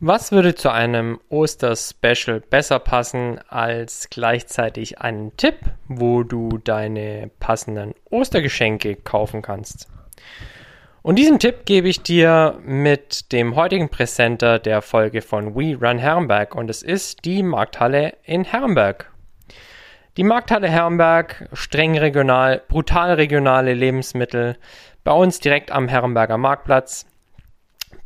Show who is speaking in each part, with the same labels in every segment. Speaker 1: Was würde zu einem Osterspecial besser passen als gleichzeitig einen Tipp, wo du deine passenden Ostergeschenke kaufen kannst? Und diesen Tipp gebe ich dir mit dem heutigen Präsenter der Folge von We Run Herrenberg und es ist die Markthalle in Herrenberg. Die Markthalle Herrenberg, streng regional, brutal regionale Lebensmittel, bei uns direkt am Herrenberger Marktplatz.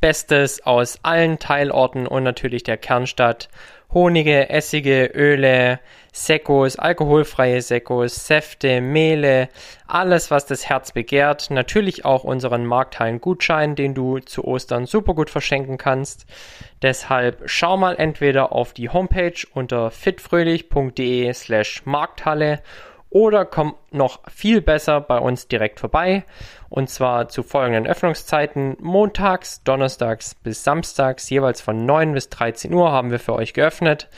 Speaker 1: Bestes aus allen Teilorten und natürlich der Kernstadt. Honige, Essige, Öle, Sekos, alkoholfreie Sekos, Säfte, Mehle, alles, was das Herz begehrt. Natürlich auch unseren Markthallen-Gutschein, den du zu Ostern super gut verschenken kannst. Deshalb schau mal entweder auf die Homepage unter fitfröhlich.de slash Markthalle oder komm noch viel besser bei uns direkt vorbei. Und zwar zu folgenden Öffnungszeiten. Montags, Donnerstags bis Samstags, jeweils von 9 bis 13 Uhr haben wir für euch geöffnet.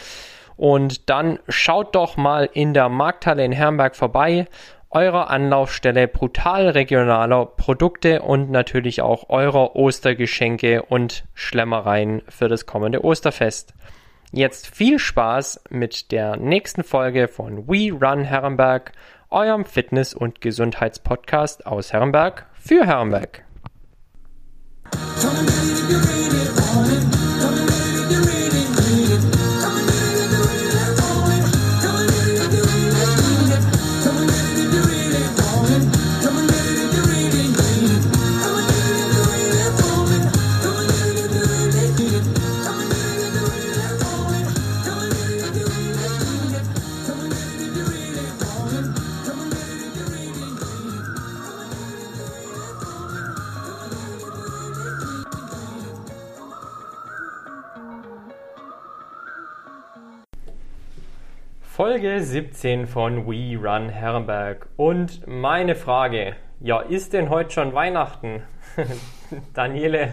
Speaker 1: Und dann schaut doch mal in der Markthalle in Herrenberg vorbei. Eurer Anlaufstelle brutal regionaler Produkte und natürlich auch eurer Ostergeschenke und Schlemmereien für das kommende Osterfest. Jetzt viel Spaß mit der nächsten Folge von We Run Herrenberg, eurem Fitness- und Gesundheitspodcast aus Herrenberg für Herrenberg. Folge 17 von We Run Herrenberg. Und meine Frage, ja, ist denn heute schon Weihnachten? Daniele,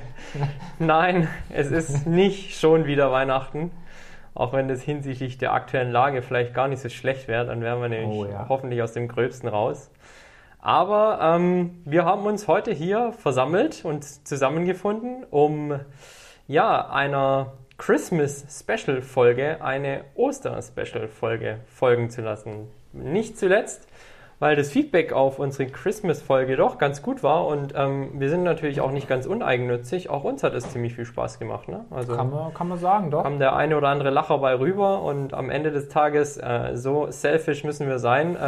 Speaker 1: nein, es ist nicht schon wieder Weihnachten. Auch wenn das hinsichtlich der aktuellen Lage vielleicht gar nicht so schlecht wäre, dann wären wir nämlich
Speaker 2: Oh ja.
Speaker 1: hoffentlich aus dem Gröbsten raus. Aber ähm, wir haben uns heute hier versammelt und zusammengefunden, um ja, einer Christmas-Special-Folge eine Oster-Special-Folge folgen zu lassen. Nicht zuletzt, weil das Feedback auf unsere Christmas-Folge doch ganz gut war und ähm, wir sind natürlich auch nicht ganz uneigennützig. Auch uns hat es ziemlich viel Spaß gemacht. Ne? Also
Speaker 2: Kann man, kann man sagen, doch.
Speaker 1: kam der eine oder andere Lacher bei rüber und am Ende des Tages, äh, so selfish müssen wir sein. Äh,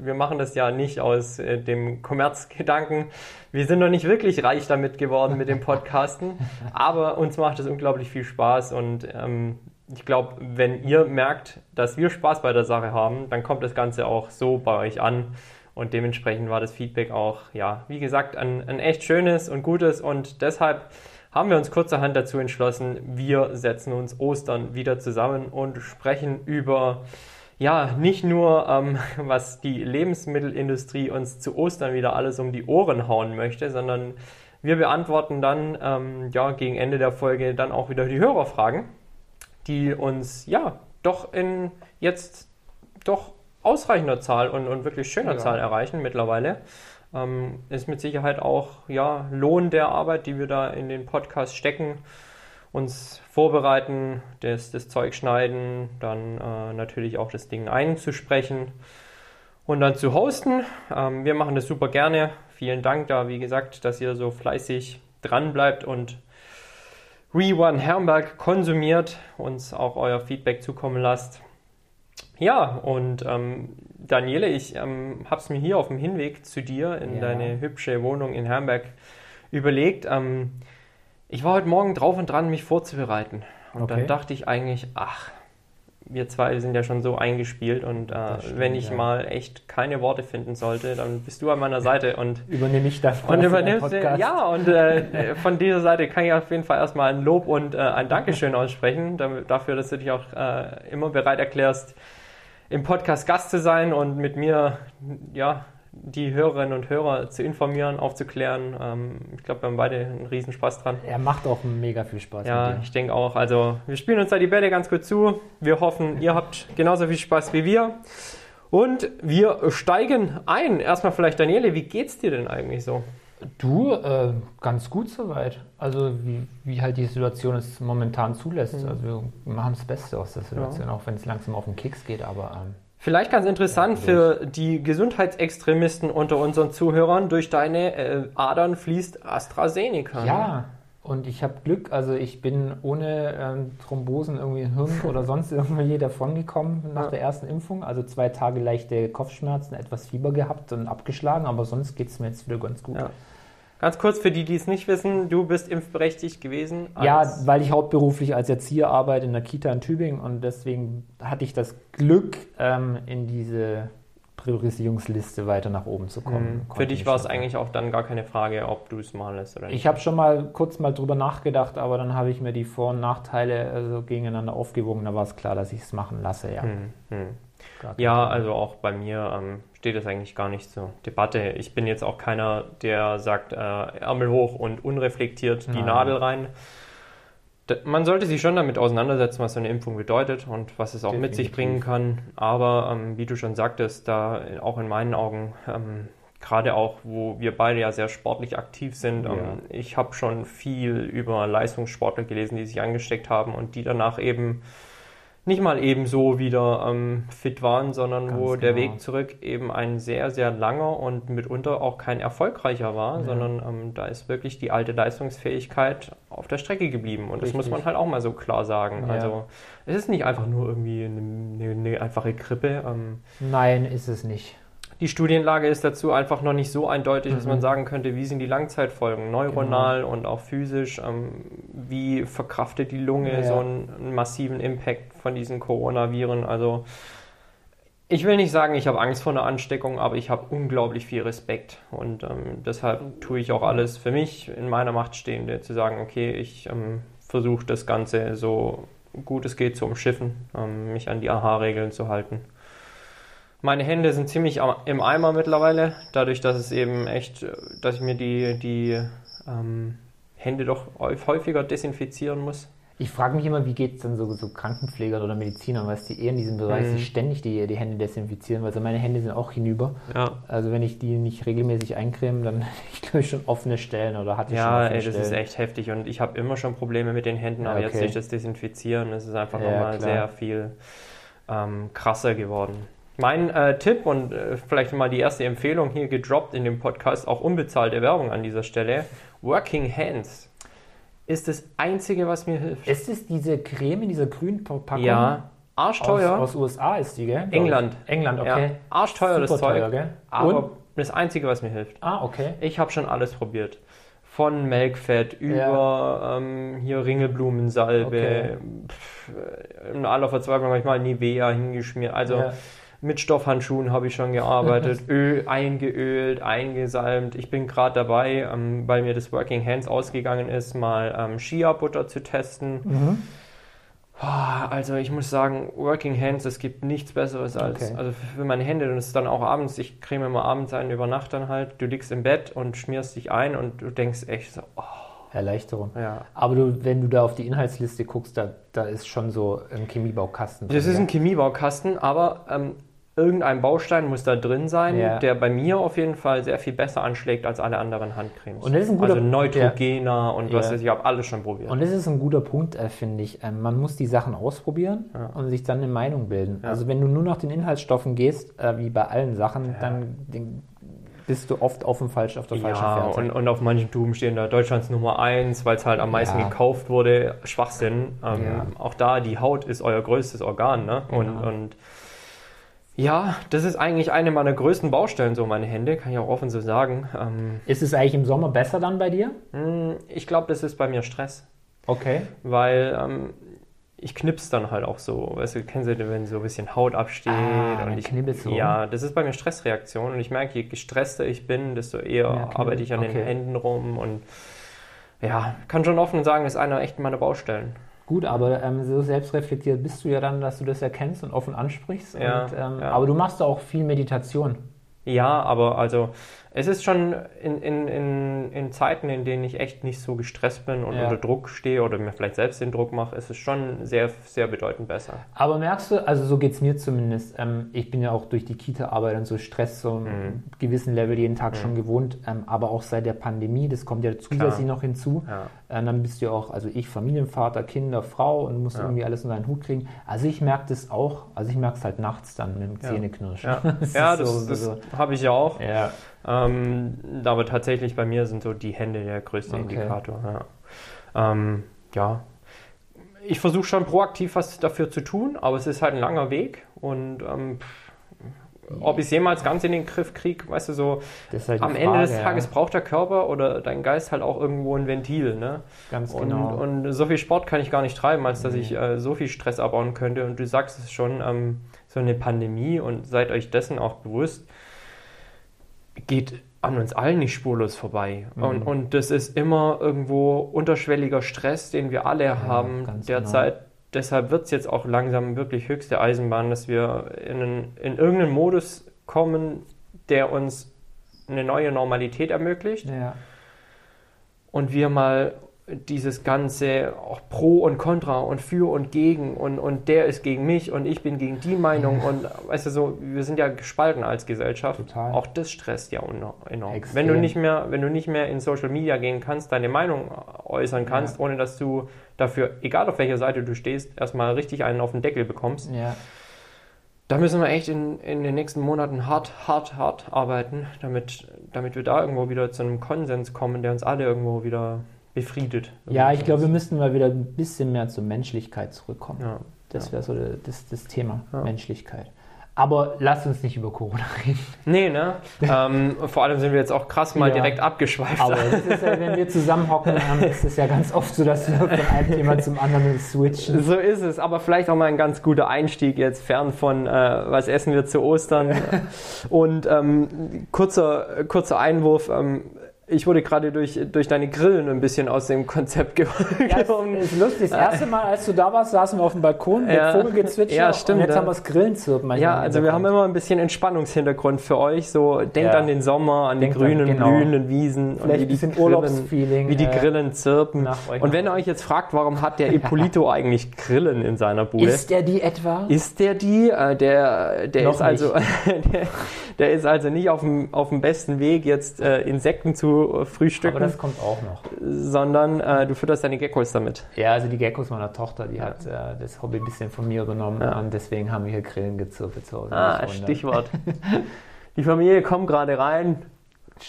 Speaker 1: wir machen das ja nicht aus äh, dem Kommerzgedanken. Wir sind noch nicht wirklich reich damit geworden mit dem Podcasten, aber uns macht es unglaublich viel Spaß und ähm, ich glaube, wenn ihr merkt, dass wir Spaß bei der Sache haben, dann kommt das Ganze auch so bei euch an. Und dementsprechend war das Feedback auch, ja, wie gesagt, ein, ein echt schönes und gutes. Und deshalb haben wir uns kurzerhand dazu entschlossen, wir setzen uns Ostern wieder zusammen und sprechen über, ja, nicht nur, ähm, was die Lebensmittelindustrie uns zu Ostern wieder alles um die Ohren hauen möchte, sondern wir beantworten dann, ähm, ja, gegen Ende der Folge dann auch wieder die Hörerfragen, die uns, ja, doch in jetzt doch ausreichender Zahl und, und wirklich schöner
Speaker 2: Ja.
Speaker 1: Zahl erreichen mittlerweile. Ähm, ist mit Sicherheit auch ja, Lohn der Arbeit, die wir da in den Podcast stecken. Uns vorbereiten, das, das Zeug schneiden, dann äh, natürlich auch das Ding einzusprechen und dann zu hosten. Ähm, wir machen das super gerne. Vielen Dank da, wie gesagt, dass ihr so fleißig dran bleibt und We One Herrenberg konsumiert, uns auch euer Feedback zukommen lasst. Ja, und ähm, Daniele, ich ähm, habe es mir hier auf dem Hinweg zu dir in
Speaker 2: Ja.
Speaker 1: deine hübsche Wohnung in Herrenberg überlegt. Ähm, ich war heute Morgen drauf und dran, mich vorzubereiten. Und dann
Speaker 2: Okay.
Speaker 1: dachte ich eigentlich, ach, wir zwei sind ja schon so eingespielt und äh,
Speaker 2: Das stimmt,
Speaker 1: wenn ich
Speaker 2: ja.
Speaker 1: mal echt keine Worte finden sollte, dann bist du an meiner Seite und,
Speaker 2: Übernehme ich das
Speaker 1: und
Speaker 2: Profi-
Speaker 1: übernimmst.
Speaker 2: Podcast.
Speaker 1: Ja, und äh, von dieser Seite kann ich auf jeden Fall erstmal ein Lob und äh, ein Dankeschön aussprechen, dam- dafür, dass du dich auch äh, immer bereit erklärst, im Podcast Gast zu sein und mit mir, ja, die Hörerinnen und Hörer zu informieren, aufzuklären. Ähm, ich glaube, wir haben beide einen Riesenspaß dran.
Speaker 2: Er macht auch mega viel Spaß.
Speaker 1: Ja,
Speaker 2: mit
Speaker 1: ich denke auch. Also, wir spielen uns da die Bälle ganz gut zu. Wir hoffen, ihr habt genauso viel Spaß wie wir. Und wir steigen ein. Erstmal vielleicht, Daniele, wie geht's dir denn eigentlich so?
Speaker 2: dir. Du, äh, ganz gut soweit. Also wie, wie halt die Situation es momentan zulässt.
Speaker 1: Mhm.
Speaker 2: Also wir machen das Beste aus der Situation, auch wenn es langsam auf den Keks geht, aber ähm,
Speaker 1: Vielleicht ganz interessant für die Gesundheitsextremisten unter unseren Zuhörern, durch deine äh, Adern fließt AstraZeneca.
Speaker 2: ja. Und ich habe Glück, also ich bin ohne ähm, Thrombosen irgendwie im Hirn oder sonst irgendwie davongekommen nach der ersten Impfung. Also zwei Tage leichte Kopfschmerzen, etwas Fieber gehabt und abgeschlagen, aber sonst geht es mir jetzt wieder ganz gut.
Speaker 1: Ja. Ganz kurz für die, die es nicht wissen, du bist impfberechtigt gewesen. als-
Speaker 2: Ja, weil ich hauptberuflich als Erzieher arbeite in der Kita in Tübingen und deswegen hatte ich das Glück, ähm, in diese Priorisierungsliste weiter nach oben zu kommen.
Speaker 1: Hm. Mhm. für
Speaker 2: Konnte
Speaker 1: dich
Speaker 2: mich
Speaker 1: war es
Speaker 2: dann-
Speaker 1: eigentlich auch dann gar keine Frage, ob du es mal lässt oder nicht.
Speaker 2: Ich habe schon mal kurz mal drüber nachgedacht, aber dann habe ich mir die Vor- und Nachteile also gegeneinander aufgewogen. Da war es klar, dass ich es machen lasse, ja.
Speaker 1: hm.
Speaker 2: Gar kein
Speaker 1: Ja,
Speaker 2: Thema.
Speaker 1: also auch bei mir ähm, steht das eigentlich gar nicht zur Debatte. Ich bin jetzt auch keiner, der sagt, äh, Ärmel hoch und unreflektiert die
Speaker 2: Nein.
Speaker 1: Nadel rein. D man sollte sich schon damit auseinandersetzen, was so eine Impfung bedeutet und was es auch mit sich
Speaker 2: Definitiv.
Speaker 1: bringen kann. Aber ähm, wie du schon sagtest, da äh, auch in meinen Augen, ähm, gerade auch, wo wir beide ja sehr sportlich aktiv sind,
Speaker 2: Ja.
Speaker 1: ähm, ich habe schon viel über Leistungssportler gelesen, die sich angesteckt haben und die danach eben nicht mal eben so wieder ähm, fit waren, sondern
Speaker 2: Ganz
Speaker 1: wo der
Speaker 2: genau.
Speaker 1: Weg zurück eben ein sehr, sehr langer und mitunter auch kein erfolgreicher war, sondern ähm, da ist wirklich die alte Leistungsfähigkeit auf der Strecke geblieben. Und das muss man
Speaker 2: Richtig.
Speaker 1: halt auch mal so klar sagen.
Speaker 2: Ja.
Speaker 1: Also es ist nicht einfach nur irgendwie eine, eine, eine einfache Grippe. Ähm,
Speaker 2: Nein, ist es nicht.
Speaker 1: die Studienlage ist dazu einfach noch nicht so
Speaker 2: Mhm.
Speaker 1: eindeutig, dass man sagen könnte, wie sind die Langzeitfolgen, neuronal und auch physisch. Ähm, wie verkraftet die Lunge
Speaker 2: Ja.
Speaker 1: so einen, einen massiven Impact von diesen Coronaviren? Also ich will nicht sagen, ich habe Angst vor einer Ansteckung, aber ich habe unglaublich viel Respekt. Und ähm, deshalb tue ich auch alles für mich in meiner Macht Stehende, zu sagen, okay, ich ähm, versuche das Ganze so gut es geht zu umschiffen, ähm, mich an die AHA-Regeln zu halten. Meine Hände sind ziemlich am- im Eimer mittlerweile, dadurch, dass es eben echt, äh, dass ich mir die, die ähm, Hände doch häuf- häufiger desinfizieren muss.
Speaker 2: Ich frage mich immer, wie geht es denn so, so Krankenpflegern oder Medizinern, weißt du, eher in diesem Bereich,
Speaker 1: Mhm.
Speaker 2: sich ständig die, die Hände desinfizieren, weil also meine Hände sind auch hinüber.
Speaker 1: Ja,
Speaker 2: Also wenn ich die nicht regelmäßig eincreme, dann ich glaube schon offene Stellen oder hatte ich
Speaker 1: ja
Speaker 2: schon offene
Speaker 1: ey, das
Speaker 2: Stellen.
Speaker 1: ist echt heftig und ich habe immer schon Probleme mit den Händen, aber
Speaker 2: Ja,
Speaker 1: jetzt
Speaker 2: okay.
Speaker 1: durch das Desinfizieren ist es einfach
Speaker 2: Ja,
Speaker 1: nochmal
Speaker 2: klar.
Speaker 1: sehr viel ähm, krasser geworden. Mein äh, Tipp und äh, vielleicht mal die erste Empfehlung hier gedroppt in dem Podcast, auch unbezahlte Werbung an dieser Stelle. Working Hands ist das Einzige, was mir hilft.
Speaker 2: Ist es diese Creme in dieser grünen Verpackung?
Speaker 1: Ja,
Speaker 2: Aus,
Speaker 1: arschteuer.
Speaker 2: aus USA ist die, gell?
Speaker 1: England.
Speaker 2: England, okay.
Speaker 1: Ja, arschteuer das
Speaker 2: Super
Speaker 1: Zeug.
Speaker 2: teuer, gell?
Speaker 1: Aber
Speaker 2: Und?
Speaker 1: das Einzige, was mir hilft.
Speaker 2: Ah, okay.
Speaker 1: Ich habe schon alles probiert. Von Melkfett über ähm, hier Ringelblumensalbe, pff, äh, in aller Verzweiflung habe ich mal Nivea hingeschmiert. Also
Speaker 2: Ja.
Speaker 1: mit Stoffhandschuhen habe ich schon gearbeitet, Öl eingeölt, eingesalmt. Ich bin gerade dabei, ähm, weil mir das Working Hands ausgegangen ist, mal ähm, Shia-Butter zu testen. Ah, Also ich muss sagen, Working Hands, es gibt nichts Besseres als,
Speaker 2: Okay.
Speaker 1: also für für meine Hände, und es ist dann auch abends, ich creme immer abends ein, über Nacht dann halt, du liegst im Bett und schmierst dich ein und du denkst echt so, oh,
Speaker 2: Erleichterung.
Speaker 1: ja.
Speaker 2: Aber du, wenn du da auf die Inhaltsliste guckst, da, da ist schon so ein Chemiebaukasten
Speaker 1: Das
Speaker 2: drin,
Speaker 1: ist
Speaker 2: gell?
Speaker 1: ein Chemiebaukasten, aber ähm, irgendein Baustein muss da drin sein,
Speaker 2: Ja.
Speaker 1: der bei mir auf jeden Fall sehr viel besser anschlägt als alle anderen Handcremes.
Speaker 2: Und das ist ein guter-
Speaker 1: also Neutrogena und was
Speaker 2: Ja.
Speaker 1: weiß ich, ich habe alles schon probiert.
Speaker 2: Und das ist ein guter Punkt, äh, finde ich. Ähm, man muss die Sachen ausprobieren und sich dann eine Meinung bilden. Also wenn du nur nach den Inhaltsstoffen gehst, äh, wie bei allen Sachen, dann den, bist du oft auf dem falsch, auf der falschen
Speaker 1: Ja,
Speaker 2: Fährte.
Speaker 1: und, und auf manchen Tuben stehen da Deutschlands Nummer 1, weil es halt am meisten
Speaker 2: Ja.
Speaker 1: gekauft wurde. Schwachsinn. Ähm,
Speaker 2: Ja.
Speaker 1: Auch da, die Haut ist euer größtes Organ. Ne? Und, und ja, das ist eigentlich eine meiner größten Baustellen, so meine Hände, kann ich auch offen so sagen. Ähm,
Speaker 2: Ist es eigentlich im Sommer besser dann bei dir?
Speaker 1: mh, ich glaube, das ist bei mir Stress,
Speaker 2: Okay.
Speaker 1: weil ähm, ich knips dann halt auch so. Weißt du, kennst du, wenn so ein bisschen Haut absteht?
Speaker 2: Ah, dann
Speaker 1: ich,
Speaker 2: knibbelst du,
Speaker 1: ja, das ist bei mir Stressreaktion und ich merke, je gestresster ich bin, desto eher
Speaker 2: knibbel-
Speaker 1: arbeite ich an
Speaker 2: okay.
Speaker 1: den Händen rum und ja, kann schon offen sagen, das ist einer echt meiner Baustellen.
Speaker 2: Gut, aber ähm, so selbstreflektiert bist du ja dann, dass du das erkennst und offen ansprichst.
Speaker 1: Ja,
Speaker 2: und, ähm,
Speaker 1: ja.
Speaker 2: Aber du machst auch viel Meditation.
Speaker 1: Ja, aber also es ist schon in, in, in, in Zeiten, in denen ich echt nicht so gestresst bin und
Speaker 2: Ja.
Speaker 1: unter Druck stehe oder mir vielleicht selbst den Druck mache, ist es schon sehr, sehr bedeutend besser.
Speaker 2: Aber merkst du, also so geht es mir zumindest. Ähm, ich bin ja auch durch die Kita-Arbeit und so Stress so
Speaker 1: Mhm.
Speaker 2: einem gewissen Level jeden Tag schon gewohnt. Ähm, aber auch seit der Pandemie, das kommt ja zusätzlich noch hinzu.
Speaker 1: Ja.
Speaker 2: Äh, dann bist du ja auch, also ich, Familienvater, Kinder, Frau und musst irgendwie alles unter einen Hut kriegen. Also ich merke das auch. Also ich merke es halt nachts dann mit dem Zähneknirschen.
Speaker 1: Ja,
Speaker 2: ist
Speaker 1: ja das,
Speaker 2: so-
Speaker 1: das
Speaker 2: so-
Speaker 1: habe ich ja auch.
Speaker 2: ja.
Speaker 1: Ähm, aber tatsächlich bei mir sind so die Hände der größte
Speaker 2: Okay.
Speaker 1: Indikator. Ja. Ähm, ja. Ich versuche schon proaktiv was dafür zu tun, aber es ist halt ein langer Weg und ähm, pff, ob ich es jemals ganz in den Griff kriege, weißt du, so
Speaker 2: Das ist halt die
Speaker 1: am Ende des
Speaker 2: Frage,
Speaker 1: Tages
Speaker 2: ja.
Speaker 1: braucht der Körper oder dein Geist halt auch irgendwo ein Ventil. Ne?
Speaker 2: ganz
Speaker 1: Und,
Speaker 2: genau.
Speaker 1: und so viel Sport kann ich gar nicht treiben, als dass ich äh, so viel Stress abbauen könnte. Und du sagst es schon, ähm, so eine Pandemie und seid euch dessen auch bewusst, geht an uns allen nicht spurlos vorbei.
Speaker 2: Mhm.
Speaker 1: Und, und das ist immer irgendwo unterschwelliger Stress, den wir alle haben
Speaker 2: ganz genau.
Speaker 1: derzeit. Deshalb wird es jetzt auch langsam wirklich höchste Eisenbahn, dass wir in, einen, in irgendeinen Modus kommen, der uns eine neue Normalität ermöglicht
Speaker 2: ja.
Speaker 1: und wir mal dieses ganze auch pro und contra und für und gegen und, und der ist gegen mich und ich bin gegen die Meinung und weißt du so, wir sind ja gespalten als Gesellschaft.
Speaker 2: Total.
Speaker 1: Auch das stresst ja un- enorm.
Speaker 2: Extrem.
Speaker 1: Wenn du nicht mehr, wenn du nicht mehr in Social Media gehen kannst, deine Meinung äußern kannst, ohne dass du dafür, egal auf welcher Seite du stehst, erstmal richtig einen auf den Deckel bekommst.
Speaker 2: ja.
Speaker 1: Da müssen wir echt in, in den nächsten Monaten hart, hart, hart arbeiten, damit, damit wir da irgendwo wieder zu einem Konsens kommen, der uns alle irgendwo wieder befriedet.
Speaker 2: Ja, ich glaube, wir müssten mal wieder ein bisschen mehr zur Menschlichkeit zurückkommen.
Speaker 1: Ja.
Speaker 2: Das wäre so der- das, das Thema,
Speaker 1: Ja.
Speaker 2: Menschlichkeit. Aber lass uns nicht über Corona reden.
Speaker 1: Nee, ne? ähm, vor allem sind wir jetzt auch krass mal
Speaker 2: Ja.
Speaker 1: direkt abgeschweift.
Speaker 2: Aber das ist ja, wenn wir zusammenhocken, ähm, ist es ja ganz oft so, dass wir von einem Thema zum anderen switchen.
Speaker 1: so ist es, aber vielleicht auch mal ein ganz guter Einstieg jetzt fern von äh, was essen wir zu Ostern. Und ähm, kurzer, kurzer Einwurf, ähm, ich wurde gerade durch, durch deine Grillen ein bisschen aus dem Konzept ge
Speaker 2: Ja, es
Speaker 1: gehoben.
Speaker 2: ist lustig. Das erste Mal, als du da warst, saßen wir auf dem Balkon mit
Speaker 1: um Ja.
Speaker 2: Vogelgezwitscher
Speaker 1: Ja, stimmt,
Speaker 2: und jetzt
Speaker 1: ja.
Speaker 2: haben wir das Grillenzirpen. manchmal
Speaker 1: Ja,
Speaker 2: im
Speaker 1: also wir haben
Speaker 2: Genau, Hintergrund.
Speaker 1: immer ein bisschen Entspannungshintergrund für euch. So denkt
Speaker 2: Ja.
Speaker 1: an den Sommer, an
Speaker 2: Denkt
Speaker 1: die
Speaker 2: an-
Speaker 1: grünen,
Speaker 2: genau.
Speaker 1: blühenden Wiesen
Speaker 2: Vielleicht ein bisschen Urlaubsfeeling,
Speaker 1: wie die
Speaker 2: äh, genau.
Speaker 1: Grillen zirpen.
Speaker 2: nach euch.
Speaker 1: Und wenn ihr euch jetzt fragt, warum hat der Ippolito eigentlich Grillen in seiner Bude?
Speaker 2: Ist der die etwa?
Speaker 1: Ist der die? Äh, Der, der,
Speaker 2: Noch
Speaker 1: ist also, der, der ist also nicht auf dem, auf dem besten Weg, jetzt äh, Insekten zu äh,
Speaker 2: Aber
Speaker 1: frühstücken,
Speaker 2: das kommt auch noch.
Speaker 1: sondern äh, du fütterst deine Geckos damit.
Speaker 2: Ja, also die Geckos meiner Tochter, die hat äh, das Hobby ein bisschen von mir übernommen und deswegen haben wir hier Grillenzirpe zu Hause.
Speaker 1: Ah,
Speaker 2: Nicht wundern.
Speaker 1: Stichwort. Die Familie kommt gerade rein.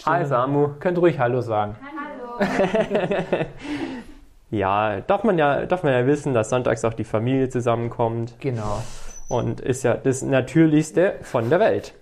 Speaker 1: Hi
Speaker 2: Stimmt.
Speaker 1: Samu.
Speaker 2: Könnt ruhig Hallo sagen.
Speaker 3: Hallo.
Speaker 1: Ja, darf man ja, darf man ja wissen, dass sonntags auch die Familie zusammenkommt
Speaker 2: Genau.
Speaker 1: und ist ja das Natürlichste von der Welt.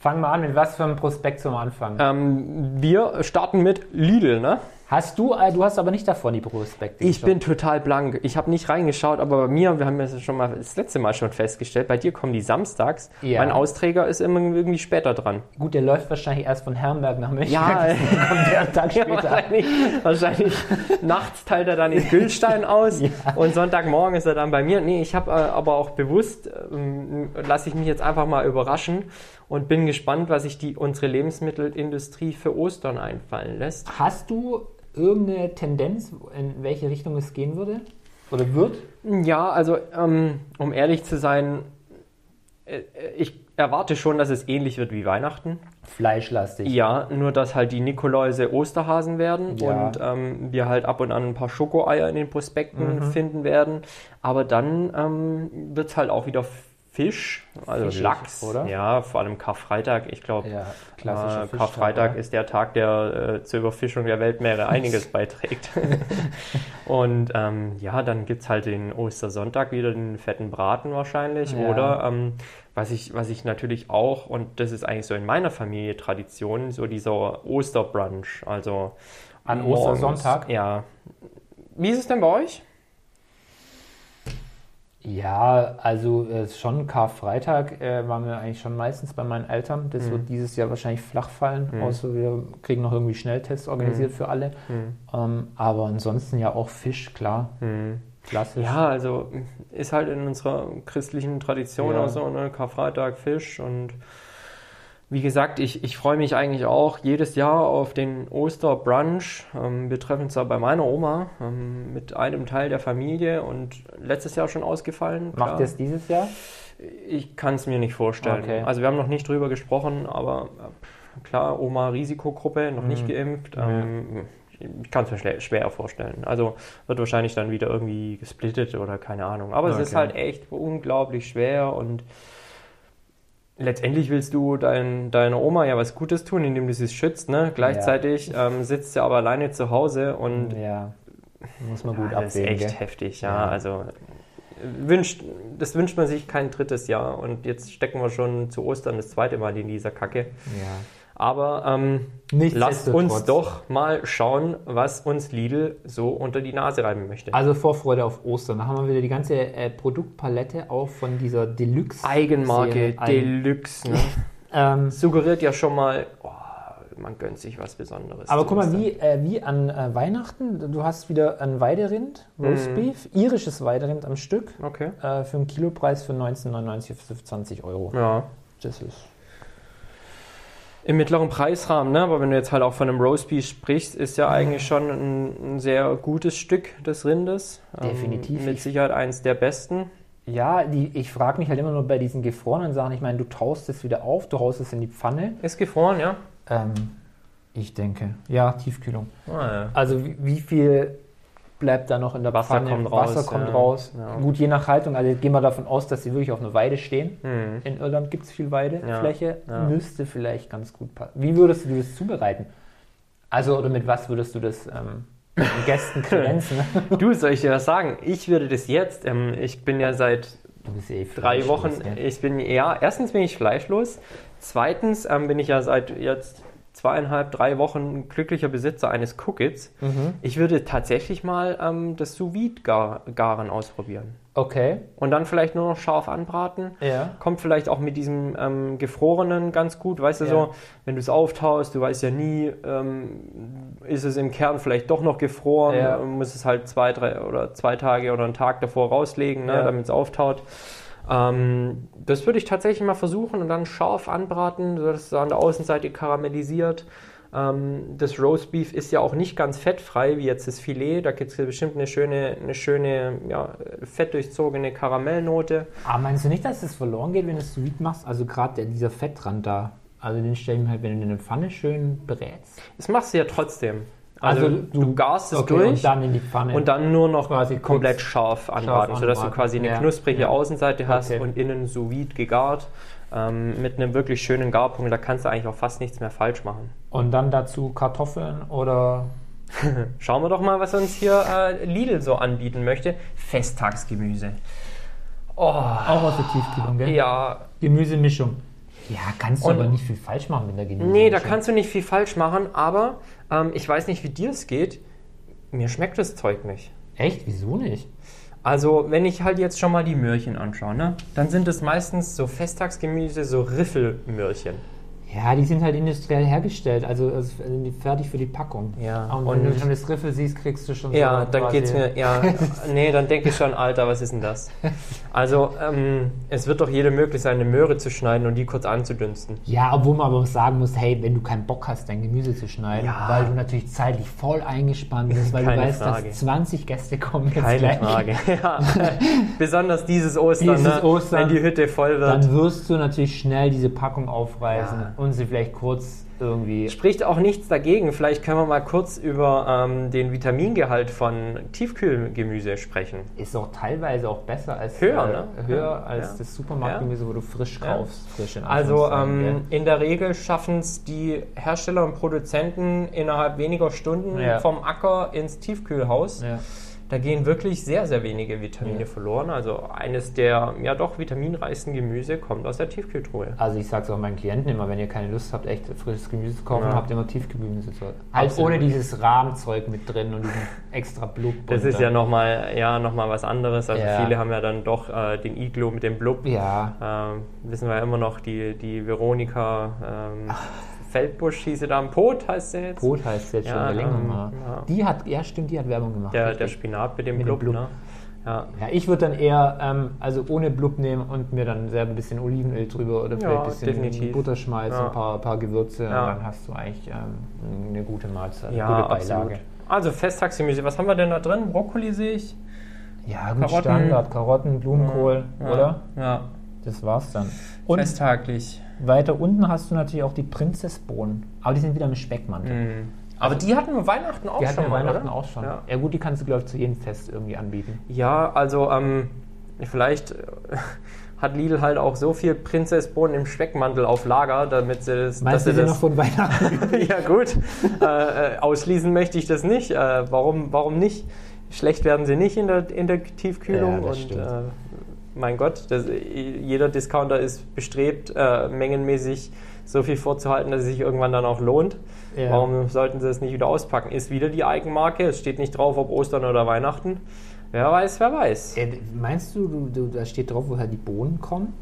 Speaker 2: Fangen wir an, mit was für einem Prospekt zum Anfang?
Speaker 1: Ähm, wir starten mit Lidl, ne?
Speaker 2: Hast du, äh, du hast aber nicht davon die Prospekte.
Speaker 1: Ich
Speaker 2: geschaut.
Speaker 1: bin total blank. Ich habe nicht reingeschaut, aber bei mir, wir haben das ja schon mal das letzte Mal schon festgestellt, bei dir kommen die samstags.
Speaker 2: Ja.
Speaker 1: Mein Austräger ist immer irgendwie später dran.
Speaker 2: Gut, der läuft wahrscheinlich erst von Herrenberg nach München.
Speaker 1: Ja,
Speaker 2: kommt der einen Tag später.
Speaker 1: wahrscheinlich, wahrscheinlich nachts teilt er dann in Gülstein aus und Sonntagmorgen ist er dann bei mir. Nee, ich habe äh, aber auch bewusst, ähm, lasse ich mich jetzt einfach mal überraschen und bin gespannt, was sich die, unsere Lebensmittelindustrie für Ostern einfallen lässt.
Speaker 2: Hast du irgendeine Tendenz, in welche Richtung es gehen würde? Oder wird?
Speaker 1: Ja, also ähm, um ehrlich zu sein, äh, ich erwarte schon, dass es ähnlich wird wie Weihnachten.
Speaker 2: Fleischlastig.
Speaker 1: Ja, nur dass halt die Nikoläuse Osterhasen werden
Speaker 2: Ja.
Speaker 1: und ähm, wir halt ab und an ein paar Schokoeier in den Prospekten
Speaker 2: Mhm.
Speaker 1: finden werden. Aber dann ähm, wird es halt auch wieder Fisch, also
Speaker 2: Fischig,
Speaker 1: Lachs.
Speaker 2: oder?
Speaker 1: Ja, vor allem Karfreitag. Ich glaube,
Speaker 2: Ja, klassischer
Speaker 1: äh,
Speaker 2: Fischtag,
Speaker 1: Karfreitag
Speaker 2: oder?
Speaker 1: ist der Tag, der äh, zur Überfischung der Weltmeere einiges beiträgt. und ähm, ja, dann gibt es halt den Ostersonntag wieder den fetten Braten wahrscheinlich.
Speaker 2: Ja.
Speaker 1: Oder ähm, was, ich, was ich natürlich auch, und das ist eigentlich so in meiner Familie Tradition, so dieser Osterbrunch. Also
Speaker 2: An
Speaker 1: morgens.
Speaker 2: Ostersonntag?
Speaker 1: Ja. Wie ist es denn bei euch?
Speaker 2: Ja, also äh, schon Karfreitag äh, waren wir eigentlich schon meistens bei meinen Eltern. Das
Speaker 1: Mhm.
Speaker 2: wird dieses Jahr wahrscheinlich flach fallen, außer wir kriegen noch irgendwie Schnelltests
Speaker 1: Mhm.
Speaker 2: organisiert für alle. Ähm, aber ansonsten ja auch Fisch, klar. Klassisch.
Speaker 1: Mhm. Ja, also ist halt in unserer christlichen Tradition
Speaker 2: Ja.
Speaker 1: auch so, ne? Karfreitag, Fisch und Wie gesagt, ich, ich freue mich eigentlich auch jedes Jahr auf den Osterbrunch. Ähm, wir treffen uns da bei meiner Oma ähm, mit einem Teil der Familie und letztes Jahr schon ausgefallen.
Speaker 2: Macht ihr es dieses Jahr?
Speaker 1: Ich kann es mir nicht vorstellen.
Speaker 2: Okay.
Speaker 1: Also wir haben noch nicht drüber gesprochen, aber äh, klar, Oma Risikogruppe, noch
Speaker 2: Mhm.
Speaker 1: nicht geimpft. Ähm, Ich kann es mir schle- schwer vorstellen. Also wird wahrscheinlich dann wieder irgendwie gesplittet oder keine Ahnung. Aber es ist
Speaker 2: Okay.
Speaker 1: halt echt unglaublich schwer und letztendlich willst du dein, deiner Oma ja was Gutes tun, indem du sie schützt. Ne? Gleichzeitig ähm, sitzt sie aber alleine zu Hause und
Speaker 2: Ja. Muss man gut
Speaker 1: ja, das ist
Speaker 2: abwägen.
Speaker 1: echt
Speaker 2: gell?
Speaker 1: heftig, ja.
Speaker 2: Ja.
Speaker 1: Also äh, wünscht, das wünscht man sich kein drittes Jahr. Und jetzt stecken wir schon zu Ostern das zweite Mal in dieser Kacke.
Speaker 2: Ja.
Speaker 1: Aber ähm, lasst
Speaker 2: Nichtsdestotrotz.
Speaker 1: uns doch mal schauen, was uns Lidl so unter die Nase reiben möchte.
Speaker 2: Also Vorfreude auf Ostern. Da haben wir wieder die ganze äh, Produktpalette auch von dieser Deluxe.
Speaker 1: Eigenmarke
Speaker 2: Serie. Ein-
Speaker 1: Deluxe ne?
Speaker 2: Ähm,
Speaker 1: suggeriert ja schon mal, oh, man gönnt sich was Besonderes.
Speaker 2: aber
Speaker 1: zu
Speaker 2: guck mal,
Speaker 1: Ostern.
Speaker 2: wie, äh, wie an äh, Weihnachten, du hast wieder ein Weiderind, Roastbeef, irisches Weiderind am Stück,
Speaker 1: Okay.
Speaker 2: äh, für einen Kilopreis von 19,99 auf 20 Euro.
Speaker 1: Ja.
Speaker 2: Das ist
Speaker 1: Im mittleren Preisrahmen, ne? aber wenn du jetzt halt auch von einem Roastbeef sprichst, ist ja eigentlich schon ein, ein sehr gutes Stück des Rindes. Ähm,
Speaker 2: Definitiv.
Speaker 1: mit Sicherheit eins der besten.
Speaker 2: Ja, die, ich frage mich halt immer nur bei diesen gefrorenen Sachen. Ich meine, du taust es wieder auf, du haust es in die Pfanne.
Speaker 1: Ist gefroren, ja?
Speaker 2: Ähm, ich denke, ja, Tiefkühlung.
Speaker 1: Ah,
Speaker 2: Also wie, wie viel bleibt da noch in der
Speaker 1: Wasser
Speaker 2: Pfanne?
Speaker 1: kommt
Speaker 2: Wasser
Speaker 1: raus,
Speaker 2: kommt
Speaker 1: ja.
Speaker 2: raus.
Speaker 1: Ja.
Speaker 2: Gut, je nach Haltung. Also gehen wir davon aus, dass sie wirklich auf einer Weide stehen.
Speaker 1: ja. Hm.
Speaker 2: In Irland gibt es viel
Speaker 1: Ja,
Speaker 2: Weidefläche.
Speaker 1: ja.
Speaker 2: Müsste vielleicht ganz gut passen. Wie würdest du das zubereiten? Also, oder mit was würdest du das ähm, den Gästen kredenzen?
Speaker 1: Du, soll ich dir was sagen? Ich würde das jetzt, ähm, ich bin ja seit
Speaker 2: du bist eh
Speaker 1: drei
Speaker 2: fleischlos,
Speaker 1: Wochen,
Speaker 2: gell?
Speaker 1: ich bin ja, erstens bin ich fleischlos, zweitens ähm, bin ich ja seit jetzt zweieinhalb, drei Wochen glücklicher Besitzer eines Cookits.
Speaker 2: Mhm.
Speaker 1: Ich würde tatsächlich mal ähm, das Sous-Vide-Garen ausprobieren.
Speaker 2: Okay,
Speaker 1: Und dann vielleicht nur noch scharf anbraten.
Speaker 2: ja.
Speaker 1: Kommt vielleicht auch mit diesem ähm, Gefrorenen ganz gut. Weißt du
Speaker 2: Ja.
Speaker 1: so, wenn du es auftaust, du weißt ja nie, ähm, ist es im Kern vielleicht doch noch gefroren,
Speaker 2: Ja.
Speaker 1: äh, muss es halt zwei, drei oder zwei Tage oder einen Tag davor rauslegen, ne,
Speaker 2: Ja.
Speaker 1: damit es auftaut. Ähm, das würde ich tatsächlich mal versuchen und dann scharf anbraten, sodass es an der Außenseite karamellisiert. Ähm, das Roastbeef ist ja auch nicht ganz fettfrei, wie jetzt das Filet. Da gibt es bestimmt eine schöne, eine schöne ja, fettdurchzogene Karamellnote.
Speaker 2: Aber meinst du nicht, dass es verloren geht, wenn du es sous vide machst? Also gerade der- dieser Fettrand da. Also den stelle ich mir halt, wenn du in eine Pfanne schön brätst.
Speaker 1: Das machst du ja trotzdem. Also, du, garst es
Speaker 2: okay,
Speaker 1: durch
Speaker 2: und dann in die Pfanne.
Speaker 1: nur noch
Speaker 2: Quasi kurz
Speaker 1: komplett scharf anbraten, sodass du
Speaker 2: anbraten.
Speaker 1: quasi eine
Speaker 2: Ja,
Speaker 1: knusprige
Speaker 2: ja.
Speaker 1: Außenseite hast
Speaker 2: Okay.
Speaker 1: und innen sous vide gegart. Ähm, mit einem wirklich schönen Garpunkt, da kannst du eigentlich auch fast nichts mehr falsch machen.
Speaker 2: und dann dazu Kartoffeln oder...
Speaker 1: Schauen wir doch mal, was uns hier äh, Lidl so anbieten möchte. Festtagsgemüse. Oh,
Speaker 2: Auch aus der Tiefkühlung, gell?
Speaker 1: ja,
Speaker 2: Gemüsemischung. Ja, kannst du
Speaker 1: Und-
Speaker 2: aber nicht viel falsch machen mit der Gemüsemischung.
Speaker 1: Nee, da kannst du nicht viel falsch machen, aber ähm, ich weiß nicht, wie dir es geht. Mir schmeckt das Zeug nicht.
Speaker 2: Echt? Wieso nicht?
Speaker 1: Also, wenn ich halt jetzt schon mal die Möhrchen anschaue, ne, dann sind es meistens so Festtagsgemüse, so Riffelmöhrchen.
Speaker 2: Ja, die sind halt industriell hergestellt, also, also die- fertig für die Packung.
Speaker 1: Ja,
Speaker 2: Und, wenn
Speaker 1: und-
Speaker 2: du schon das Riffel siehst, kriegst du schon
Speaker 1: Ja,
Speaker 2: so
Speaker 1: dann
Speaker 2: quasi-
Speaker 1: geht's mir, ja, nee, dann denke ich schon, Alter, was ist denn das? Also, ähm, es wird doch jedem möglich sein, eine Möhre zu schneiden und die kurz anzudünsten.
Speaker 2: Ja, obwohl man aber auch sagen muss, hey, wenn du keinen Bock hast, dein Gemüse zu schneiden,
Speaker 1: Ja.
Speaker 2: weil du natürlich zeitlich voll eingespannt bist, weil
Speaker 1: Keine
Speaker 2: du weißt,
Speaker 1: Frage.
Speaker 2: dass 20 Gäste kommen jetzt
Speaker 1: Keine
Speaker 2: gleich.
Speaker 1: Frage. Ja. Besonders dieses Ostern,
Speaker 2: Dieses
Speaker 1: ne,
Speaker 2: Ostern.
Speaker 1: wenn die Hütte voll wird.
Speaker 2: Dann wirst du natürlich schnell diese Packung aufreißen
Speaker 1: Ja.
Speaker 2: und sie vielleicht kurz irgendwie.
Speaker 1: Spricht auch nichts dagegen. Vielleicht können wir mal kurz über ähm, den Vitamingehalt von Tiefkühlgemüse sprechen.
Speaker 2: Ist auch teilweise auch besser als äh,
Speaker 1: Höher, ne?
Speaker 2: höher
Speaker 1: Ja.
Speaker 2: als
Speaker 1: Ja.
Speaker 2: das Supermarktgemüse, wo du frisch
Speaker 1: Ja.
Speaker 2: kaufst. Frisch in
Speaker 1: Also
Speaker 2: Anführungszeichen,
Speaker 1: ähm, in der Regel schaffen es die Hersteller und Produzenten innerhalb weniger Stunden
Speaker 2: Ja.
Speaker 1: vom Acker ins Tiefkühlhaus.
Speaker 2: gell? ja.
Speaker 1: Da gehen wirklich sehr, sehr wenige Vitamine
Speaker 2: Ja.
Speaker 1: verloren. Also eines der ja doch vitaminreichsten Gemüse kommt aus der Tiefkühltruhe.
Speaker 2: Also ich sage es auch meinen Klienten immer, wenn ihr keine Lust habt, echt frisches Gemüse zu kaufen,
Speaker 1: Ja.
Speaker 2: habt ihr immer Tiefgemüse zu kaufen. Halt
Speaker 1: Absolut.
Speaker 2: ohne dieses Rahmzeug mit drin und diesen extra Blub.
Speaker 1: Das
Speaker 2: und
Speaker 1: ist
Speaker 2: dann-
Speaker 1: ja nochmal ja, noch mal was anderes. Also
Speaker 2: Ja.
Speaker 1: viele haben äh, ja dann doch äh, den Iglo mit dem Blub.
Speaker 2: Ja,
Speaker 1: Ähm, wissen wir ja immer noch, die, die Veronika ähm, Feldbusch hieß sie da am Pot, heißt sie jetzt.
Speaker 2: Brot heißt jetzt
Speaker 1: Ja,
Speaker 2: schon der längere
Speaker 1: ähm,
Speaker 2: mal.
Speaker 1: ja.
Speaker 2: Die hat, ja stimmt, die hat Werbung gemacht.
Speaker 1: Der, der
Speaker 2: richtig.
Speaker 1: Spinat mit dem
Speaker 2: Mit dem
Speaker 1: Blub,
Speaker 2: Blub.
Speaker 1: ne?
Speaker 2: Ja, ja ich würde dann eher, ähm, also ohne Blub nehmen und mir dann selber ein bisschen Olivenöl drüber oder vielleicht ein bisschen
Speaker 1: definitiv.
Speaker 2: Butterschmalz,
Speaker 1: Ja.
Speaker 2: ein paar, paar Gewürze
Speaker 1: Ja.
Speaker 2: und dann hast du eigentlich ähm, eine gute Mahlzeit, eine
Speaker 1: Ja,
Speaker 2: gute
Speaker 1: absolut. Also Festtagsgemüse, was haben wir denn da drin? Brokkoli sehe ich.
Speaker 2: Ja, gut,
Speaker 1: Karotten.
Speaker 2: Standard, Karotten, Blumenkohl,
Speaker 1: Ja,
Speaker 2: oder?
Speaker 1: Ja.
Speaker 2: Das war's dann. Und
Speaker 1: Festtaglich.
Speaker 2: weiter unten hast du natürlich auch die Prinzessbohnen, aber die sind wieder im Speckmantel.
Speaker 1: Aber die hatten wir Weihnachten Mhm. auch
Speaker 2: Die hatten
Speaker 1: schon
Speaker 2: wir
Speaker 1: mal,
Speaker 2: Weihnachten
Speaker 1: oder?
Speaker 2: auch schon.
Speaker 1: Ja.
Speaker 2: Ja. gut, die kannst du, glaube ich, zu jedem Fest irgendwie anbieten.
Speaker 1: Ja, also ähm, vielleicht äh, hat Lidl halt auch so viel Prinzessbohnen im Speckmantel auf Lager, damit sie das...
Speaker 2: Meinst du
Speaker 1: dass sie
Speaker 2: die noch
Speaker 1: das
Speaker 2: von Weihnachten?
Speaker 1: ja gut, äh, äh, ausschließen möchte ich das nicht. Äh, warum, warum nicht? Schlecht werden sie nicht in der, in der Tiefkühlung.
Speaker 2: Ja, das
Speaker 1: und
Speaker 2: stimmt.
Speaker 1: äh, mein Gott, das, jeder Discounter ist bestrebt, äh, mengenmäßig so viel vorzuhalten, dass es sich irgendwann dann auch lohnt.
Speaker 2: Ja.
Speaker 1: Warum sollten sie es nicht wieder auspacken? Ist wieder die Eigenmarke. Es steht nicht drauf, ob Ostern oder Weihnachten. Wer weiß, wer weiß.
Speaker 2: Äh, meinst du, du, du, da steht drauf, woher die Bohnen kommen?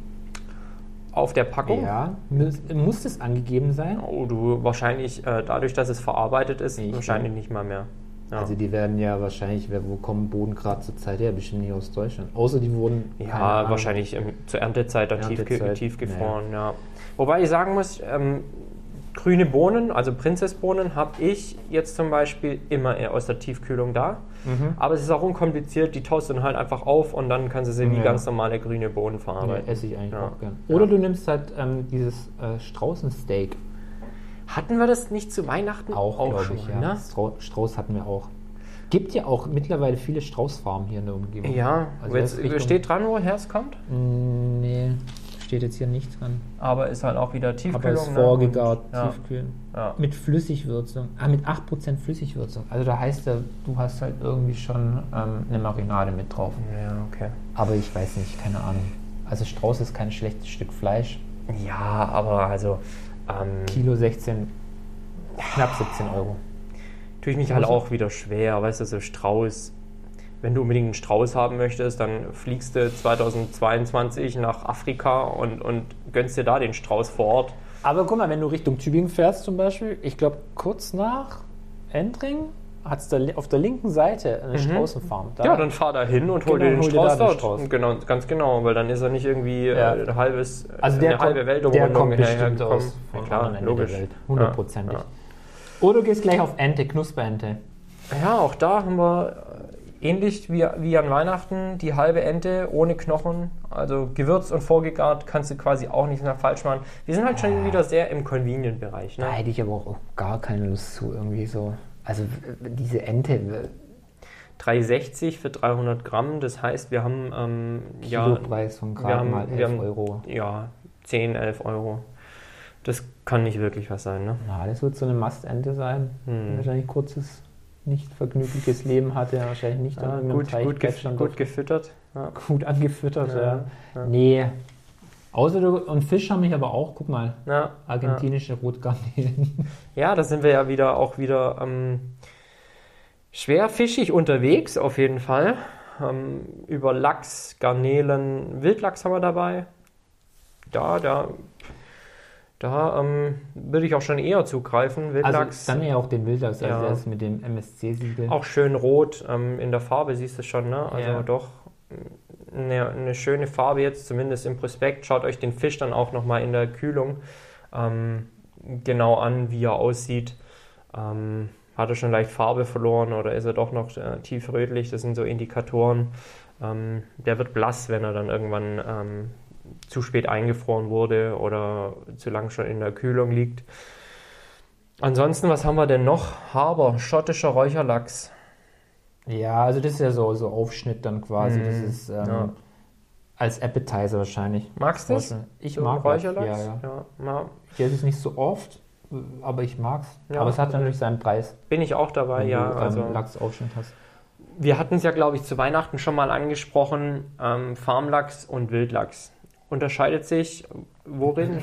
Speaker 1: Auf der Packung.
Speaker 2: Ja. Muss, muss das angegeben sein?
Speaker 1: Oh, du wahrscheinlich äh, dadurch, dass es verarbeitet ist,
Speaker 2: Ich-
Speaker 1: wahrscheinlich nicht mal mehr. Ja.
Speaker 2: Also die werden ja wahrscheinlich, wer- wo kommen Bohnen gerade zur Zeit her? Bestimmt nicht aus Deutschland. Außer die wurden... keine
Speaker 1: Ja,
Speaker 2: Ahnung.
Speaker 1: wahrscheinlich ähm, zur Erntezeit dann tiefge
Speaker 2: Erntezeit,
Speaker 1: tiefgefroren, ja. Wobei ich sagen muss, ähm, grüne Bohnen, also Prinzessbohnen, habe ich jetzt zum Beispiel immer eher aus der Tiefkühlung da.
Speaker 2: Mhm.
Speaker 1: Aber es ist auch unkompliziert, die taust du dann halt einfach auf und dann kannst du sie wie
Speaker 2: Ja.
Speaker 1: ganz normale grüne Bohnen
Speaker 2: Ja,
Speaker 1: verarbeiten.
Speaker 2: esse ich eigentlich
Speaker 1: Ja.
Speaker 2: auch gern. Oder du nimmst halt ähm, dieses äh, Straußensteak
Speaker 1: Hatten wir das nicht zu Weihnachten ne?
Speaker 2: auch, glaube ich.
Speaker 1: mal,
Speaker 2: Ja. Strau Strauß hatten wir auch. Gibt ja auch mittlerweile viele Straußfarmen hier in der Umgebung.
Speaker 1: ne? Ja,
Speaker 2: Also
Speaker 1: jetzt
Speaker 2: jetzt Richtung-
Speaker 1: steht dran, woher es kommt,
Speaker 2: Mm, Nee, steht jetzt hier nicht dran.
Speaker 1: aber ist halt auch wieder
Speaker 2: Aber
Speaker 1: Tiefkühlung.
Speaker 2: es ist
Speaker 1: ne?
Speaker 2: vorgegart,
Speaker 1: Und- ja,
Speaker 2: tiefkühlen.
Speaker 1: ja.
Speaker 2: Mit Flüssigwürzung. Ah, mit 8% Flüssigwürzung. Also da heißt ja, du hast halt irgendwie schon ähm, eine Marinade mit drauf.
Speaker 1: ja, okay.
Speaker 2: Aber ich weiß nicht, keine Ahnung. Also Strauß ist kein schlechtes Stück Fleisch.
Speaker 1: Ja, aber also... Ähm,
Speaker 2: Kilo 16, knapp 17 Euro.
Speaker 1: tue ich mich halt
Speaker 2: Also-
Speaker 1: auch wieder schwer, weißt du, so Strauß. Wenn du unbedingt einen Strauß haben möchtest, dann fliegst du 2022 nach Afrika und, und gönnst dir da den Strauß vor Ort.
Speaker 2: Aber guck mal, wenn du Richtung Tübingen fährst zum Beispiel, ich glaube kurz nach Endring hat es da li- auf der linken Seite eine Straußenfarm. Da-
Speaker 1: Mhm. Ja, dann fahr da hin und hol dir
Speaker 2: Genau,
Speaker 1: den
Speaker 2: hol dir
Speaker 1: Strauß
Speaker 2: da den
Speaker 1: dort.
Speaker 2: Strauß.
Speaker 1: Genau, ganz genau, weil dann ist er nicht irgendwie
Speaker 2: Ja.
Speaker 1: äh, ein halbes,
Speaker 2: Also der
Speaker 1: eine halbe
Speaker 2: kommt-
Speaker 1: Welt um
Speaker 2: der kommt
Speaker 1: hinterher
Speaker 2: bestimmt
Speaker 1: gekommen.
Speaker 2: aus
Speaker 1: Ja,
Speaker 2: vom anderen
Speaker 1: klar,
Speaker 2: Ende
Speaker 1: logisch.
Speaker 2: der Welt. Hundertprozentig.
Speaker 1: Ja,
Speaker 2: Oder du gehst gleich auf Ente, Knusperente.
Speaker 1: ja. ja, auch da haben wir äh, ähnlich wie, wie an Weihnachten die halbe Ente ohne Knochen, also gewürzt und vorgegart, kannst du quasi auch nichts mehr falsch machen. Wir sind halt schon wieder sehr im Convenient-Bereich. Ne?
Speaker 2: Da hätte ich aber auch gar keine Lust zu, irgendwie so. Also w- w- diese Ente, w-
Speaker 1: 360 für 300 Gramm. Das heißt, wir haben ähm, ja,
Speaker 2: Kilopreis von
Speaker 1: wir
Speaker 2: gerade
Speaker 1: haben-
Speaker 2: mal
Speaker 1: wir
Speaker 2: 11
Speaker 1: haben-
Speaker 2: Euro.
Speaker 1: ja 10, 11 Euro. Das kann nicht wirklich was sein, ne?
Speaker 2: Na, das wird so eine Mastente sein.
Speaker 1: Hm.
Speaker 2: die Wahrscheinlich kurzes, nicht vergnügliches Leben hatte, wahrscheinlich nicht an irgendeinem
Speaker 1: gut,
Speaker 2: Teich
Speaker 1: gut, gef
Speaker 2: plätschern
Speaker 1: gut gefüttert. Ja.
Speaker 2: gut angefüttert.
Speaker 1: Ja,
Speaker 2: Ja,
Speaker 1: ja.
Speaker 2: Nee. Außer du, und Fisch haben mich aber auch, guck mal,
Speaker 1: Ja,
Speaker 2: argentinische Rotgarnelen.
Speaker 1: ja, da sind wir ja wieder auch wieder ähm, schwer fischig unterwegs, auf jeden Fall. Ähm, über Lachs, Garnelen, Wildlachs haben wir dabei. Da, da, da ähm, würde ich auch schon eher zugreifen. Wildlachs.
Speaker 2: Also dann ja auch den Wildlachs,
Speaker 1: Ja.
Speaker 2: also der ist mit dem MSC-Siegel.
Speaker 1: Auch schön rot ähm, in der Farbe, siehst du schon, ne? Also
Speaker 2: Ja.
Speaker 1: doch eine, eine schöne Farbe jetzt, zumindest im Prospekt. Schaut euch den Fisch dann auch nochmal in der Kühlung ähm, genau an, wie er aussieht. Ähm, hat er schon leicht Farbe verloren oder ist er doch noch äh, tief rötlich? Das sind so Indikatoren. Ähm, der wird blass, wenn er dann irgendwann ähm, zu spät eingefroren wurde oder zu lang schon in der Kühlung liegt. Ansonsten, was haben wir denn noch? Haber, schottischer Räucherlachs.
Speaker 2: Ja, also das ist ja so, so Aufschnitt dann quasi. Das ist ähm,
Speaker 1: Mhm. ja.
Speaker 2: als Appetizer wahrscheinlich.
Speaker 1: Magst du es?
Speaker 2: Ich
Speaker 1: So
Speaker 2: mag das.
Speaker 1: Räucherlachs?
Speaker 2: Ja, ja.
Speaker 1: Ja, ja.
Speaker 2: Ich esse es nicht so oft, aber ich mag's.
Speaker 1: Ja.
Speaker 2: Aber es hat natürlich seinen Preis,
Speaker 1: Bin ich auch dabei,
Speaker 2: wenn
Speaker 1: ja.
Speaker 2: du ähm,
Speaker 1: Also,
Speaker 2: Lachsaufschnitt hast.
Speaker 1: wir hatten es ja, glaube ich, zu Weihnachten schon mal angesprochen. Ähm, Farmlachs und Wildlachs. Unterscheidet sich worin?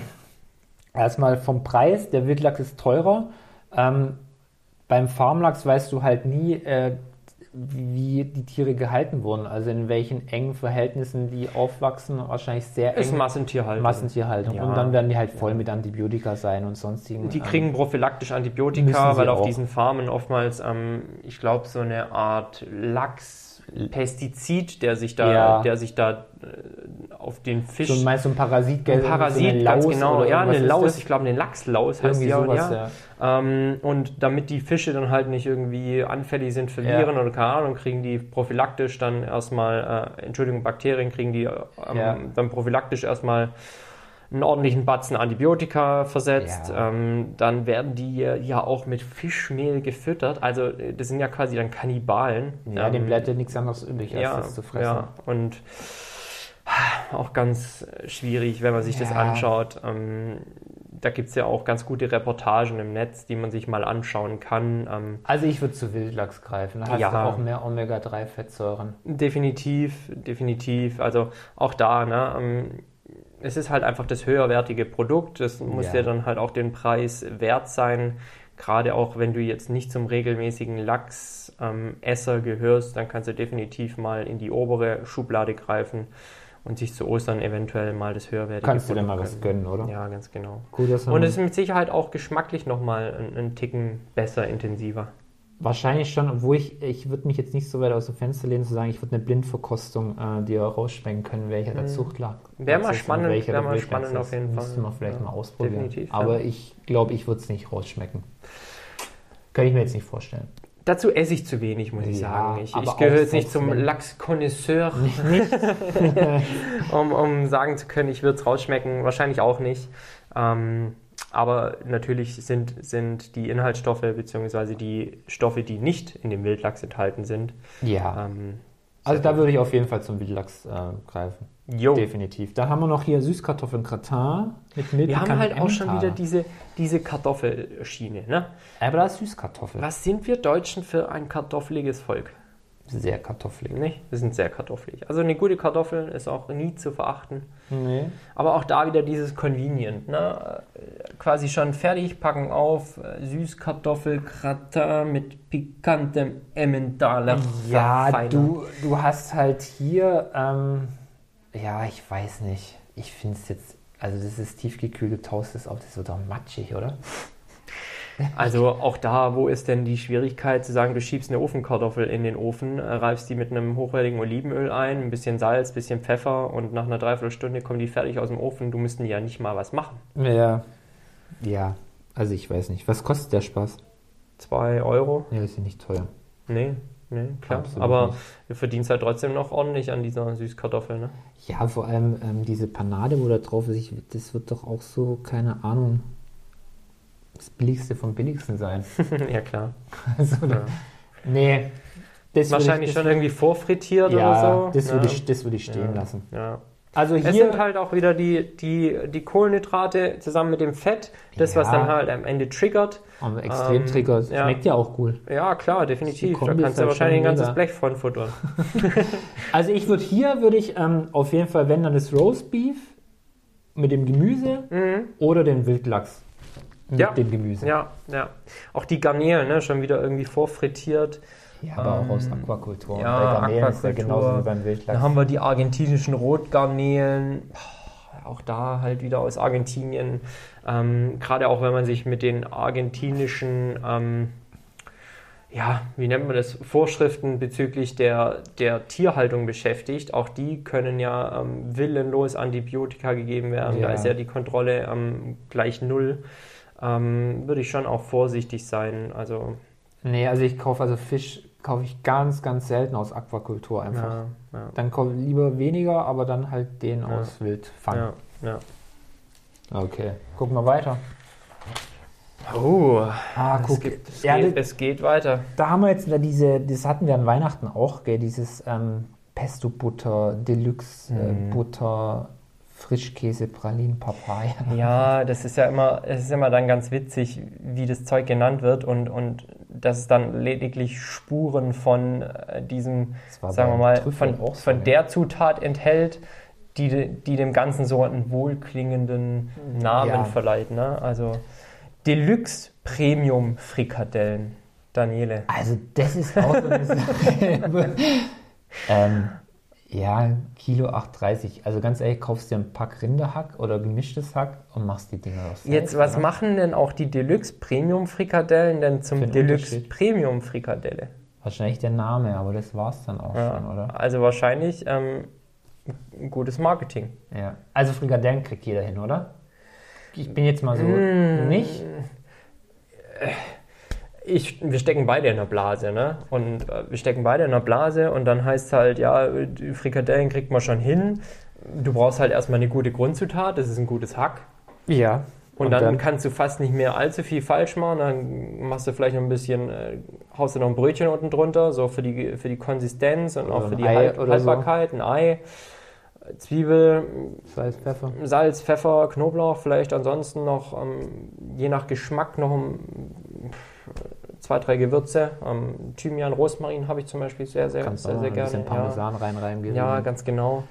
Speaker 2: Erstmal vom Preis, der Wildlachs ist teurer. Ähm, beim Farmlachs weißt du halt nie, äh, wie die Tiere gehalten wurden, also in welchen engen Verhältnissen die aufwachsen, wahrscheinlich sehr
Speaker 1: Ist
Speaker 2: eng
Speaker 1: Massentierhaltung.
Speaker 2: Massentierhaltung.
Speaker 1: Ja.
Speaker 2: Und dann werden die halt voll mit Antibiotika sein und sonstigen.
Speaker 1: Die
Speaker 2: ähm,
Speaker 1: kriegen prophylaktisch
Speaker 2: müssen
Speaker 1: Antibiotika,
Speaker 2: sie
Speaker 1: weil auf
Speaker 2: auch.
Speaker 1: diesen Farmen oftmals, ähm, ich glaube, so eine Art Lachs, Pestizid, der sich da,
Speaker 2: Ja.
Speaker 1: der sich da äh, auf den Fisch.
Speaker 2: So, meinst du ein Parasit,
Speaker 1: ein
Speaker 2: gell? so
Speaker 1: Parasit,
Speaker 2: eine
Speaker 1: ganz
Speaker 2: Laus
Speaker 1: genau.
Speaker 2: oder
Speaker 1: Ja, eine
Speaker 2: irgendwas ist
Speaker 1: Laus,
Speaker 2: das?
Speaker 1: ich glaube, eine Lachslaus heißt
Speaker 2: Irgendwie
Speaker 1: die auch,
Speaker 2: sowas,
Speaker 1: ja. Ähm, und damit die Fische dann halt nicht irgendwie anfällig sind für
Speaker 2: Ja.
Speaker 1: Viren oder keine Ahnung, kriegen die prophylaktisch dann erstmal, äh, Entschuldigung, Bakterien kriegen die äh, ähm,
Speaker 2: Ja.
Speaker 1: dann prophylaktisch erstmal einen ordentlichen Batzen Antibiotika versetzt.
Speaker 2: Ja.
Speaker 1: Ähm, dann werden die äh, ja auch mit Fischmehl gefüttert. Also äh, das sind ja quasi dann Kannibalen.
Speaker 2: Ja,
Speaker 1: Ähm,
Speaker 2: dem bleibt ja nichts anderes übrig, als das zu fressen.
Speaker 1: ja, und auch ganz schwierig, wenn man sich das
Speaker 2: Ja.
Speaker 1: anschaut. Ähm, da gibt es ja auch ganz gute Reportagen im Netz, die man sich mal anschauen kann. Ähm,
Speaker 2: Also ich würde zu Wildlachs greifen. Da hast
Speaker 1: Ja.
Speaker 2: du auch mehr Omega-3-Fettsäuren.
Speaker 1: definitiv, definitiv. Also auch da, ne? Ähm, es ist halt einfach das höherwertige Produkt. Das muss ja,
Speaker 2: Ja.
Speaker 1: dann halt auch den Preis wert sein. Gerade auch wenn du jetzt nicht zum regelmäßigen Lachsesser gehörst, dann kannst du definitiv mal in die obere Schublade greifen und sich zu Ostern eventuell mal das höherwertige
Speaker 2: Kannst du dir mal
Speaker 1: Produkt
Speaker 2: was gönnen, oder?
Speaker 1: kaufen. Ja, ganz genau.
Speaker 2: Gut, dass
Speaker 1: Und
Speaker 2: man-
Speaker 1: es ist mit Sicherheit auch geschmacklich nochmal einen, einen Ticken besser, intensiver.
Speaker 2: Wahrscheinlich schon, obwohl ich, ich würde mich jetzt nicht so weit aus dem Fenster lehnen zu sagen, ich würde eine Blindverkostung äh, dir rausschmecken können, halt welcher der Zucht lag.
Speaker 1: Hm. Wär mal
Speaker 2: Das ist
Speaker 1: spannend,
Speaker 2: und welcher
Speaker 1: wär
Speaker 2: der
Speaker 1: mal
Speaker 2: Wildlachs
Speaker 1: spannend
Speaker 2: ist.
Speaker 1: auf jeden Fall.
Speaker 2: Müsste man vielleicht
Speaker 1: Ja,
Speaker 2: mal ausprobieren.
Speaker 1: definitiv, ja.
Speaker 2: Aber ich glaube, ich würde es nicht rausschmecken. Kann ich mir jetzt nicht vorstellen.
Speaker 1: Dazu esse ich zu wenig, muss ich
Speaker 2: Ja,
Speaker 1: sagen. Ich,
Speaker 2: aber
Speaker 1: ich gehöre
Speaker 2: auch
Speaker 1: jetzt nicht
Speaker 2: selbst
Speaker 1: zum
Speaker 2: wenn-
Speaker 1: Lachskonnoisseur, um, um sagen zu können, ich würde es rausschmecken. Wahrscheinlich auch nicht. Ähm, aber natürlich sind, sind die Inhaltsstoffe bzw. die Stoffe, die nicht in dem Wildlachs enthalten sind.
Speaker 2: Ja.
Speaker 1: Ähm,
Speaker 2: Also da würde ich auf jeden Fall zum Wildlachs äh, greifen.
Speaker 1: jo.
Speaker 2: Definitiv. Da haben wir noch hier Süßkartoffeln Gratin mit Milch.
Speaker 1: Wir haben
Speaker 2: bekannten
Speaker 1: halt auch schon wieder
Speaker 2: Emmentaler.
Speaker 1: diese, diese Kartoffelschiene. Ne?
Speaker 2: Aber da ist Süßkartoffel.
Speaker 1: Was sind wir Deutschen für ein kartoffeliges Volk?
Speaker 2: Sehr kartoffelig.
Speaker 1: Nicht? Wir sind sehr kartoffelig. Also eine gute Kartoffel ist auch nie zu verachten.
Speaker 2: Nee.
Speaker 1: Aber auch da wieder dieses Convenient. Ne? Äh, Quasi schon fertig, packen auf, äh, Süßkartoffelgratin mit pikantem Emmentaler.
Speaker 2: Ja,
Speaker 1: Verfeiner.
Speaker 2: du, du hast halt hier, ähm, ja, ich weiß nicht. Ich finde es jetzt, also das ist tiefgekühlt getoastet, aber das wird doch matschig, oder?
Speaker 1: Also auch da, wo ist denn die Schwierigkeit zu sagen, du schiebst eine Ofenkartoffel in den Ofen, äh, reifst die mit einem hochwertigen Olivenöl ein, ein bisschen Salz, ein bisschen Pfeffer und nach einer Dreiviertelstunde kommen die fertig aus dem Ofen. Du müssten ja nicht mal was machen.
Speaker 2: Ja. Ja, also ich weiß nicht. Was kostet der Spaß?
Speaker 1: Zwei Euro?
Speaker 2: Ja, ist ja nicht teuer.
Speaker 1: Nee, nee, klar.
Speaker 2: Absolut
Speaker 1: Aber
Speaker 2: nicht.
Speaker 1: du verdienst halt trotzdem noch ordentlich an dieser Süßkartoffel, ne?
Speaker 2: Ja, vor allem ähm, diese Panade, wo da drauf ist, ich, das wird doch auch so, keine Ahnung, das billigste vom billigsten sein.
Speaker 1: ja, klar.
Speaker 2: also,
Speaker 1: Ja.
Speaker 2: Nee. Das würde
Speaker 1: Wahrscheinlich
Speaker 2: ich,
Speaker 1: schon irgendwie vorfrittiert
Speaker 2: das, ja,
Speaker 1: oder so.
Speaker 2: Das würde
Speaker 1: ja.
Speaker 2: ich, das würde ich stehen
Speaker 1: Ja.
Speaker 2: lassen.
Speaker 1: Ja.
Speaker 2: Also hier
Speaker 1: Es sind halt auch wieder die, die, die Kohlenhydrate zusammen mit dem Fett, das, was
Speaker 2: Ja.
Speaker 1: dann halt am Ende triggert.
Speaker 2: am Extremtrigger,
Speaker 1: Ähm, ja.
Speaker 2: schmeckt ja auch cool.
Speaker 1: Ja, klar, definitiv. Da
Speaker 2: Kombi
Speaker 1: kannst
Speaker 2: ist
Speaker 1: du
Speaker 2: halt
Speaker 1: wahrscheinlich ein
Speaker 2: schon
Speaker 1: ganzes
Speaker 2: mega.
Speaker 1: Blech von futtern.
Speaker 2: Also ich würde hier, würde ich ähm, auf jeden Fall, wenn dann das Roast Beef mit dem Gemüse oder den Wildlachs mit
Speaker 1: Ja.
Speaker 2: dem Gemüse.
Speaker 1: Mhm, Ja, ja. Auch die Garnelen, ne, schon wieder irgendwie vorfrittiert.
Speaker 2: Ja, aber auch aus Aquakultur.
Speaker 1: Ähm, ja,
Speaker 2: Weil Garnelen ist
Speaker 1: Aquakultur.
Speaker 2: genauso wie beim Wildlachs.
Speaker 1: Dann haben wir die argentinischen Rotgarnelen. Boah, Auch da halt wieder aus Argentinien. Ähm, Gerade auch wenn man sich mit den argentinischen, ähm, ja, wie nennt man das, Vorschriften bezüglich der, der Tierhaltung beschäftigt. Auch die können ja ähm, willenlos Antibiotika gegeben werden. Da
Speaker 2: Ja.
Speaker 1: ist ja die Kontrolle ähm, gleich null. Ähm, Würde ich schon auch vorsichtig sein. Also,
Speaker 2: nee, also ich kaufe also Fisch kaufe ich ganz, ganz selten aus Aquakultur einfach.
Speaker 1: ja, ja,
Speaker 2: Dann kaufe ich lieber weniger, aber dann halt den aus Wildfang.
Speaker 1: ja, ja.
Speaker 2: Okay, gucken wir weiter.
Speaker 1: Oh,
Speaker 2: Ah,
Speaker 1: es,
Speaker 2: guck,
Speaker 1: gibt, es,
Speaker 2: ja,
Speaker 1: geht,
Speaker 2: das-
Speaker 1: es geht weiter.
Speaker 2: da haben wir jetzt wieder diese, das hatten wir an Weihnachten auch, gell, dieses ähm, Pesto-Butter,
Speaker 1: Mhm.
Speaker 2: Deluxe-Butter, Frischkäse, Pralinen, Papaya.
Speaker 1: Ja, das ist ja immer, es ist immer dann ganz witzig, wie das Zeug genannt wird und, und dass es dann lediglich Spuren von äh, diesem,
Speaker 2: Das war
Speaker 1: sagen wir
Speaker 2: beim
Speaker 1: mal,
Speaker 2: Trüffel
Speaker 1: von,
Speaker 2: auch so,
Speaker 1: von
Speaker 2: ne?
Speaker 1: der Zutat enthält, die, de- die dem Ganzen so einen wohlklingenden Namen
Speaker 2: Mhm. Ja.
Speaker 1: verleiht. Ne? Also Deluxe Premium Frikadellen. Daniele.
Speaker 2: Also das ist auch so eine Sache. ähm, ja, Kilo 8,30. Also ganz ehrlich, kaufst dir ein Pack Rinderhack oder gemischtes Hack und machst die Dinger aus.
Speaker 1: Jetzt, was machen denn auch die Deluxe Premium Frikadellen denn
Speaker 2: Für
Speaker 1: zum
Speaker 2: einen
Speaker 1: Deluxe
Speaker 2: Unterschied.
Speaker 1: Premium Frikadelle?
Speaker 2: Wahrscheinlich der Name, aber das war's dann auch
Speaker 1: Ja.
Speaker 2: schon, oder?
Speaker 1: Also wahrscheinlich ähm, ein gutes Marketing.
Speaker 2: Ja. Also Frikadellen kriegt jeder hin, oder? Ich bin jetzt mal so
Speaker 1: Mm.
Speaker 2: nicht.
Speaker 1: Ich, wir stecken beide in einer Blase, ne? Und äh, wir stecken beide in einer Blase und dann heißt es halt, ja, die Frikadellen kriegt man schon hin. Du brauchst halt erstmal eine gute Grundzutat, das ist ein gutes Hack.
Speaker 2: Ja.
Speaker 1: Und, dann, kannst du fast nicht mehr allzu viel falsch machen. Dann machst du vielleicht noch ein bisschen, äh, haust du noch ein Brötchen unten drunter, so für die, für die Konsistenz und auch
Speaker 2: ein
Speaker 1: für die
Speaker 2: Ei
Speaker 1: Halt-
Speaker 2: oder so.
Speaker 1: Haltbarkeit. Ein Ei, äh, Zwiebel,
Speaker 2: Salz, Pfeffer.
Speaker 1: Salz, Pfeffer, Knoblauch, vielleicht ansonsten noch, ähm, je nach Geschmack, noch ähm, pff, zwei, drei Gewürze. Ähm, Thymian, Rosmarin habe ich zum Beispiel sehr, sehr,
Speaker 2: Kannst
Speaker 1: sehr,
Speaker 2: auch
Speaker 1: sehr
Speaker 2: ein bisschen
Speaker 1: gerne.
Speaker 2: Parmesan reinreiben.
Speaker 1: Ja, ja, ganz genau.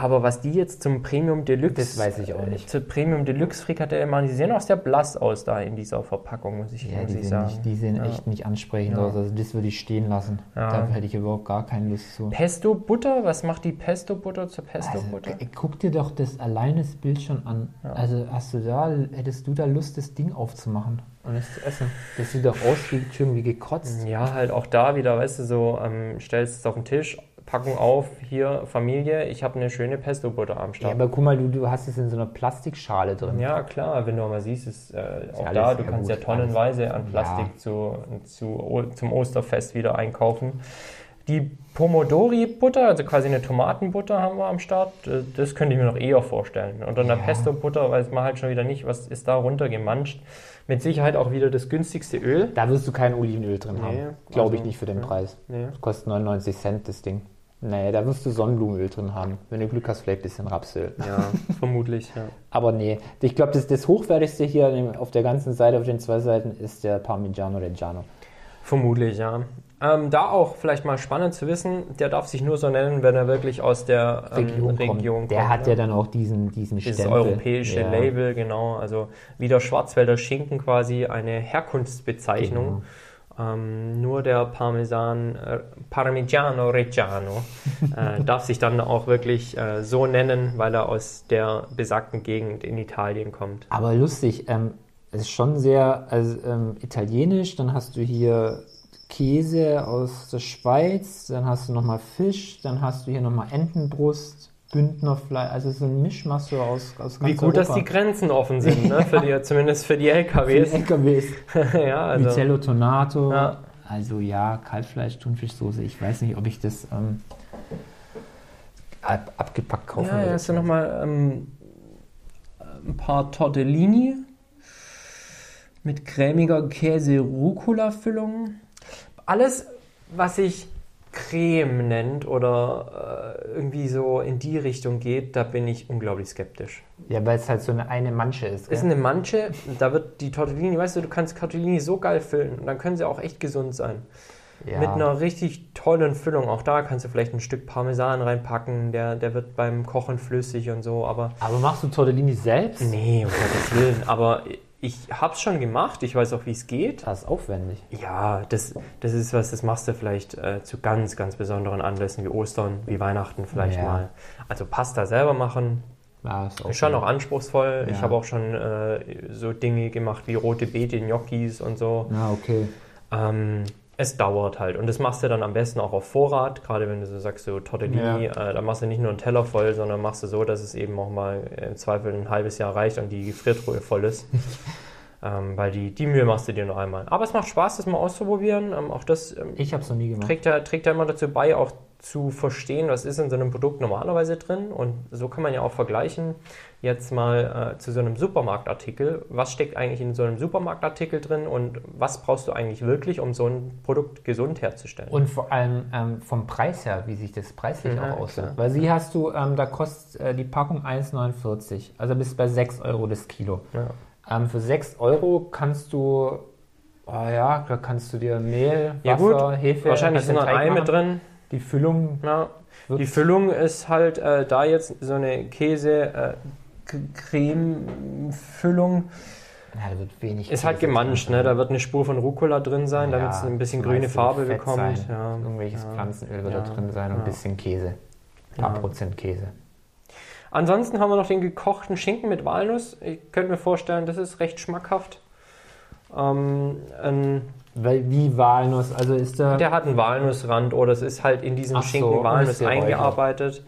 Speaker 1: Aber was die jetzt zum Premium Deluxe. äh,
Speaker 2: Das weiß ich auch nicht.
Speaker 1: Zur Premium Deluxe Frikadelle machen, die sehen auch sehr blass aus da in dieser Verpackung, muss ich,
Speaker 2: Ja,
Speaker 1: muss
Speaker 2: die
Speaker 1: ich
Speaker 2: sehen,
Speaker 1: sagen.
Speaker 2: nicht, die sehen
Speaker 1: Ja.
Speaker 2: echt nicht ansprechend
Speaker 1: Ja.
Speaker 2: aus. Also das würde ich stehen lassen.
Speaker 1: Ja.
Speaker 2: Da hätte ich überhaupt gar keine Lust zu.
Speaker 1: Pesto Butter, was macht die Pesto Butter zur Pesto
Speaker 2: Also,
Speaker 1: Butter?
Speaker 2: gu- guck dir doch das alleine das Bild schon an. Also hast du da, hättest du da Lust, das Ding aufzumachen und es zu essen? Das sieht doch aus wie schön wie gekotzt.
Speaker 1: Ja, halt auch da wieder, weißt du, so ähm, stellst es auf den Tisch, Packung auf, hier Familie, ich habe eine schöne Pesto-Butter am
Speaker 2: Ja,
Speaker 1: Start.
Speaker 2: aber guck mal, du, du hast es in so einer Plastikschale drin.
Speaker 1: Ja, klar, wenn du mal siehst, ist, äh, auch
Speaker 2: alles
Speaker 1: da, du
Speaker 2: sehr
Speaker 1: kannst
Speaker 2: gut,
Speaker 1: ja tonnenweise an
Speaker 2: alles.
Speaker 1: Plastik
Speaker 2: Ja.
Speaker 1: zu, zu, o, zum Osterfest wieder einkaufen. Die Pomodori-Butter, also quasi eine Tomatenbutter haben wir am Start, äh, das könnte ich mir noch eher vorstellen. Unter einer
Speaker 2: Ja.
Speaker 1: Pesto-Butter weiß man halt schon wieder nicht, was ist da runtergemanscht. Mit Sicherheit auch wieder das günstigste Öl.
Speaker 2: Da wirst du kein Olivenöl drin
Speaker 1: Nee,
Speaker 2: haben. Glaube ich
Speaker 1: also-
Speaker 2: nicht für den
Speaker 1: ja.
Speaker 2: Preis.
Speaker 1: Nee.
Speaker 2: Das kostet 99 Cent, das Ding. Naja, da wirst du Sonnenblumenöl drin haben. Wenn du Glück hast, vielleicht ein bisschen Rapsöl.
Speaker 1: Ja, vermutlich, ja.
Speaker 2: Aber nee, ich glaube, das, das Hochwertigste hier an dem- auf der ganzen Seite, auf den zwei Seiten, ist der Parmigiano Reggiano.
Speaker 1: Vermutlich, ja. Ähm, da auch vielleicht mal spannend zu wissen, der darf sich nur so nennen, wenn er wirklich aus der ähm,
Speaker 2: Region,
Speaker 1: Region, kommt.
Speaker 2: kommt. Der hat
Speaker 1: ne?
Speaker 2: ja dann auch diesen, diesen
Speaker 1: dieses
Speaker 2: Stempel.
Speaker 1: europäische
Speaker 2: ja.
Speaker 1: Label, genau. Also wie der Schwarzwälder Schinken quasi eine
Speaker 2: Genau.
Speaker 1: Herkunftsbezeichnung. Ähm, nur der Parmesan, äh, Parmigiano Reggiano, äh, darf sich dann auch wirklich äh, so nennen, weil er aus der besagten Gegend in Italien kommt.
Speaker 2: Aber lustig, ähm, es ist schon sehr also, ähm, italienisch. Dann hast du hier Käse aus der Schweiz, dann hast du nochmal Fisch, dann hast du hier nochmal Entenbrust, Bündnerfleisch. Also so ein Mischmasch so aus, aus ganz
Speaker 1: Wie gut, dass die
Speaker 2: Europa.
Speaker 1: Grenzen offen sind, ne? für die, zumindest für die LKWs.
Speaker 2: LKWs.
Speaker 1: ja, also.
Speaker 2: Micello Tonato.
Speaker 1: Ja.
Speaker 2: Also ja, Kalbfleisch, Thunfischsoße. Ich weiß nicht, ob ich das ähm, ab, abgepackt kaufen
Speaker 1: Ja,
Speaker 2: würde.
Speaker 1: ja, hast du nochmal ähm, ein paar Tortellini mit cremiger Käse-Rucola-Füllung. Alles, was sich Creme nennt oder äh, irgendwie so in die Richtung geht, da bin ich unglaublich skeptisch.
Speaker 2: ja, weil es halt so eine, eine Mansche ist.
Speaker 1: Ist
Speaker 2: gell?
Speaker 1: eine Manche, da wird die Tortellini, weißt du, du kannst Tortellini so geil füllen und dann können sie auch echt gesund sein.
Speaker 2: ja.
Speaker 1: Mit einer richtig tollen Füllung. Auch da kannst du vielleicht ein Stück Parmesan reinpacken, der, der wird beim Kochen flüssig und so, aber
Speaker 2: Aber machst du Tortellini selbst?
Speaker 1: Nee, um Gottes Willen. Aber ich hab's schon gemacht. Ich weiß auch, wie es geht.
Speaker 2: Das ist aufwendig.
Speaker 1: Ja, das, das ist was, das machst du vielleicht äh, zu ganz, ganz besonderen Anlässen wie Ostern, wie Weihnachten vielleicht
Speaker 2: Ja.
Speaker 1: mal. Also Pasta selber machen,
Speaker 2: Ja, Ah, ist
Speaker 1: ist schon auch anspruchsvoll. Ich
Speaker 2: Ja.
Speaker 1: habe auch schon äh, so Dinge gemacht wie rote Beete, Gnocchis und so.
Speaker 2: Na, Ah, okay.
Speaker 1: Ähm, es dauert halt. Und das machst du dann am besten auch auf Vorrat, gerade wenn du so sagst, so Tortellini, äh, da machst du nicht nur einen Teller voll, sondern machst du so, dass es eben auch mal im Zweifel ein halbes Jahr reicht und die Gefriertruhe voll ist. ähm, weil die, die Mühe machst du dir noch einmal. Aber es macht Spaß, das mal auszuprobieren. Ähm, auch das ähm,
Speaker 2: Ich habe es noch nie gemacht.
Speaker 1: trägt, ja, trägt ja immer dazu bei, auch zu verstehen, was ist in so einem Produkt normalerweise drin. Und so kann man ja auch vergleichen, jetzt mal äh, zu so einem Supermarktartikel. Was steckt eigentlich in so einem Supermarktartikel drin und was brauchst du eigentlich wirklich, um so ein Produkt gesund herzustellen?
Speaker 2: Und vor allem ähm, vom Preis her, wie sich das preislich
Speaker 1: Ja,
Speaker 2: auch aussieht.
Speaker 1: Mhm, klar.
Speaker 2: Weil sie hast du, ähm, da kostet äh, die Packung 1,49. Also bist bei 6 Euro das Kilo.
Speaker 1: ja.
Speaker 2: Ähm, für 6 Euro kannst du, oh ja, da kannst du dir Mehl, Wasser,
Speaker 1: Ja, gut.
Speaker 2: Hefe,
Speaker 1: Wahrscheinlich
Speaker 2: kannst
Speaker 1: sind
Speaker 2: dir
Speaker 1: noch
Speaker 2: Teig
Speaker 1: ein Ei
Speaker 2: machen.
Speaker 1: mit drin.
Speaker 2: Die Füllung
Speaker 1: Ja.
Speaker 2: wird
Speaker 1: Die Füllung ist halt äh, da jetzt so eine äh, Käse-Creme-Füllung.
Speaker 2: ja, da wird wenig.
Speaker 1: ist halt
Speaker 2: Käse
Speaker 1: gemanscht,
Speaker 2: drin.
Speaker 1: ne? Da wird eine Spur von Rucola drin sein, damit es
Speaker 2: Ja,
Speaker 1: ein bisschen
Speaker 2: zum
Speaker 1: grüne
Speaker 2: Beispiel
Speaker 1: Farbe
Speaker 2: Fett
Speaker 1: bekommt.
Speaker 2: sein.
Speaker 1: Ja.
Speaker 2: Irgendwelches
Speaker 1: ja.
Speaker 2: Pflanzenöl wird
Speaker 1: Ja.
Speaker 2: da drin sein und ein
Speaker 1: Ja.
Speaker 2: bisschen Käse. Ein paar
Speaker 1: Ja.
Speaker 2: Prozent Käse.
Speaker 1: Ansonsten haben wir noch den gekochten Schinken mit Walnuss. Ich könnte mir vorstellen, das ist recht schmackhaft. Ähm, ein
Speaker 2: Weil, wie Walnuss? Also ist da.
Speaker 1: Der hat einen Walnussrand oder es ist halt in diesem
Speaker 2: Ach so,
Speaker 1: Schinken Walnuss
Speaker 2: und Steroide.
Speaker 1: eingearbeitet.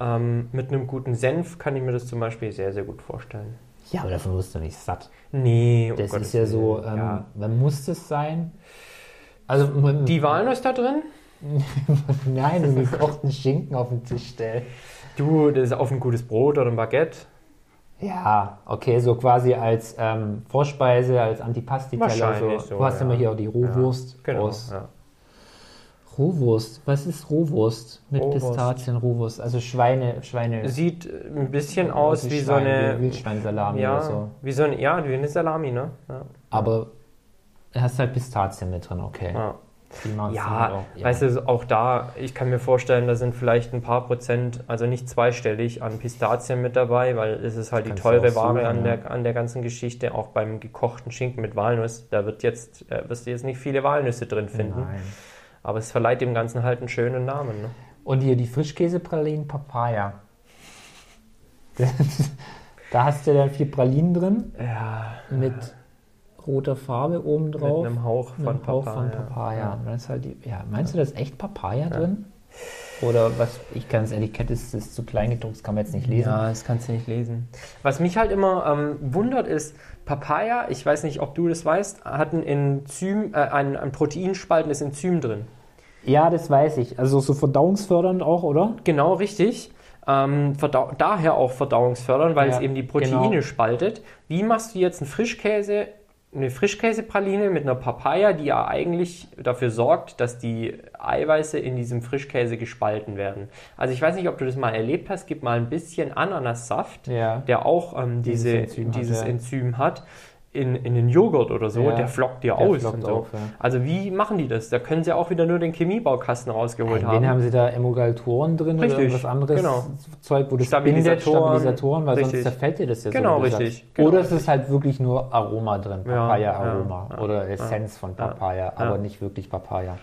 Speaker 1: Ähm, mit einem guten Senf kann ich mir das zum Beispiel sehr, sehr gut vorstellen.
Speaker 2: Ja, aber davon wirst du nicht satt.
Speaker 1: Nee, oh
Speaker 2: Das
Speaker 1: Gottes
Speaker 2: ist ja so,
Speaker 1: Willen,
Speaker 2: ähm,
Speaker 1: ja.
Speaker 2: dann muss es sein. Also, man-
Speaker 1: Die Walnuss da drin?
Speaker 2: nein, einen gekochten Schinken auf den Tisch stellen.
Speaker 1: Du, das ist auf ein gutes Brot oder ein Baguette.
Speaker 2: Ja, okay, so quasi als ähm, Vorspeise, als Antipasti-Teller. So.
Speaker 1: Wahrscheinlich so,
Speaker 2: du hast
Speaker 1: ja.
Speaker 2: immer hier auch die Rohwurst.
Speaker 1: Genau.
Speaker 2: aus-
Speaker 1: Ja.
Speaker 2: Rohwurst, was ist Rohwurst mit
Speaker 1: Rohwurst.
Speaker 2: Pistazien, Rohwurst? Also Schweine, Schweine.
Speaker 1: Sieht ein bisschen aus wie so
Speaker 2: also wie
Speaker 1: eine.
Speaker 2: Wildschweinsalami
Speaker 1: Ja,
Speaker 2: oder so.
Speaker 1: wie so eine, ja, wie eine Salami, ne? Ja.
Speaker 2: Aber da hast halt Pistazien mit drin, okay.
Speaker 1: Ja.
Speaker 2: Die magst du halt
Speaker 1: Ja,
Speaker 2: auch.
Speaker 1: weißt du, auch da, ich kann mir vorstellen, da sind vielleicht ein paar Prozent, also nicht zweistellig, an Pistazien mit dabei, weil es ist halt die
Speaker 2: Kannst du
Speaker 1: teure
Speaker 2: auch
Speaker 1: Ware
Speaker 2: suchen,
Speaker 1: an,
Speaker 2: ja.
Speaker 1: der, an der ganzen Geschichte, auch beim gekochten Schinken mit Walnuss. Da wird jetzt, äh, wirst du jetzt nicht viele Walnüsse drin finden,
Speaker 2: Nein.
Speaker 1: aber es verleiht dem Ganzen halt einen schönen Namen. Ne?
Speaker 2: Und hier die Frischkäsepralinen Papaya. Das- da hast du dann viel Pralinen drin
Speaker 1: Ja,
Speaker 2: mit roter Farbe oben drauf.
Speaker 1: mit einem Hauch von
Speaker 2: einem Hauch
Speaker 1: Papa.
Speaker 2: von
Speaker 1: ja.
Speaker 2: Papaya. Und dann ist halt die, ja, meinst du, da ist echt Papaya drin? Oder was? Ich kann das Etikett ist, ist zu klein gedruckt, das kann man jetzt nicht lesen.
Speaker 1: Ja, das kannst du nicht lesen. Was mich halt immer ähm, wundert ist, Papaya, ich weiß nicht, ob du das weißt, hat ein Enzym, äh, ein, ein proteinspaltendes Enzym drin.
Speaker 2: Ja, das weiß ich. Also so verdauungsfördernd auch, oder?
Speaker 1: Genau, richtig. Ähm, verdau daher auch verdauungsfördernd, weil
Speaker 2: Ja,
Speaker 1: es eben die Proteine
Speaker 2: genau.
Speaker 1: spaltet. Wie machst du jetzt einen Frischkäse, eine Frischkäsepraline mit einer Papaya, die ja eigentlich dafür sorgt, dass die Eiweiße in diesem Frischkäse gespalten werden? Also ich weiß nicht, ob du das mal erlebt hast, gib mal ein bisschen Ananassaft,
Speaker 2: Ja.
Speaker 1: der auch ähm,
Speaker 2: Dieses
Speaker 1: diese,
Speaker 2: Enzym hat,
Speaker 1: dieses
Speaker 2: ja.
Speaker 1: Enzym hat, in, in den Joghurt oder so,
Speaker 2: Ja.
Speaker 1: der flockt dir
Speaker 2: Der
Speaker 1: aus
Speaker 2: flockt
Speaker 1: und so.
Speaker 2: auf, ja.
Speaker 1: Also wie machen die das? Da können sie auch wieder nur den Chemiebaukasten rausgeholt
Speaker 2: In
Speaker 1: haben.
Speaker 2: denen haben sie da Emulgatoren drin oder
Speaker 1: Richtig,
Speaker 2: irgendwas anderes
Speaker 1: genau.
Speaker 2: Zeug, wo das
Speaker 1: Stabilisatoren.
Speaker 2: bindet, Stabilisatoren, weil
Speaker 1: Richtig.
Speaker 2: sonst zerfällt dir das ja
Speaker 1: Genau,
Speaker 2: so. wie du
Speaker 1: richtig.
Speaker 2: sagst.
Speaker 1: Genau,
Speaker 2: oder es ist halt wirklich nur Aroma drin,
Speaker 1: Ja,
Speaker 2: Papaya-Aroma
Speaker 1: ja, ja,
Speaker 2: oder Essenz von Papaya, aber nicht wirklich Papaya.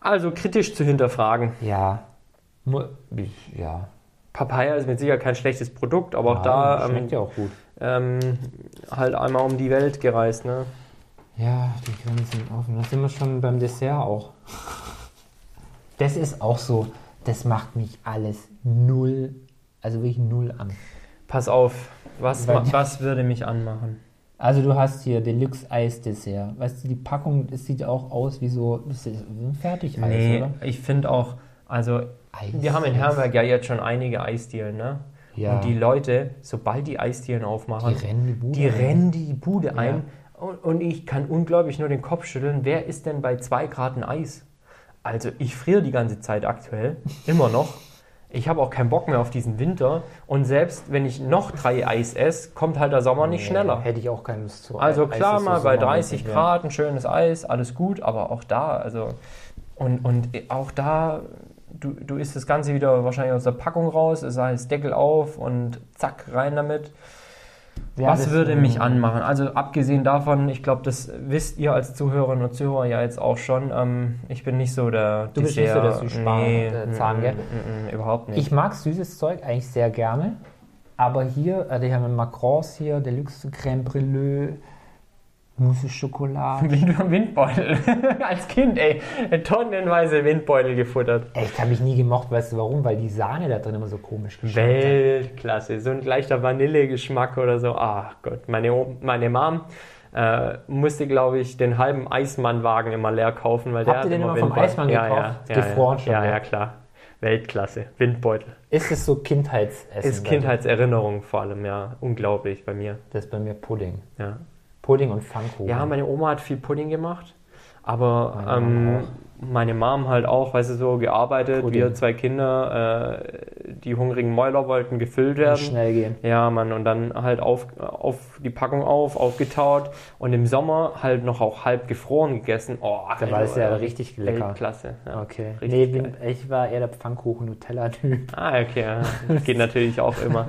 Speaker 1: Also kritisch zu hinterfragen.
Speaker 2: Ja, Mu- ja.
Speaker 1: Papaya ist mit Sicherheit kein schlechtes Produkt, aber auch
Speaker 2: Nein,
Speaker 1: da ähm,
Speaker 2: schmeckt ja auch gut.
Speaker 1: ähm, halt einmal um die Welt gereist. Ne?
Speaker 2: Ja, die Grenzen offen. Da sind wir schon beim Dessert auch. Das ist auch so, das macht mich alles null, also wirklich null an.
Speaker 1: Pass auf, was,
Speaker 2: Weil-
Speaker 1: ma- was würde mich anmachen?
Speaker 2: Also du hast hier Deluxe Eisdessert. Weißt du, die Packung, das sieht auch aus wie so das ist ein Fertigeis,
Speaker 1: nee,
Speaker 2: oder?
Speaker 1: ich finde auch, also
Speaker 2: Eis.
Speaker 1: wir haben in Herberg ja jetzt schon einige Eisdielen, ne?
Speaker 2: Ja.
Speaker 1: Und die Leute, sobald die Eisdielen aufmachen,
Speaker 2: Die rennen die Bude
Speaker 1: die
Speaker 2: ein.
Speaker 1: rennen die Bude ein. Und, und ich kann unglaublich nur den Kopf schütteln, wer ist denn bei zwei Grad ein Eis? Also ich friere die ganze Zeit aktuell, immer noch. Ich habe auch keinen Bock mehr auf diesen Winter. Und selbst wenn ich noch drei Eis esse, kommt halt der Sommer nicht schneller.
Speaker 2: Hätte ich auch keine Lust zu.
Speaker 1: Also
Speaker 2: Eis
Speaker 1: klar,
Speaker 2: ist so
Speaker 1: mal bei
Speaker 2: Sommer-
Speaker 1: 30 Grad ein schönes Eis, alles gut, aber auch da, also und, und auch da, du, du isst das Ganze wieder wahrscheinlich aus der Packung raus, es heißt Deckel auf und zack, rein damit.
Speaker 2: Ja,
Speaker 1: Was
Speaker 2: das-
Speaker 1: würde mich anmachen? Also abgesehen davon, ich glaube, das wisst ihr als Zuhörerinnen und Zuhörer ja jetzt auch schon, ähm, ich bin nicht so der
Speaker 2: Du bist nicht so der
Speaker 1: Dessert-
Speaker 2: Süßsparer- äh, Zahn,
Speaker 1: mm,
Speaker 2: gell?
Speaker 1: mm, mm, überhaupt nicht.
Speaker 2: Ich mag süßes Zeug eigentlich sehr gerne, aber hier, äh, die haben Macrons hier, Deluxe Crème Brûlée, Mousse Schokolade.
Speaker 1: Wie du am Windbeutel. als Kind, ey, tonnenweise Windbeutel gefuttert.
Speaker 2: Ey, ich habe mich nie gemocht, weißt du warum? Weil die Sahne da drin immer so komisch geschmeckt hat.
Speaker 1: Weltklasse, so ein leichter Vanillegeschmack oder so. Ach Gott, meine, O- meine Mom äh, musste, glaube ich, den halben Eismannwagen immer leer kaufen, weil der
Speaker 2: Habt
Speaker 1: hat
Speaker 2: ihr den immer vom
Speaker 1: Windbeutel.
Speaker 2: Eismann
Speaker 1: ja,
Speaker 2: gekauft?
Speaker 1: Ja, ja,
Speaker 2: Gefroren
Speaker 1: ja,
Speaker 2: schon,
Speaker 1: Ja,
Speaker 2: ja.
Speaker 1: ja, klar. Weltklasse, Windbeutel.
Speaker 2: Ist es so Kindheitsessen?
Speaker 1: Ist
Speaker 2: bei dir?
Speaker 1: Kindheitserinnerung vor allem, ja. Unglaublich bei mir.
Speaker 2: Das ist bei mir Pudding.
Speaker 1: Ja,
Speaker 2: Pudding und Pfannkuchen.
Speaker 1: ja meine Oma hat viel Pudding gemacht, aber
Speaker 2: Meine
Speaker 1: meine,
Speaker 2: Mom
Speaker 1: ähm, meine Mom halt auch, weißt du, so gearbeitet.
Speaker 2: Pudding.
Speaker 1: Wir zwei Kinder, äh, die hungrigen Mäuler wollten gefüllt werden.
Speaker 2: schnell gehen.
Speaker 1: Ja, Mann, und dann halt auf, auf die Packung auf, aufgetaut und im Sommer halt noch auch halb gefroren gegessen. Oh,
Speaker 2: Da war es ja richtig lecker.
Speaker 1: Klasse. Ja.
Speaker 2: Okay.
Speaker 1: Richtig
Speaker 2: nee, bin,
Speaker 1: geil.
Speaker 2: ich war eher der Pfannkuchen-Nutella-Typ.
Speaker 1: Ah, okay. ja. Geht natürlich auch immer.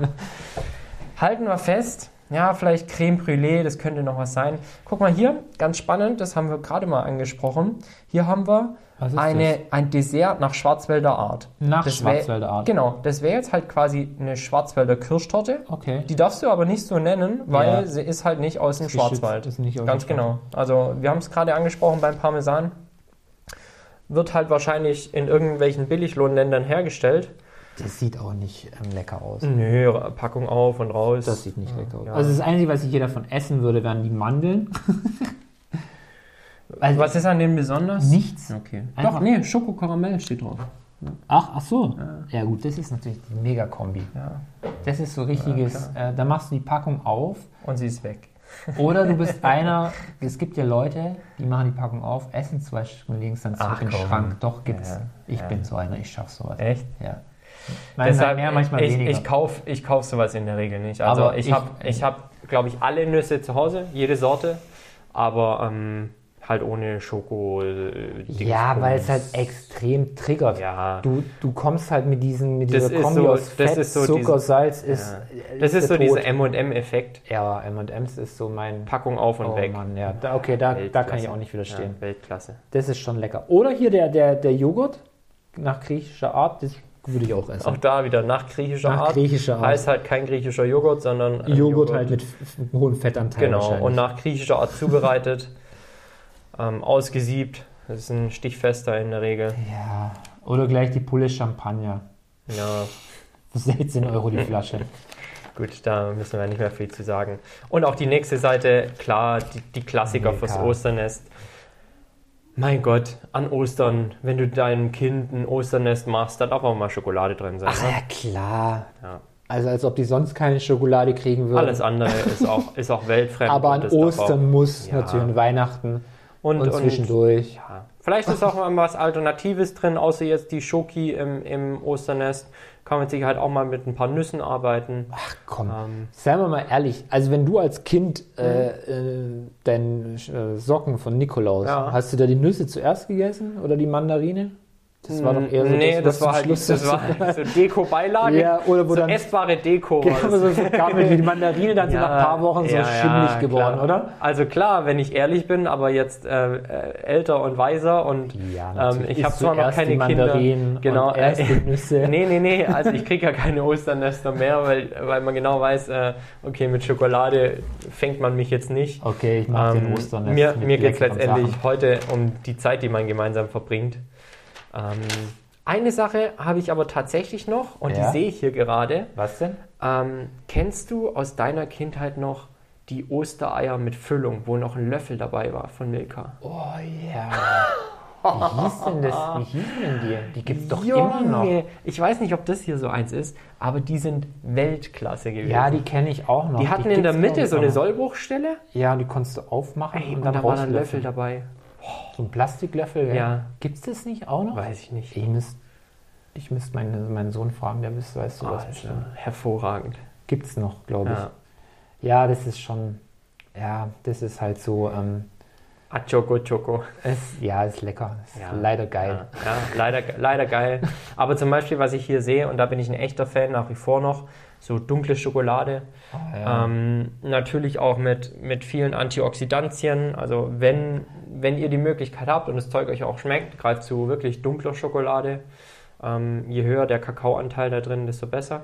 Speaker 1: Halten wir fest. Ja, vielleicht Creme Brûlée, das könnte noch was sein. Guck mal hier, ganz spannend, das haben wir gerade mal angesprochen. Hier haben wir
Speaker 2: Was ist
Speaker 1: eine, ein Dessert nach Schwarzwälder Art.
Speaker 2: Nach
Speaker 1: Das wär-
Speaker 2: Schwarzwälder Art.
Speaker 1: Genau, das wäre jetzt halt quasi eine Schwarzwälder Kirschtorte.
Speaker 2: Okay.
Speaker 1: Die darfst du aber nicht so nennen, weil
Speaker 2: Ja.
Speaker 1: sie ist halt nicht aus dem
Speaker 2: geschützt,
Speaker 1: Schwarzwald.
Speaker 2: ist nicht aus dem
Speaker 1: Ganz genau. Also wir haben es gerade angesprochen beim Parmesan. Wird halt wahrscheinlich in irgendwelchen Billiglohnländern hergestellt.
Speaker 2: Das sieht auch nicht ähm, lecker aus.
Speaker 1: Nö, Packung auf und raus.
Speaker 2: Das sieht nicht lecker aus.
Speaker 1: Ja.
Speaker 2: Also das Einzige, was ich hier davon essen würde, wären die Mandeln. also
Speaker 1: Was ist an dem besonders?
Speaker 2: nichts.
Speaker 1: Okay.
Speaker 2: Einfach-
Speaker 1: Doch, nee, Schokokaramell steht drauf.
Speaker 2: Ach, ach so. Ja gut, das ist natürlich die Mega-Kombi.
Speaker 1: Ja.
Speaker 2: Das ist so richtiges, äh, da machst du die Packung auf
Speaker 1: Und sie ist weg.
Speaker 2: oder du bist einer, es gibt ja Leute, die machen die Packung auf, essen zwei Stück und legen es dann zurück
Speaker 1: Ach,
Speaker 2: in den
Speaker 1: komm.
Speaker 2: Schrank. Doch, gibt's.
Speaker 1: Ja,
Speaker 2: ich bin so einer, ich schaff sowas.
Speaker 1: Echt?
Speaker 2: Ja. Manchmal mehr, manchmal
Speaker 1: ich,
Speaker 2: weniger.
Speaker 1: ich kauf, ich kauf sowas in der Regel nicht. Also
Speaker 2: Aber
Speaker 1: ich
Speaker 2: ich-
Speaker 1: habe, ich hab, glaube ich, alle Nüsse zu Hause, jede Sorte, aber ähm, halt ohne Schoko. Äh,
Speaker 2: ja,
Speaker 1: Dingsbums.
Speaker 2: weil es halt extrem triggert.
Speaker 1: Ja.
Speaker 2: Du, du kommst halt mit, diesen, mit
Speaker 1: Das
Speaker 2: dieser
Speaker 1: ist
Speaker 2: Kombi
Speaker 1: so-
Speaker 2: aus
Speaker 1: das
Speaker 2: Fett,
Speaker 1: ist so
Speaker 2: Zucker,
Speaker 1: diese-
Speaker 2: Salz ist.
Speaker 1: das ist so
Speaker 2: der
Speaker 1: dieser
Speaker 2: Tod.
Speaker 1: M&M-Effekt.
Speaker 2: Ja, M&M's ist so mein.
Speaker 1: Packung auf und
Speaker 2: oh
Speaker 1: weg.
Speaker 2: Mann, ja. Da, okay, da, da
Speaker 1: Weltklasse.
Speaker 2: kann ich auch nicht widerstehen.
Speaker 1: Ja, Weltklasse.
Speaker 2: Das ist schon lecker. Oder hier der, der, der Joghurt nach griechischer Art, das würde ich auch essen.
Speaker 1: Auch da wieder nach griechischer
Speaker 2: Nach
Speaker 1: Art.
Speaker 2: griechischer Art.
Speaker 1: Heißt halt kein griechischer Joghurt, sondern äh,
Speaker 2: halt mit f- f- hohem Fettanteil.
Speaker 1: Genau,
Speaker 2: wahrscheinlich.
Speaker 1: und nach griechischer Art zubereitet, ähm, ausgesiebt. Das ist ein stichfester in der Regel.
Speaker 2: Ja. Oder gleich die Pulle Champagner.
Speaker 1: Ja,
Speaker 2: Für 16 Euro die Flasche.
Speaker 1: gut, da müssen wir nicht mehr viel zu sagen. Und auch die nächste Seite, klar, die, die Klassiker
Speaker 2: Mega.
Speaker 1: fürs Osternest. Mein Gott, an Ostern, wenn du deinem Kind ein Osternest machst, da darf auch mal Schokolade drin sein. Ne?
Speaker 2: ja, klar.
Speaker 1: Ja.
Speaker 2: Also als ob die sonst keine Schokolade kriegen würden.
Speaker 1: Alles andere ist auch, ist auch weltfremd.
Speaker 2: Aber
Speaker 1: und
Speaker 2: an
Speaker 1: das darf auch-
Speaker 2: Ostern muss
Speaker 1: Ja.
Speaker 2: natürlich und Weihnachten
Speaker 1: und,
Speaker 2: und, zwischendurch.
Speaker 1: Ja. Vielleicht ist auch mal was Alternatives drin, außer jetzt die Schoki im, im Osternest. Kann man sich halt auch mal mit ein paar Nüssen arbeiten.
Speaker 2: Ach komm,
Speaker 1: Ähm.
Speaker 2: seien wir mal ehrlich. Also wenn du als Kind
Speaker 1: Mhm.
Speaker 2: äh, äh, deine äh, Socken von Nikolaus,
Speaker 1: Ja.
Speaker 2: hast du da die Nüsse zuerst gegessen oder die Mandarine? Das war doch eher so
Speaker 1: Hm, nee,
Speaker 2: was
Speaker 1: das,
Speaker 2: zum
Speaker 1: war halt
Speaker 2: Schluss
Speaker 1: das war halt so Deko-Beilage.
Speaker 2: Ja, oder wo
Speaker 1: so
Speaker 2: dann-
Speaker 1: essbare Deko. war
Speaker 2: Genau,
Speaker 1: das.
Speaker 2: so gab mir die Mandarine dann so
Speaker 1: Ja,
Speaker 2: nach ein paar Wochen so
Speaker 1: ja,
Speaker 2: schimmelig
Speaker 1: ja,
Speaker 2: geworden,
Speaker 1: klar.
Speaker 2: oder?
Speaker 1: Also klar, wenn ich ehrlich bin, aber jetzt äh, äh, älter und weiser und ähm, ich habe zwar noch keine Kinder.
Speaker 2: Genau, erst die
Speaker 1: äh,
Speaker 2: Nüsse.
Speaker 1: Nee, nee, nee, also ich kriege ja keine Osternester mehr, weil, weil man genau weiß, äh, okay, mit Schokolade fängt man mich jetzt nicht.
Speaker 2: Okay, ich mache
Speaker 1: Ähm,
Speaker 2: den Ostern
Speaker 1: mir mir geht es letztendlich heute um die Zeit, die man gemeinsam verbringt. Ähm, eine Sache habe ich aber tatsächlich noch und die
Speaker 2: Ja?
Speaker 1: sehe ich hier gerade.
Speaker 2: Was denn?
Speaker 1: Ähm, kennst du aus deiner Kindheit noch die Ostereier mit Füllung, wo noch ein Löffel dabei war von Milka?
Speaker 2: Oh ja. Wie hieß denn das? Wie hießen denn die? Die gibt's doch immer noch.
Speaker 1: Junge, Ich weiß nicht, ob das hier so eins ist, aber die sind Weltklasse gewesen.
Speaker 2: Ja, die kenne ich auch noch.
Speaker 1: Die hatten in der
Speaker 2: gibt's, glaub
Speaker 1: Mitte
Speaker 2: ich,
Speaker 1: so eine
Speaker 2: noch.
Speaker 1: Sollbruchstelle
Speaker 2: Ja, die konntest du aufmachen
Speaker 1: Ey,
Speaker 2: und dann
Speaker 1: da war ein Löffel
Speaker 2: rauslöffeln.
Speaker 1: dabei.
Speaker 2: So ein Plastiklöffel,
Speaker 1: Ja.
Speaker 2: Gibt's das nicht auch noch?
Speaker 1: Weiß ich nicht.
Speaker 2: Ich müsste ich müsst meinen, meinen Sohn fragen, der wüsste, weißt du was.
Speaker 1: Also, hervorragend.
Speaker 2: Gibt's noch, glaube ich.
Speaker 1: Ja.
Speaker 2: Ja, das ist schon. Ja, das ist halt so. Ähm,
Speaker 1: Achoco Ah, Choco.
Speaker 2: es, ja, ist lecker. Ist
Speaker 1: Ja.
Speaker 2: leider geil.
Speaker 1: Ja, ja leider, leider geil. Aber zum Beispiel, was ich hier sehe, und da bin ich ein echter Fan nach wie vor noch, so dunkle Schokolade.
Speaker 2: Oh,
Speaker 1: Ähm, natürlich auch mit, mit vielen Antioxidantien. Also wenn, wenn ihr die Möglichkeit habt und das Zeug euch auch schmeckt, greift zu wirklich dunkler Schokolade. Ähm, je höher der Kakaoanteil da drin, desto besser.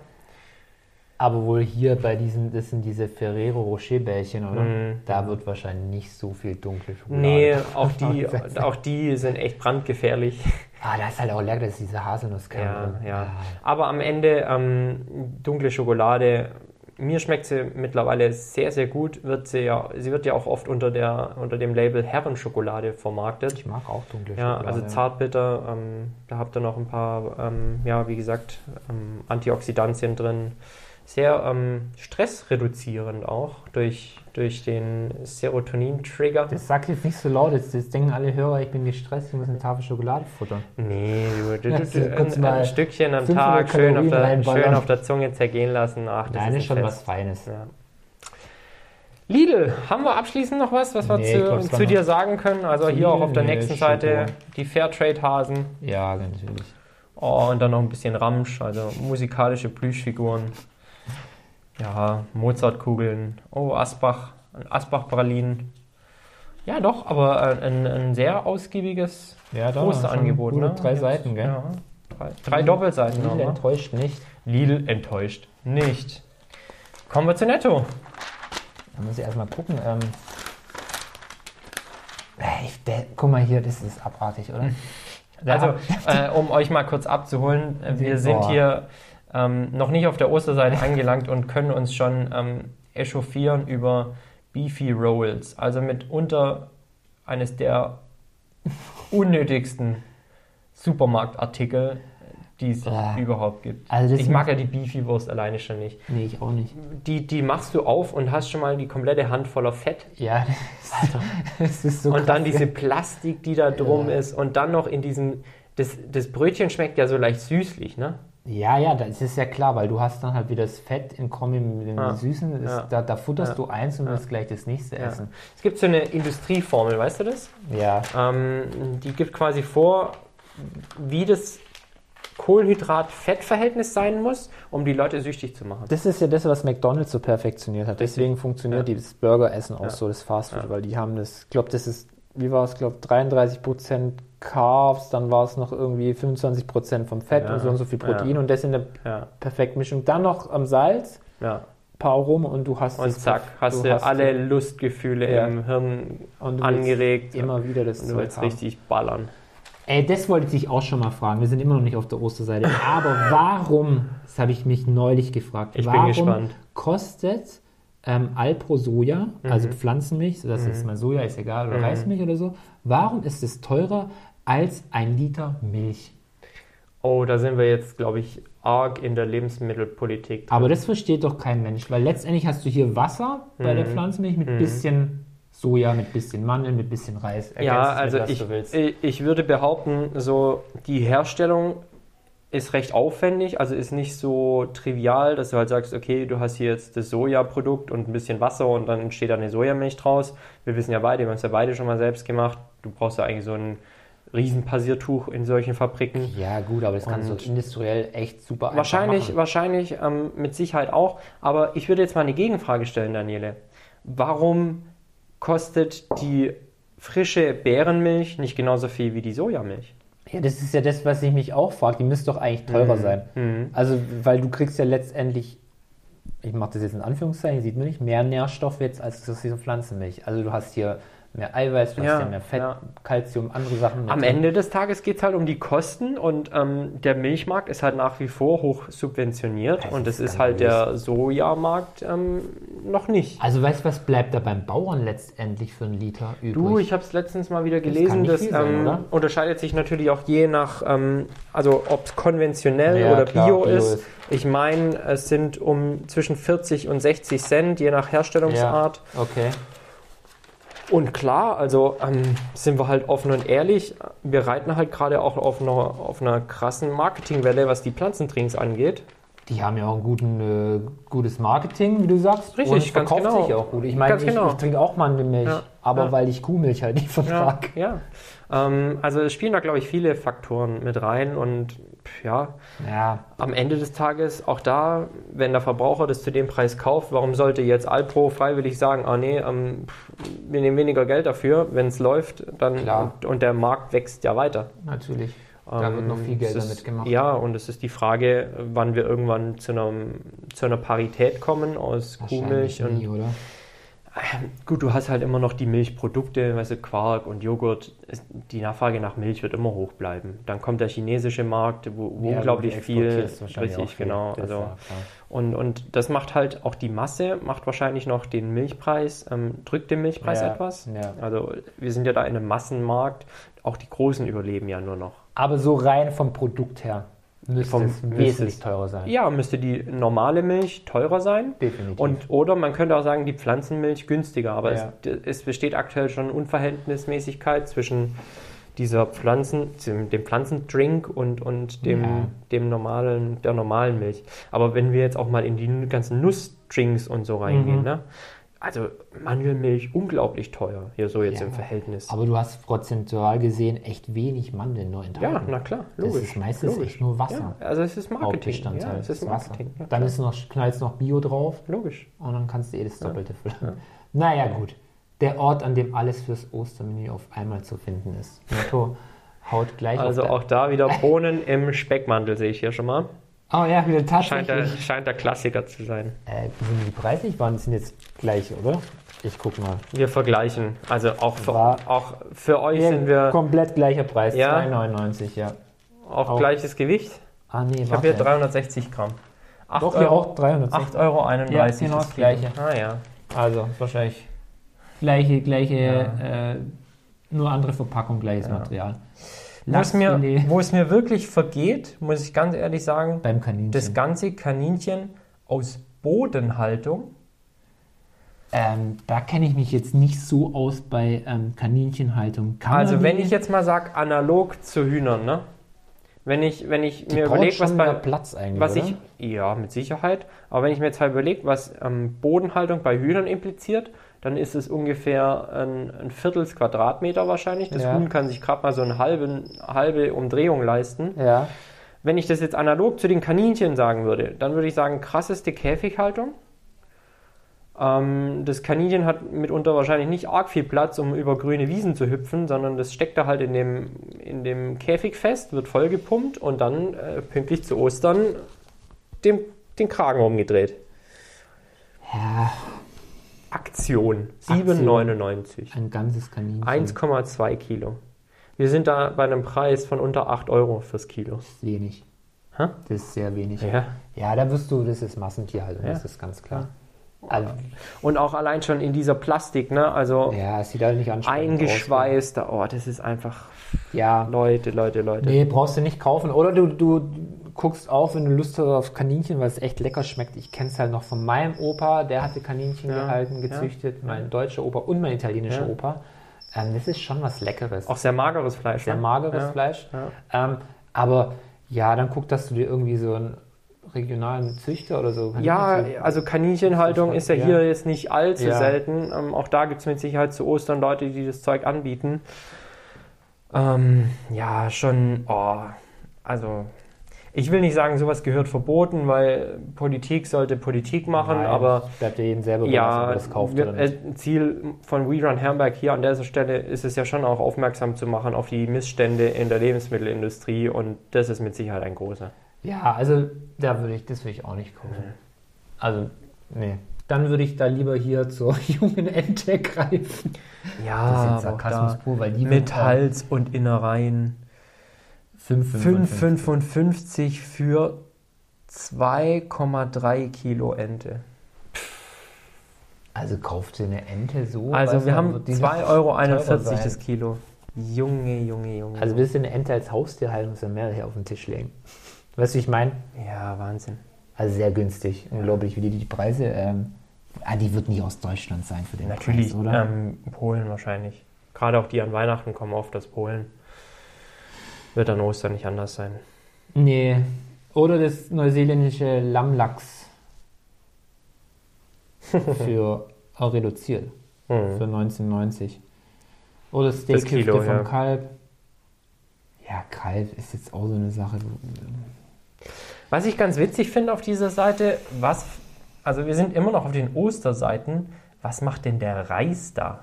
Speaker 2: Aber wohl hier bei diesen, das sind diese Ferrero Rocher Bällchen, oder? Da wird wahrscheinlich nicht so viel dunkle Schokolade.
Speaker 1: Mhm. Nee, auch die, auch die sind echt brandgefährlich.
Speaker 2: Ah, da ist halt auch lecker, dass diese Haselnusskerne
Speaker 1: Ja,
Speaker 2: drin. Ah,
Speaker 1: ja. Aber am Ende ähm, dunkle Schokolade. Mir schmeckt sie mittlerweile sehr, sehr gut. Wird sie ja, sie wird ja auch oft unter der unter dem Label Herrenschokolade vermarktet.
Speaker 2: Ich mag auch dunkle
Speaker 1: Ja,
Speaker 2: Schokolade.
Speaker 1: also zartbitter. Ähm, da habt ihr noch ein paar, ähm, ja, wie gesagt, ähm, Antioxidantien drin. Sehr ähm, stressreduzierend auch durch, durch den Serotonin-Trigger.
Speaker 2: Das sag jetzt nicht so laut, jetzt, jetzt denken alle Hörer, ich bin gestresst, ich muss eine Tafel Schokolade futtern.
Speaker 1: Nee, du, du, du,
Speaker 2: Also,
Speaker 1: du,
Speaker 2: kurz
Speaker 1: ein, ein
Speaker 2: mal
Speaker 1: Stückchen am
Speaker 2: 500
Speaker 1: Tag schön auf,
Speaker 2: Kalorien
Speaker 1: der,
Speaker 2: reinballern.
Speaker 1: schön auf der Zunge zergehen lassen. Ach, das
Speaker 2: Nein,
Speaker 1: ist
Speaker 2: ist schon
Speaker 1: ein
Speaker 2: was
Speaker 1: Fest.
Speaker 2: Feines.
Speaker 1: Ja. Lidl, haben wir abschließend noch was, was wir
Speaker 2: Nee, ich
Speaker 1: zu,
Speaker 2: glaub, es war
Speaker 1: zu
Speaker 2: noch-
Speaker 1: dir sagen können? Also hier auch auf der
Speaker 2: Nee,
Speaker 1: nächsten
Speaker 2: ist schon
Speaker 1: Seite
Speaker 2: gut.
Speaker 1: die Fairtrade-Hasen
Speaker 2: Ja, natürlich.
Speaker 1: oh, und dann noch ein bisschen Ramsch, also musikalische Plüschfiguren. Ja, Mozartkugeln, oh, Asbach, Asbach-Pralinen. Ja, doch, aber äh, ein, ein sehr ausgiebiges,
Speaker 2: Ja, da
Speaker 1: großes
Speaker 2: schon
Speaker 1: Angebot.
Speaker 2: gute
Speaker 1: Ne?
Speaker 2: drei Seiten, gell? Mhm.
Speaker 1: Ja, drei, drei Doppelseiten.
Speaker 2: Lidl
Speaker 1: aber.
Speaker 2: enttäuscht nicht.
Speaker 1: Lidl enttäuscht nicht. Kommen wir zu Netto.
Speaker 2: Da muss ich erstmal gucken. Ähm, Ey, ich, der, guck mal hier, das ist abartig, oder?
Speaker 1: Hm. Also, äh, um euch mal kurz abzuholen, äh, wir sind
Speaker 2: Boah.
Speaker 1: hier ähm, noch nicht auf der Osterseite angelangt und können uns schon ähm, echauffieren über Beefy Rolls. Also mitunter eines der unnötigsten Supermarktartikel, die es
Speaker 2: Ah.
Speaker 1: überhaupt gibt.
Speaker 2: Also das-
Speaker 1: ich mag ja die Beefy-Wurst alleine schon nicht.
Speaker 2: Nee, ich auch nicht.
Speaker 1: Die, die machst du auf und hast schon mal die komplette Hand voller Fett.
Speaker 2: Ja, das, Also, das ist so
Speaker 1: Und dann
Speaker 2: krass,
Speaker 1: diese
Speaker 2: gell?
Speaker 1: Plastik, die da drum
Speaker 2: Ja.
Speaker 1: ist. Und dann noch in diesem. Das, das Brötchen schmeckt ja so leicht süßlich, ne?
Speaker 2: Ja, ja, das ist ja klar, weil du hast dann halt wieder das Fett in Kombi mit dem
Speaker 1: Ja.
Speaker 2: Süßen. Das,
Speaker 1: Ja.
Speaker 2: da, da futterst
Speaker 1: Ja.
Speaker 2: du eins und willst gleich das nächste
Speaker 1: Ja.
Speaker 2: essen.
Speaker 1: Es gibt so eine Industrieformel, weißt du das?
Speaker 2: Ja.
Speaker 1: Ähm, die gibt quasi vor, wie das Kohlenhydrat-Fett-Verhältnis sein muss, um die Leute süchtig zu machen.
Speaker 2: Das ist ja das, was McDonalds so perfektioniert hat. Deswegen funktioniert dieses Burgeressen auch
Speaker 1: Ja.
Speaker 2: so, das Fastfood,
Speaker 1: Ja.
Speaker 2: weil die haben das, ich glaube, das ist, wie war es, glaube 33% Carbs, dann war es noch irgendwie 25% vom Fett
Speaker 1: Ja.
Speaker 2: und so und so viel Protein
Speaker 1: Ja.
Speaker 2: und das in der
Speaker 1: Ja,
Speaker 2: perfekten Mischung. Dann noch am Salz,
Speaker 1: ja.
Speaker 2: ein paar Aromen und du hast
Speaker 1: Und
Speaker 2: das-
Speaker 1: zack, hast du, alle Lustgefühle
Speaker 2: Ja.
Speaker 1: im Hirn
Speaker 2: und du willst
Speaker 1: angeregt.
Speaker 2: immer wieder das
Speaker 1: und du
Speaker 2: Zeug
Speaker 1: willst
Speaker 2: haben.
Speaker 1: richtig ballern.
Speaker 2: Ey, das wollte ich dich auch schon mal fragen. Wir sind immer noch nicht auf der Osterseite. Aber warum, das habe ich mich neulich gefragt,
Speaker 1: Ich bin
Speaker 2: warum
Speaker 1: gespannt. Mhm.
Speaker 2: kostet ähm, Alpro Soja, also Pflanzenmilch, das ist jetzt mal Soja, ist egal, oder Reismilch oder so, warum ist es teurer als ein Liter Milch?
Speaker 1: Oh, da sind wir jetzt, glaube ich, arg in der Lebensmittelpolitik.
Speaker 2: Aber das versteht doch kein Mensch, weil letztendlich hast du hier Wasser bei
Speaker 1: Mhm.
Speaker 2: der Pflanzenmilch mit bisschen Soja, mit bisschen Mandeln, mit bisschen Reis. Ergänzt
Speaker 1: Ja,
Speaker 2: mit,
Speaker 1: also
Speaker 2: was
Speaker 1: ich,
Speaker 2: du willst.
Speaker 1: ich, ich würde behaupten, so die Herstellung ist recht aufwendig, also ist nicht so trivial, dass du halt sagst, okay, du hast hier jetzt das Sojaprodukt und ein bisschen Wasser und dann entsteht da eine Sojamilch draus. Wir wissen ja beide, wir haben es ja beide schon mal selbst gemacht. Du brauchst ja eigentlich so ein Riesenpasiertuch in solchen Fabriken.
Speaker 2: ja, gut, aber das kannst du industriell echt super einfach
Speaker 1: Wahrscheinlich,
Speaker 2: machen.
Speaker 1: wahrscheinlich ähm, mit Sicherheit auch. Aber ich würde jetzt mal eine Gegenfrage stellen, Daniele. Warum kostet die frische Bärenmilch nicht genauso viel wie die Sojamilch?
Speaker 2: Ja, das ist ja das, was ich mich auch frage. Die müsste doch eigentlich
Speaker 1: Mhm.
Speaker 2: teurer sein. Also, weil du kriegst ja letztendlich, ich mache das jetzt in Anführungszeichen, sieht man nicht, mehr Nährstoffe jetzt als das diese Pflanzenmilch. Also du hast hier mehr Eiweiß, du
Speaker 1: Ja,
Speaker 2: hast hier mehr Fett,
Speaker 1: ja.
Speaker 2: Kalzium, andere Sachen. mit
Speaker 1: Am
Speaker 2: drin.
Speaker 1: Ende des Tages geht es halt um die Kosten und ähm, der Milchmarkt ist halt nach wie vor hoch subventioniert
Speaker 2: Das
Speaker 1: und das
Speaker 2: ist
Speaker 1: ist halt der
Speaker 2: skandalös.
Speaker 1: Sojamarkt ähm, noch nicht.
Speaker 2: Also weißt du, was bleibt da beim Bauern letztendlich für einen Liter übrig?
Speaker 1: Du, ich habe es letztens mal wieder
Speaker 2: kann
Speaker 1: gelesen,
Speaker 2: nicht
Speaker 1: das,
Speaker 2: viel sein,
Speaker 1: ähm,
Speaker 2: oder?
Speaker 1: unterscheidet sich natürlich auch je nach, ähm, also ob es konventionell
Speaker 2: Ja,
Speaker 1: oder
Speaker 2: klar,
Speaker 1: Bio,
Speaker 2: Bio
Speaker 1: ist.
Speaker 2: ist.
Speaker 1: Ich meine, es sind um zwischen 40 und 60 Cent, je nach Herstellungsart.
Speaker 2: Ja, okay.
Speaker 1: Und klar, also ähm, sind wir halt offen und ehrlich, wir reiten halt gerade auch auf einer, auf einer krassen Marketingwelle, was die Pflanzentrinks angeht.
Speaker 2: Die haben ja auch ein guten, äh, gutes Marketing, wie du sagst.
Speaker 1: Richtig,
Speaker 2: und
Speaker 1: ganz
Speaker 2: verkauft
Speaker 1: genau.
Speaker 2: sich ja auch gut. Ich meine,
Speaker 1: Ganz
Speaker 2: ich,
Speaker 1: genau.
Speaker 2: ich trinke auch Mandelmilch,
Speaker 1: Ja,
Speaker 2: aber
Speaker 1: ja.
Speaker 2: weil ich Kuhmilch halt nicht vertrage.
Speaker 1: Ja. Ähm, also es spielen da, glaube ich, viele Faktoren mit rein und pf, ja,
Speaker 2: ja,
Speaker 1: am Ende des Tages, auch da, wenn der Verbraucher das zu dem Preis kauft, warum sollte jetzt Alpro freiwillig sagen, ah nee, ähm, pff, wir nehmen weniger Geld dafür, wenn es läuft, dann
Speaker 2: Klar.
Speaker 1: und, und der Markt wächst ja weiter.
Speaker 2: natürlich. Da wird
Speaker 1: Ähm,
Speaker 2: noch viel Geld
Speaker 1: es ist,
Speaker 2: damit gemacht.
Speaker 1: Ja, und es ist die Frage, wann wir irgendwann zu, einem, zu einer Parität kommen aus
Speaker 2: Wahrscheinlich
Speaker 1: Kuhmilch und
Speaker 2: nie, oder?
Speaker 1: Gut, du hast halt immer noch die Milchprodukte, weißt du, Quark und Joghurt. Es- Die Nachfrage nach Milch wird immer hoch bleiben. Dann kommt der chinesische Markt, wo, wo
Speaker 2: Ja,
Speaker 1: unglaublich
Speaker 2: du
Speaker 1: viel.
Speaker 2: exportierst wahrscheinlich
Speaker 1: Richtig,
Speaker 2: auch viel.
Speaker 1: genau.
Speaker 2: Das ist
Speaker 1: Also,
Speaker 2: ja klar.
Speaker 1: und, und das macht halt auch die Masse, macht wahrscheinlich noch den Milchpreis, ähm, drückt den Milchpreis
Speaker 2: Ja,
Speaker 1: etwas.
Speaker 2: ja.
Speaker 1: Also wir sind ja da in einem Massenmarkt. Auch die Großen überleben ja nur noch.
Speaker 2: Aber so rein vom Produkt her müsste
Speaker 1: Vom-
Speaker 2: es
Speaker 1: müsste
Speaker 2: wesentlich
Speaker 1: es-
Speaker 2: teurer sein.
Speaker 1: Ja, müsste die normale Milch teurer sein.
Speaker 2: Definitiv.
Speaker 1: Und, oder man könnte auch sagen, die Pflanzenmilch günstiger, aber
Speaker 2: Ja.
Speaker 1: es, es besteht aktuell schon Unverhältnismäßigkeit zwischen dieser Pflanzen, dem, dem Pflanzendrink und, und dem,
Speaker 2: Ja.
Speaker 1: dem normalen, der normalen Milch. Aber wenn wir jetzt auch mal in die ganzen Nussdrinks und so reingehen,
Speaker 2: Mhm.
Speaker 1: ne? Also Mandelmilch unglaublich teuer, hier so jetzt
Speaker 2: Ja.
Speaker 1: im Verhältnis.
Speaker 2: Aber du hast prozentual gesehen echt wenig Mandeln nur enthalten.
Speaker 1: ja, na klar,
Speaker 2: das
Speaker 1: logisch.
Speaker 2: ist meistens
Speaker 1: logisch.
Speaker 2: echt nur Wasser.
Speaker 1: ja, also es ist Marketing.
Speaker 2: Hauptbestandteil
Speaker 1: Ja, es ist
Speaker 2: ist Wasser.
Speaker 1: Marketing. Ja,
Speaker 2: dann
Speaker 1: klar.
Speaker 2: ist noch, knallst noch Bio drauf
Speaker 1: logisch.
Speaker 2: und dann kannst du eh das Doppelte füllen. Naja, gut. der Ort, an dem alles fürs Ostermenü auf einmal zu finden ist. Motto, haut gleich
Speaker 1: Also
Speaker 2: auf der-
Speaker 1: auch da wieder Bohnen im Speckmantel sehe ich hier schon mal.
Speaker 2: Oh ja, wieder
Speaker 1: Scheint der,
Speaker 2: tatsächlich.
Speaker 1: scheint der Klassiker zu sein.
Speaker 2: Äh, sind die preislich? Waren sind jetzt gleich, oder? Ich guck mal.
Speaker 1: Wir vergleichen. Also auch für,
Speaker 2: War-
Speaker 1: auch für euch sind
Speaker 2: Ja,
Speaker 1: wir
Speaker 2: komplett gleicher Preis,
Speaker 1: Ja.
Speaker 2: 2,99, ja.
Speaker 1: auch,
Speaker 2: auch-
Speaker 1: gleiches Gewicht.
Speaker 2: Ah nee,
Speaker 1: Ich habe hier äh, 360 Gramm. 8
Speaker 2: Doch, hier
Speaker 1: Euro,
Speaker 2: auch 360.
Speaker 1: 8,31 Euro.
Speaker 2: Ja, genau
Speaker 1: das
Speaker 2: das
Speaker 1: Kilo.
Speaker 2: Gleiche.
Speaker 1: Ah ja.
Speaker 2: Also wahrscheinlich gleiche, gleiche,
Speaker 1: Ja.
Speaker 2: äh, nur andere Verpackung, gleiches
Speaker 1: Ja.
Speaker 2: Material.
Speaker 1: Wo es, mir,
Speaker 2: Lachsfilet
Speaker 1: wo es mir wirklich vergeht, muss ich ganz ehrlich sagen,
Speaker 2: beim Kaninchen.
Speaker 1: das ganze Kaninchen aus Bodenhaltung.
Speaker 2: ähm, da kenne ich mich jetzt nicht so aus bei ähm, Kaninchenhaltung. Kann
Speaker 1: Also
Speaker 2: man
Speaker 1: wenn
Speaker 2: die-
Speaker 1: ich jetzt mal sage, analog zu Hühnern, ne? Wenn ich, wenn ich
Speaker 2: die
Speaker 1: mir
Speaker 2: braucht
Speaker 1: überlege,
Speaker 2: schon
Speaker 1: was
Speaker 2: mehr
Speaker 1: bei,
Speaker 2: Platz eigentlich,
Speaker 1: was
Speaker 2: oder?
Speaker 1: ich, ja, mit Sicherheit, aber wenn ich mir jetzt halt überlege, was ähm, Bodenhaltung bei Hühnern impliziert, dann ist es ungefähr ein, ein Viertels Quadratmeter wahrscheinlich. Das
Speaker 2: Ja.
Speaker 1: Huhn kann sich gerade mal so eine halbe, halbe Umdrehung leisten.
Speaker 2: Ja,
Speaker 1: Wenn ich das jetzt analog zu den Kaninchen sagen würde, dann würde ich sagen, krasseste Käfighaltung. Ähm, das Kaninchen hat mitunter wahrscheinlich nicht arg viel Platz, um über grüne Wiesen zu hüpfen, sondern das steckt da halt in dem, in dem Käfig fest, wird vollgepumpt und dann äh, pünktlich zu Ostern dem, den Kragen umgedreht.
Speaker 2: ja
Speaker 1: Aktion
Speaker 2: Aktion.
Speaker 1: 7,99.
Speaker 2: ein ganzes Kaninchen.
Speaker 1: 1,2 Kilo. Wir sind da bei einem Preis von unter 8 Euro fürs Kilo.
Speaker 2: Das ist wenig.
Speaker 1: Hä?
Speaker 2: Das ist sehr wenig.
Speaker 1: Ja.
Speaker 2: Ja, da wirst du, das ist Massentierhaltung,
Speaker 1: Ja.
Speaker 2: das ist ganz klar. Also,
Speaker 1: Und auch allein schon in dieser Plastik, ne? Also
Speaker 2: ja, es sieht halt nicht anstrengend aus.
Speaker 1: eingeschweißt. Oh, das ist einfach.
Speaker 2: Ja,
Speaker 1: Leute, Leute, Leute.
Speaker 2: Nee, brauchst du nicht kaufen. Oder du, du guckst auf, wenn du Lust hast auf Kaninchen, weil es echt lecker schmeckt. Ich kenne es halt noch von meinem Opa, der hatte Kaninchen
Speaker 1: Ja,
Speaker 2: gehalten,
Speaker 1: ja.
Speaker 2: gezüchtet. Mein deutscher Opa und mein italienischer
Speaker 1: Ja.
Speaker 2: Opa. Ähm, das ist schon was Leckeres.
Speaker 1: Auch sehr mageres Fleisch.
Speaker 2: Sehr
Speaker 1: ne?
Speaker 2: mageres
Speaker 1: ja.
Speaker 2: Fleisch.
Speaker 1: ja.
Speaker 2: Ähm, aber ja, dann guck, dass du dir irgendwie so einen regionalen Züchter oder so.
Speaker 1: Ja,
Speaker 2: Kaninchen-
Speaker 1: also Kaninchenhaltung ist ja
Speaker 2: Ja.
Speaker 1: hier jetzt nicht allzu
Speaker 2: Ja.
Speaker 1: selten. Ähm, auch da gibt es mit Sicherheit zu Ostern Leute, die das Zeug anbieten. Ähm, ja, schon, oh, also ich will nicht sagen, sowas gehört verboten, weil Politik sollte Politik machen,
Speaker 2: Nein,
Speaker 1: aber
Speaker 2: das bleibt dir jedem selber überlassen, ob
Speaker 1: Ja,
Speaker 2: er das kauft
Speaker 1: wir-
Speaker 2: oder nicht.
Speaker 1: äh, Ziel von Rerun Herrenberg hier an dieser Stelle ist es ja schon auch aufmerksam zu machen auf die Missstände in der Lebensmittelindustrie und das ist mit Sicherheit ein großer.
Speaker 2: Ja, also da würde ich, das würde ich auch nicht
Speaker 1: Mhm.
Speaker 2: kaufen. Also, nee. Dann würde ich da lieber hier zur jungen Ente greifen.
Speaker 1: Ja,
Speaker 2: pur, weil die
Speaker 1: mit Hals und Innereien.
Speaker 2: 5,5.
Speaker 1: 5,55 für 2,3 Kilo Ente.
Speaker 2: Also kauft ihr eine Ente so?
Speaker 1: Also
Speaker 2: weißt
Speaker 1: wir
Speaker 2: du,
Speaker 1: haben
Speaker 2: wird die
Speaker 1: 2,41
Speaker 2: noch
Speaker 1: Euro
Speaker 2: teurer sein.
Speaker 1: das Kilo. Junge, Junge, Junge.
Speaker 2: Also willst du eine Ente als Haustier halten, musst du mehrere hier auf den Tisch legen. Weißt du, wie ich meine?
Speaker 1: ja, Wahnsinn.
Speaker 2: Also sehr günstig. Unglaublich, wie die die Preise... Ähm, ah, die wird nicht aus Deutschland sein für den
Speaker 1: Natürlich,
Speaker 2: Preis, oder?
Speaker 1: Ähm, Polen wahrscheinlich. Gerade auch die an Weihnachten kommen oft aus Polen. Wird an Ostern nicht anders sein.
Speaker 2: Nee. Oder das neuseeländische Lammlachs. für äh, reduziert.
Speaker 1: Hm.
Speaker 2: Für 1990. Oder
Speaker 1: Das
Speaker 2: Steakhüfte
Speaker 1: Kilo,
Speaker 2: vom
Speaker 1: ja.
Speaker 2: Kalb. Ja, Kalb ist jetzt auch so eine Sache. wo-
Speaker 1: Was ich ganz witzig finde auf dieser Seite, was, also wir sind immer noch auf den Osterseiten. Was macht denn der Reis da?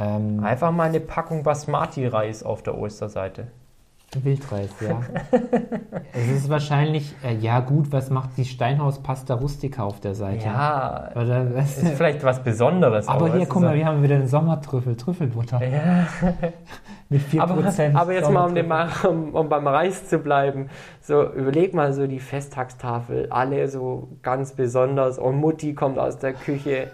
Speaker 2: Ähm,
Speaker 1: Einfach mal eine Packung Basmati-Reis auf der Osterseite.
Speaker 2: Wildreis, ja. es ist wahrscheinlich, äh, ja gut, was macht die Steinhauspasta Rustica auf der Seite?
Speaker 1: Ja,
Speaker 2: Oder
Speaker 1: ist
Speaker 2: was?
Speaker 1: vielleicht was Besonderes.
Speaker 2: Aber hier,
Speaker 1: es
Speaker 2: guck
Speaker 1: ist
Speaker 2: mal, wir haben wieder den Sommertrüffel, Trüffelbutter.
Speaker 1: ja.
Speaker 2: Mit 4%
Speaker 1: Aber, aber jetzt mal, um,
Speaker 2: Sommertrüffel.
Speaker 1: dem, um, um beim Reis zu bleiben, so überleg mal so die Festtagstafel, alle so ganz besonders und Mutti kommt aus der Küche,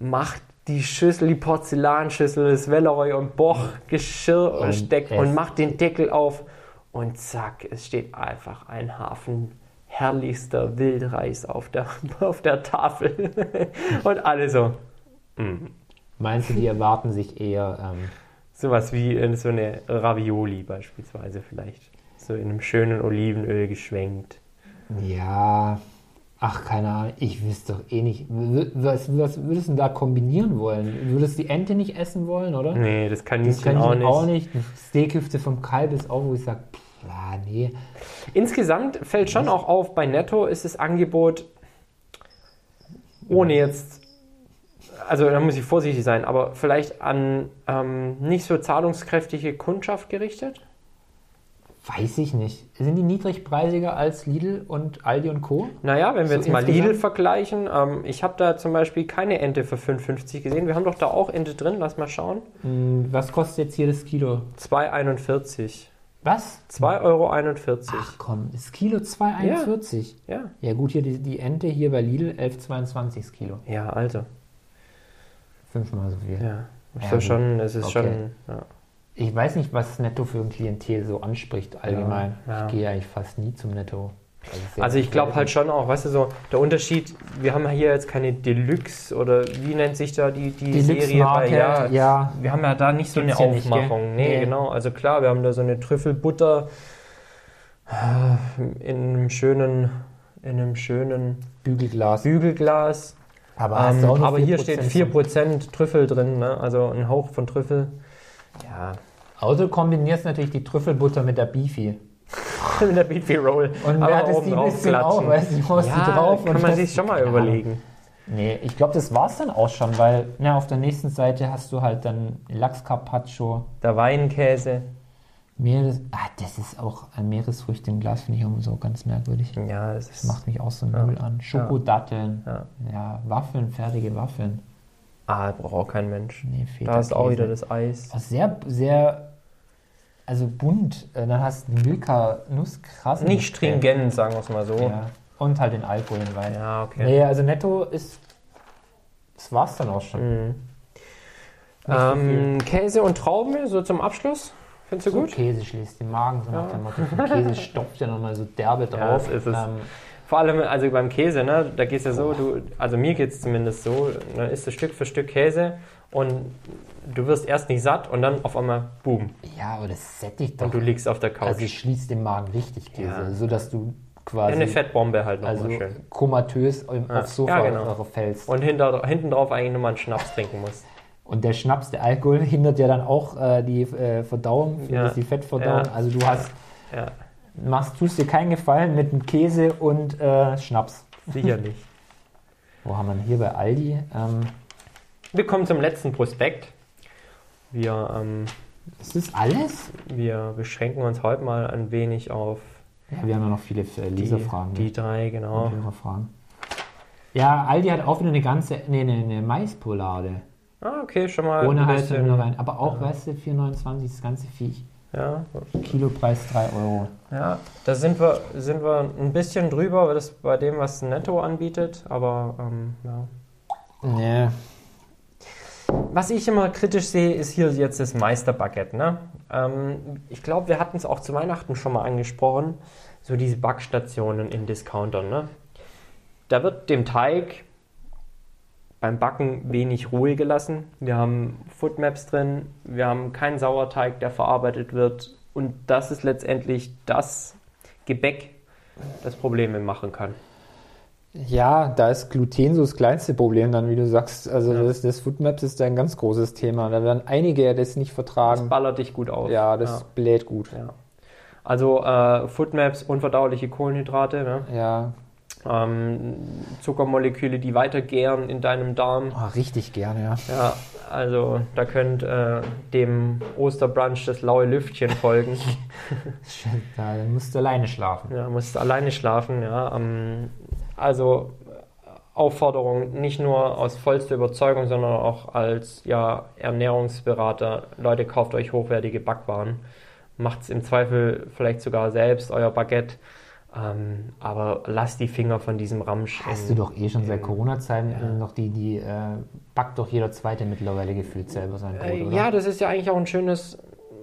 Speaker 1: macht die Schüssel, die Porzellanschüssel, das Welleroy und Boch Geschirr und,
Speaker 2: Und
Speaker 1: steckt
Speaker 2: es-
Speaker 1: und macht den Deckel auf und zack, es steht einfach ein Hafen herrlichster Wildreis auf der, auf der Tafel und alle so.
Speaker 2: Meinst du, die erwarten sich eher ähm,
Speaker 1: Sowas wie in so eine Ravioli beispielsweise vielleicht. So in einem schönen Olivenöl geschwenkt.
Speaker 2: Ja, ähm, ach, keine Ahnung, ich wüsste doch eh nicht. W- Was, was würdest du denn da kombinieren wollen? Würdest du die Ente nicht essen wollen, oder?
Speaker 1: Nee, das Kaninchen,
Speaker 2: das kann ich
Speaker 1: auch, nicht.
Speaker 2: auch nicht. Eine Steakhüfte vom Kalb ist auch, wo ich sage, ja, nee.
Speaker 1: Insgesamt fällt schon auch auf, bei Netto ist das Angebot, ohne jetzt also da muss ich vorsichtig sein, aber vielleicht an ähm, nicht so zahlungskräftige Kundschaft gerichtet?
Speaker 2: Weiß ich nicht. Sind die niedrigpreisiger als Lidl und Aldi und Co.?
Speaker 1: Naja, wenn wir
Speaker 2: So
Speaker 1: jetzt mal
Speaker 2: insgesamt?
Speaker 1: Lidl vergleichen, ähm, ich habe da zum Beispiel keine Ente für 5,50 gesehen. Wir haben doch da auch Ente drin, lass mal schauen.
Speaker 2: Hm, Was kostet jetzt jedes Kilo?
Speaker 1: 2,41.
Speaker 2: Was?
Speaker 1: 2,41 Euro.
Speaker 2: Ach komm, das Kilo 2,41.
Speaker 1: Ja.
Speaker 2: Ja. gut, hier die, die Ente hier bei Lidl 11,22 das Kilo.
Speaker 1: Ja, Alter.
Speaker 2: Fünfmal so viel.
Speaker 1: Ja. Ist
Speaker 2: Ja,
Speaker 1: ja,
Speaker 2: gut.
Speaker 1: schon, es ist
Speaker 2: Okay.
Speaker 1: schon. Ja.
Speaker 2: Ich weiß nicht, was Netto für ein Klientel so anspricht allgemein.
Speaker 1: Ja, ja.
Speaker 2: Ich gehe eigentlich fast nie zum Netto. Das ist sehr
Speaker 1: Also ich glaube halt schon auch, weißt du so, der Unterschied, wir haben ja hier jetzt keine Deluxe oder wie nennt sich da die, die
Speaker 2: die
Speaker 1: Serie bei
Speaker 2: Lux-Marke,
Speaker 1: ja,
Speaker 2: ja. ja.
Speaker 1: Wir haben ja da nicht so
Speaker 2: Gibt's
Speaker 1: eine
Speaker 2: hier nicht,
Speaker 1: Aufmachung.
Speaker 2: gell?
Speaker 1: nee,
Speaker 2: Nee.
Speaker 1: genau. Also klar, wir haben da so eine Trüffelbutter äh, in einem schönen, in einem schönen
Speaker 2: Bügelglas.
Speaker 1: Bügelglas.
Speaker 2: Aber, hast
Speaker 1: Ähm,
Speaker 2: du auch nur
Speaker 1: aber hier steht
Speaker 2: 4%.
Speaker 1: 4% Trüffel drin, ne? also ein Hauch von Trüffel. Ja,
Speaker 2: Also kombinierst natürlich die Trüffelbutter mit der Beefy.
Speaker 1: mit der Beefy Roll.
Speaker 2: Und wer hat es die bisschen auch, weißt du, haust
Speaker 1: ja,
Speaker 2: die drauf.
Speaker 1: kann
Speaker 2: und
Speaker 1: man
Speaker 2: das-
Speaker 1: sich schon mal
Speaker 2: Keine Ahnung.
Speaker 1: überlegen.
Speaker 2: Nee, ich glaube, das war's dann auch schon, weil na, auf der nächsten Seite hast du halt dann Lachs Carpaccio,
Speaker 1: Der Weinkäse.
Speaker 2: Meeres... Ah, das ist auch ein Meeresfrücht im Glas, finde ich irgendwie so ganz merkwürdig.
Speaker 1: Ja, das ist.
Speaker 2: Das macht mich auch so null an. Schokodatteln,
Speaker 1: Ja.
Speaker 2: ja. Waffeln, fertige Waffeln.
Speaker 1: Ah, braucht auch kein Mensch.
Speaker 2: Nee, fehlt
Speaker 1: Da ist auch wieder das Eis.
Speaker 2: Also sehr, sehr, also bunt. Äh, Dann hast du Milka, Nuss, krass.
Speaker 1: Nicht stringent, sagen wir es mal so. Ja,
Speaker 2: Ja. Und halt den Alkohol, den Wein.
Speaker 1: okay.
Speaker 2: Nee, also netto ist. Das war's dann auch schon.
Speaker 1: Mhm.
Speaker 2: so
Speaker 1: Ähm, Käse und Trauben, so zum Abschluss. Findest du
Speaker 2: So
Speaker 1: gut?
Speaker 2: Käse schließt den Magen, so nach dem Motto, vom Käse stopft ja nochmal so derbe drauf.
Speaker 1: das ist es.
Speaker 2: Ähm,
Speaker 1: Vor allem, also beim Käse, ne, da geht's ja so, du, also mir geht's zumindest so, dann isst du Stück für Stück Käse und du wirst erst nicht satt und dann auf einmal, boom,
Speaker 2: ja, aber das sättigt doch.
Speaker 1: und du liegst auf der
Speaker 2: also
Speaker 1: Couch.
Speaker 2: schließt den Magen richtig Käse,
Speaker 1: Ja.
Speaker 2: sodass du
Speaker 1: Ja, eine
Speaker 2: quasi
Speaker 1: Fettbombe halt nochmal
Speaker 2: also
Speaker 1: schön.
Speaker 2: komatös im, aufs Sofa
Speaker 1: Ja, genau.
Speaker 2: fällst. Und,
Speaker 1: Und hinter, hinten drauf eigentlich nochmal einen Schnaps trinken musst.
Speaker 2: der Schnaps, der Alkohol, hindert ja dann auch äh, die äh, Verdauung,
Speaker 1: Ja.
Speaker 2: die Fettverdauung.
Speaker 1: Ja.
Speaker 2: Also du hast,
Speaker 1: Ja,
Speaker 2: machst, tust dir keinen Gefallen mit dem Käse und äh, Schnaps.
Speaker 1: sicher nicht.
Speaker 2: Wo haben wir denn hier bei Aldi? Ähm,
Speaker 1: Wir kommen zum letzten Prospekt. Wir, ähm,
Speaker 2: ist das alles?
Speaker 1: wir beschränken uns heute mal ein wenig auf
Speaker 2: Ja, wir haben ja noch viele äh,
Speaker 1: die,
Speaker 2: Leserfragen.
Speaker 1: die drei, genau.
Speaker 2: Und Hörerfragen. Ja, Aldi hat auch wieder eine ganze, nee, nee, eine Maispolade.
Speaker 1: Ah, okay, schon mal.
Speaker 2: Ohne
Speaker 1: ein
Speaker 2: Hals und
Speaker 1: bisschen-
Speaker 2: ohne rein. Aber auch, weißt du, 4,29 das ganze Viech.
Speaker 1: Ja,
Speaker 2: Kilopreis 3 Euro.
Speaker 1: ja. Da sind wir, sind wir ein bisschen drüber weil das bei dem, was Netto anbietet, aber ähm, ja.
Speaker 2: Nee.
Speaker 1: Was ich immer kritisch sehe, ist hier jetzt das Meisterbaguette. Ne? Ähm, ich glaube, wir hatten es auch zu Weihnachten schon mal angesprochen, so diese Backstationen in Discountern. Ne? Da wird dem Teig beim Backen wenig Ruhe gelassen. Wir haben Foodmaps drin, wir haben keinen Sauerteig, der verarbeitet wird. Und das ist letztendlich das Gebäck, das Probleme machen kann.
Speaker 2: Ja, da ist Gluten so das kleinste Problem dann, wie du sagst. Also das, das Foodmaps ist da ein ganz großes Thema. Da werden einige das nicht
Speaker 1: Das
Speaker 2: vertragen.
Speaker 1: ballert dich gut auf.
Speaker 2: ja, das bläht gut.
Speaker 1: Ja. Also äh, Foodmaps, unverdauliche Kohlenhydrate, ne?
Speaker 2: Ja,
Speaker 1: ähm, Zuckermoleküle, die weiter gären in deinem Darm.
Speaker 2: Ah, richtig gerne, ja.
Speaker 1: Ja, also da könnt äh, dem Osterbrunch das laue Lüftchen folgen.
Speaker 2: Shit, Da musst du alleine schlafen.
Speaker 1: ja, musst alleine schlafen. Ja, ähm, also äh, Aufforderung nicht nur aus vollster Überzeugung, sondern auch als ja, Ernährungsberater. Leute, kauft euch hochwertige Backwaren. Macht es im Zweifel vielleicht sogar selbst, euer Baguette. Ähm, aber lasst die Finger von diesem Ramsch.
Speaker 2: Hast du
Speaker 1: in-
Speaker 2: doch eh schon seit Corona-Zeiten äh, noch die, die äh, backt doch jeder Zweite mittlerweile gefühlt selber sein Brot,
Speaker 1: Äh,
Speaker 2: oder?
Speaker 1: Ja, das ist ja eigentlich auch ein schönes,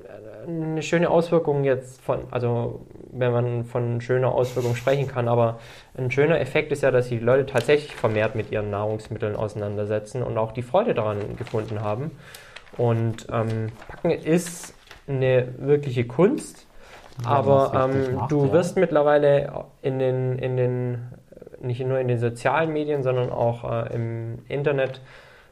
Speaker 1: äh, eine schöne Auswirkung jetzt von, also wenn man von schöner Auswirkung sprechen kann, aber ein schöner Effekt ist ja, dass sich die Leute tatsächlich vermehrt mit ihren Nahrungsmitteln auseinandersetzen und auch die Freude daran gefunden haben. Und ähm, Backen ist eine wirkliche Kunst, aber
Speaker 2: man's richtig
Speaker 1: ähm,
Speaker 2: macht,
Speaker 1: du
Speaker 2: ja.
Speaker 1: wirst mittlerweile in den, in den, nicht nur in den sozialen Medien, sondern auch äh, im Internet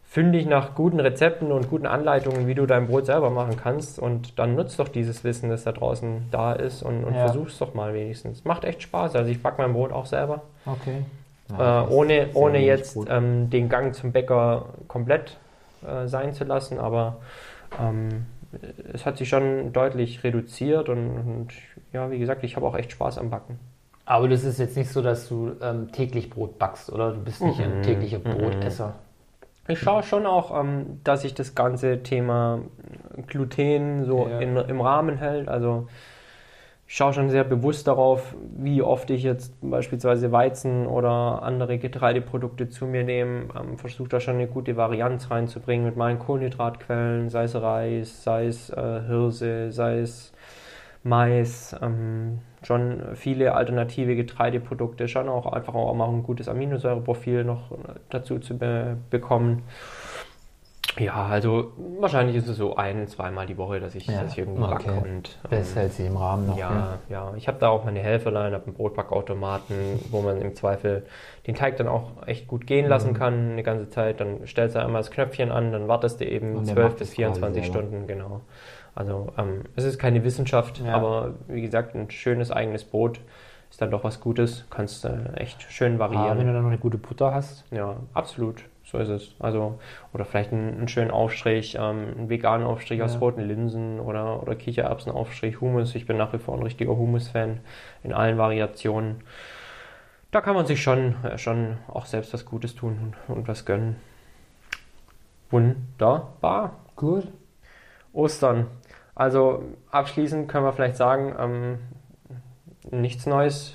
Speaker 1: fündig nach guten Rezepten und guten Anleitungen, wie du dein Brot selber machen kannst. Und dann nutzt doch dieses Wissen, das da draußen da ist und, und
Speaker 2: Ja.
Speaker 1: versuch's doch mal wenigstens. Macht echt Spaß. Also ich backe mein Brot auch selber.
Speaker 2: Okay.
Speaker 1: Äh,
Speaker 2: Ja, das
Speaker 1: ohne
Speaker 2: ist ja
Speaker 1: ohne
Speaker 2: nicht
Speaker 1: jetzt
Speaker 2: gut.
Speaker 1: ähm, den Gang zum Bäcker komplett äh, sein zu lassen, aber ähm, es hat sich schon deutlich reduziert und, und ja, wie gesagt, ich habe auch echt Spaß am Backen.
Speaker 2: Aber das ist jetzt nicht so, dass du ähm, täglich Brot backst, oder? Du bist nicht
Speaker 1: Mhm.
Speaker 2: ein täglicher Brotesser.
Speaker 1: Ich schaue schon auch, ähm, dass ich das ganze Thema Gluten so
Speaker 2: Ja.
Speaker 1: in, im Rahmen hält. Also ich schaue schon sehr bewusst darauf, wie oft ich jetzt beispielsweise Weizen oder andere Getreideprodukte zu mir nehme. Ähm, Versuche da schon eine gute Varianz reinzubringen mit meinen Kohlenhydratquellen, sei es Reis, sei es äh, Hirse, sei es Mais. Ähm, schon viele alternative Getreideprodukte, schon auch einfach auch mal ein gutes Aminosäureprofil noch äh, dazu zu be bekommen. Ja, also wahrscheinlich ist es so ein-, zweimal die Woche, dass ich
Speaker 2: Ja,
Speaker 1: das hier irgendwie
Speaker 2: okay.
Speaker 1: backe und ähm,
Speaker 2: Das hält sich im Rahmen noch. ne?
Speaker 1: ja, ja. Ich habe da auch meine Helferlein, habe einen Brotbackautomaten, wo man im Zweifel den Teig dann auch echt gut gehen
Speaker 2: Mhm.
Speaker 1: lassen kann, eine ganze Zeit. Dann stellst du einmal das Knöpfchen an, dann wartest du eben
Speaker 2: Und der
Speaker 1: 12
Speaker 2: macht
Speaker 1: bis
Speaker 2: das quasi
Speaker 1: 24
Speaker 2: selber.
Speaker 1: Stunden, genau. Also ähm, es ist keine Wissenschaft,
Speaker 2: Ja.
Speaker 1: aber wie gesagt, ein schönes eigenes Brot ist dann doch was Gutes. Kannst äh, echt schön
Speaker 2: Aber wenn du
Speaker 1: variieren.
Speaker 2: dann noch eine gute Butter hast,
Speaker 1: Ja, absolut. So ist es. Also, oder vielleicht einen, einen schönen Aufstrich, ähm, einen veganen Aufstrich aus
Speaker 2: Ja.
Speaker 1: roten Linsen oder, oder Kichererbsenaufstrich, Hummus. Ich bin nach wie vor ein richtiger Hummus-Fan in allen Variationen. Da kann man sich schon, äh, schon auch selbst was Gutes tun und, und was gönnen. Wunderbar.
Speaker 2: gut.
Speaker 1: Ostern. Also abschließend können wir vielleicht sagen, ähm, nichts Neues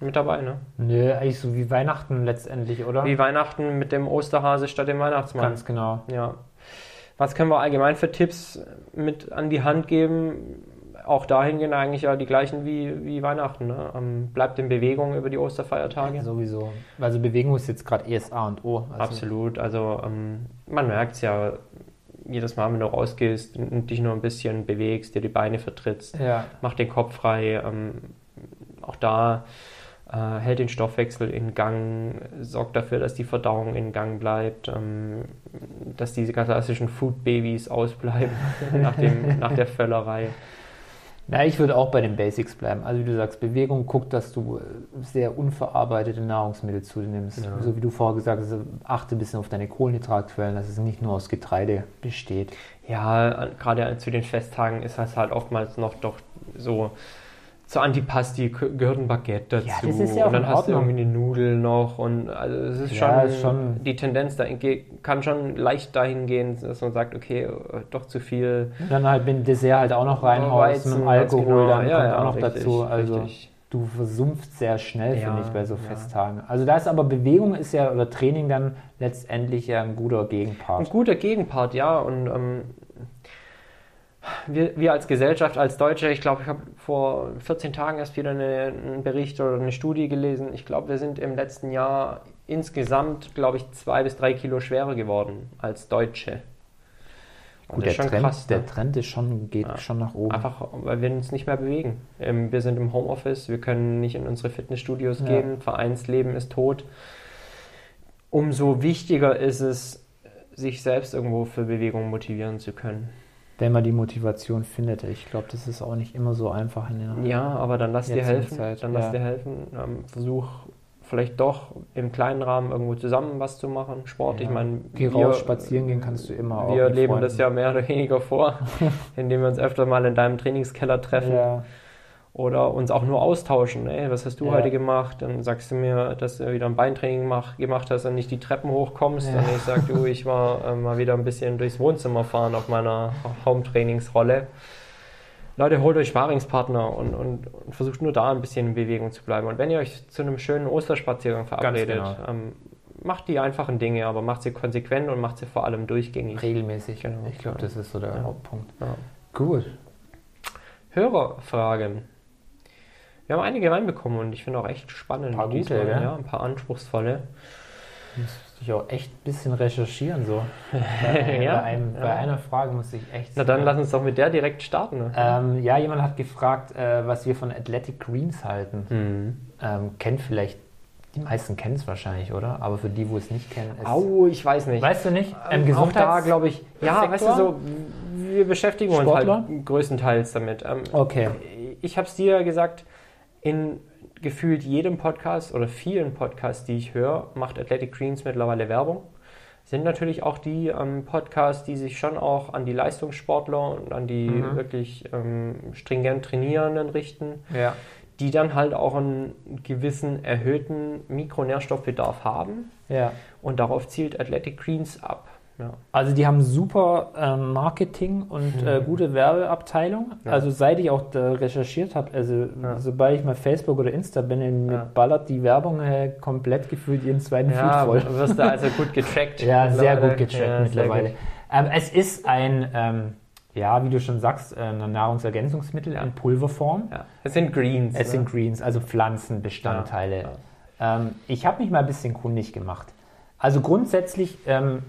Speaker 1: mit dabei, ne?
Speaker 2: Nö, eigentlich so wie Weihnachten letztendlich, oder?
Speaker 1: Wie Weihnachten mit dem Osterhase statt dem Weihnachtsmann.
Speaker 2: Ganz genau.
Speaker 1: Ja. Was können wir allgemein für Tipps mit an die Hand geben? Auch dahingehend eigentlich ja die gleichen wie, wie Weihnachten. Ne? Ähm, bleibt in Bewegung über die Osterfeiertage.
Speaker 2: Sowieso. Also Bewegung ist jetzt gerade ESA und O. Also
Speaker 1: Absolut. Also ähm, man merkt es ja jedes Mal, wenn du rausgehst und dich nur ein bisschen bewegst, dir die Beine vertrittst,
Speaker 2: Ja,
Speaker 1: mach den Kopf frei. Ähm, auch da äh, hält den Stoffwechsel in Gang, sorgt dafür, dass die Verdauung in Gang bleibt, ähm, dass diese klassischen Food-Babys ausbleiben nach, dem, nach der Völlerei.
Speaker 2: Na, ich würde auch bei den Basics bleiben. Also wie du sagst, Bewegung, guck, dass du äh, sehr unverarbeitete Nahrungsmittel zu dir nimmst.
Speaker 1: Ja.
Speaker 2: So wie du vorher gesagt hast, achte ein bisschen auf deine Kohlenhydratquellen, dass es nicht nur aus Getreide besteht.
Speaker 1: Ja, an- gerade zu den Festtagen ist das halt oftmals noch doch so zur Antipasti k- gehört ein Baguette dazu.
Speaker 2: Ja, das ist ja auch
Speaker 1: und dann
Speaker 2: in
Speaker 1: hast du
Speaker 2: Ordnung.
Speaker 1: irgendwie eine Nudel noch und also es ist,
Speaker 2: Ja,
Speaker 1: schon,
Speaker 2: ist schon-
Speaker 1: die Tendenz dahin ge- kann schon leicht dahin gehen, dass man sagt, okay, äh, doch zu viel
Speaker 2: Und dann halt, wenn Dessert halt auch noch reinhaust
Speaker 1: Weizen,
Speaker 2: mit dem
Speaker 1: ganz
Speaker 2: Alkohol,
Speaker 1: genau.
Speaker 2: dann
Speaker 1: Ja,
Speaker 2: kommt
Speaker 1: ja,
Speaker 2: auch noch
Speaker 1: richtig,
Speaker 2: dazu. Also
Speaker 1: richtig.
Speaker 2: du versumpfst sehr schnell,
Speaker 1: Ja,
Speaker 2: finde ich, bei so
Speaker 1: ja.
Speaker 2: Festtagen. Also da ist aber Bewegung ist ja, oder Training dann letztendlich ja ein guter
Speaker 1: Ein
Speaker 2: Gegenpart.
Speaker 1: guter Gegenpart, ja. Und ähm, wir, wir als Gesellschaft, als Deutsche, ich glaube, ich habe vor 14 Tagen erst wieder eine, einen Bericht oder eine Studie gelesen. Ich glaube, wir sind im letzten Jahr insgesamt, glaube ich, zwei bis drei Kilo schwerer geworden als Deutsche. Und das
Speaker 2: Gut, der
Speaker 1: ist schon
Speaker 2: Trend,
Speaker 1: krass.
Speaker 2: der
Speaker 1: ne?
Speaker 2: Trend ist schon, geht schon nach oben.
Speaker 1: Einfach, weil wir uns nicht mehr bewegen. Ähm, wir sind im Homeoffice, wir können nicht in unsere Fitnessstudios
Speaker 2: Ja.
Speaker 1: gehen, Vereinsleben ist tot. Umso wichtiger ist es, sich selbst irgendwo für Bewegung motivieren zu können.
Speaker 2: wenn man die Motivation findet. Ich glaube, das ist auch nicht immer so einfach in der
Speaker 1: Ja, aber dann lass dir
Speaker 2: Jetzt in der
Speaker 1: helfen.
Speaker 2: Zeit,
Speaker 1: dann lass
Speaker 2: ja.
Speaker 1: dir helfen. Ähm, versuch vielleicht doch im kleinen Rahmen irgendwo zusammen was zu machen. Sport, ich meine,
Speaker 2: Geh raus, spazieren gehen kannst du immer auch.
Speaker 1: wir
Speaker 2: mit
Speaker 1: leben
Speaker 2: Freunden.
Speaker 1: das ja mehr oder weniger vor, indem wir uns öfter mal in deinem Trainingskeller treffen.
Speaker 2: Ja,
Speaker 1: Oder uns auch nur austauschen. Ey, was hast du
Speaker 2: Ja.
Speaker 1: heute gemacht? Dann sagst du mir, dass du wieder ein Beintraining mach, gemacht hast und nicht die Treppen hochkommst.
Speaker 2: Ja.
Speaker 1: Und ich sag, du, ich war äh, mal wieder ein bisschen durchs Wohnzimmer fahren auf meiner Home-Trainingsrolle. Leute, holt euch Sparingspartner und, und, und versucht nur da ein bisschen in Bewegung zu bleiben. Und wenn ihr euch zu einem schönen Osterspaziergang verabredet,
Speaker 2: genau.
Speaker 1: ähm, macht die einfachen Dinge, aber macht sie konsequent und macht sie vor allem durchgängig.
Speaker 2: regelmäßig.
Speaker 1: Genau.
Speaker 2: Ich glaube, das ist so der
Speaker 1: Ja.
Speaker 2: Hauptpunkt.
Speaker 1: Ja.
Speaker 2: Gut.
Speaker 1: Hörerfragen. Wir haben einige reinbekommen und ich finde auch echt spannend.
Speaker 2: Ein paar gute,
Speaker 1: diesmal,
Speaker 2: gell?
Speaker 1: ja, ein paar anspruchsvolle.
Speaker 2: Muss ich auch echt ein bisschen recherchieren so. Bei,
Speaker 1: Ja,
Speaker 2: bei, einem, bei einer Frage muss ich echt.
Speaker 1: Na dann lass uns doch mit der direkt starten. Ne?
Speaker 2: ähm, ja, jemand hat gefragt, äh, was wir von Athletic Greens halten.
Speaker 1: Hm.
Speaker 2: Ähm, kennt vielleicht, die meisten kennen es wahrscheinlich, oder? Aber für die, wo es nicht kennen, ist.
Speaker 1: Au, ich weiß nicht.
Speaker 2: Weißt du nicht?
Speaker 1: Ähm, auch da glaube ich. Ja,
Speaker 2: Sektor?
Speaker 1: weißt du so, wir beschäftigen uns
Speaker 2: Sportler? Oh,
Speaker 1: halt größtenteils damit. Ähm,
Speaker 2: Okay.
Speaker 1: Ich habe es dir gesagt, in gefühlt jedem Podcast oder vielen Podcasts, die ich höre, macht Athletic Greens mittlerweile Werbung. Sind natürlich auch die ähm, Podcasts, die sich schon auch an die Leistungssportler und an die
Speaker 2: Mhm.
Speaker 1: wirklich ähm, stringent Trainierenden richten,
Speaker 2: Ja.
Speaker 1: die dann halt auch einen gewissen erhöhten Mikronährstoffbedarf haben.
Speaker 2: ja.
Speaker 1: Und darauf zielt Athletic Greens ab. Ja.
Speaker 2: Also die haben super ähm, Marketing und äh, gute Werbeabteilung.
Speaker 1: Ja.
Speaker 2: Also seit ich auch da recherchiert habe, also
Speaker 1: Ja.
Speaker 2: sobald ich mal Facebook oder Insta bin, dann
Speaker 1: Ja.
Speaker 2: ballert die Werbung äh, komplett gefühlt jeden zweiten Feed
Speaker 1: Ja,
Speaker 2: voll.
Speaker 1: wirst du also gut getrackt.
Speaker 2: Ja, sehr
Speaker 1: mittlerweile.
Speaker 2: gut gecheckt
Speaker 1: Ja, sehr
Speaker 2: mittlerweile.
Speaker 1: gut.
Speaker 2: Ähm, es ist ein, ähm, ja, wie du schon sagst, äh, ein Nahrungsergänzungsmittel in Pulverform.
Speaker 1: Ja. Es sind Greens.
Speaker 2: Es
Speaker 1: ne?
Speaker 2: sind Greens, also Pflanzenbestandteile.
Speaker 1: Ja,
Speaker 2: Ähm, ich habe mich mal ein bisschen kundig gemacht. Also grundsätzlich, ähm,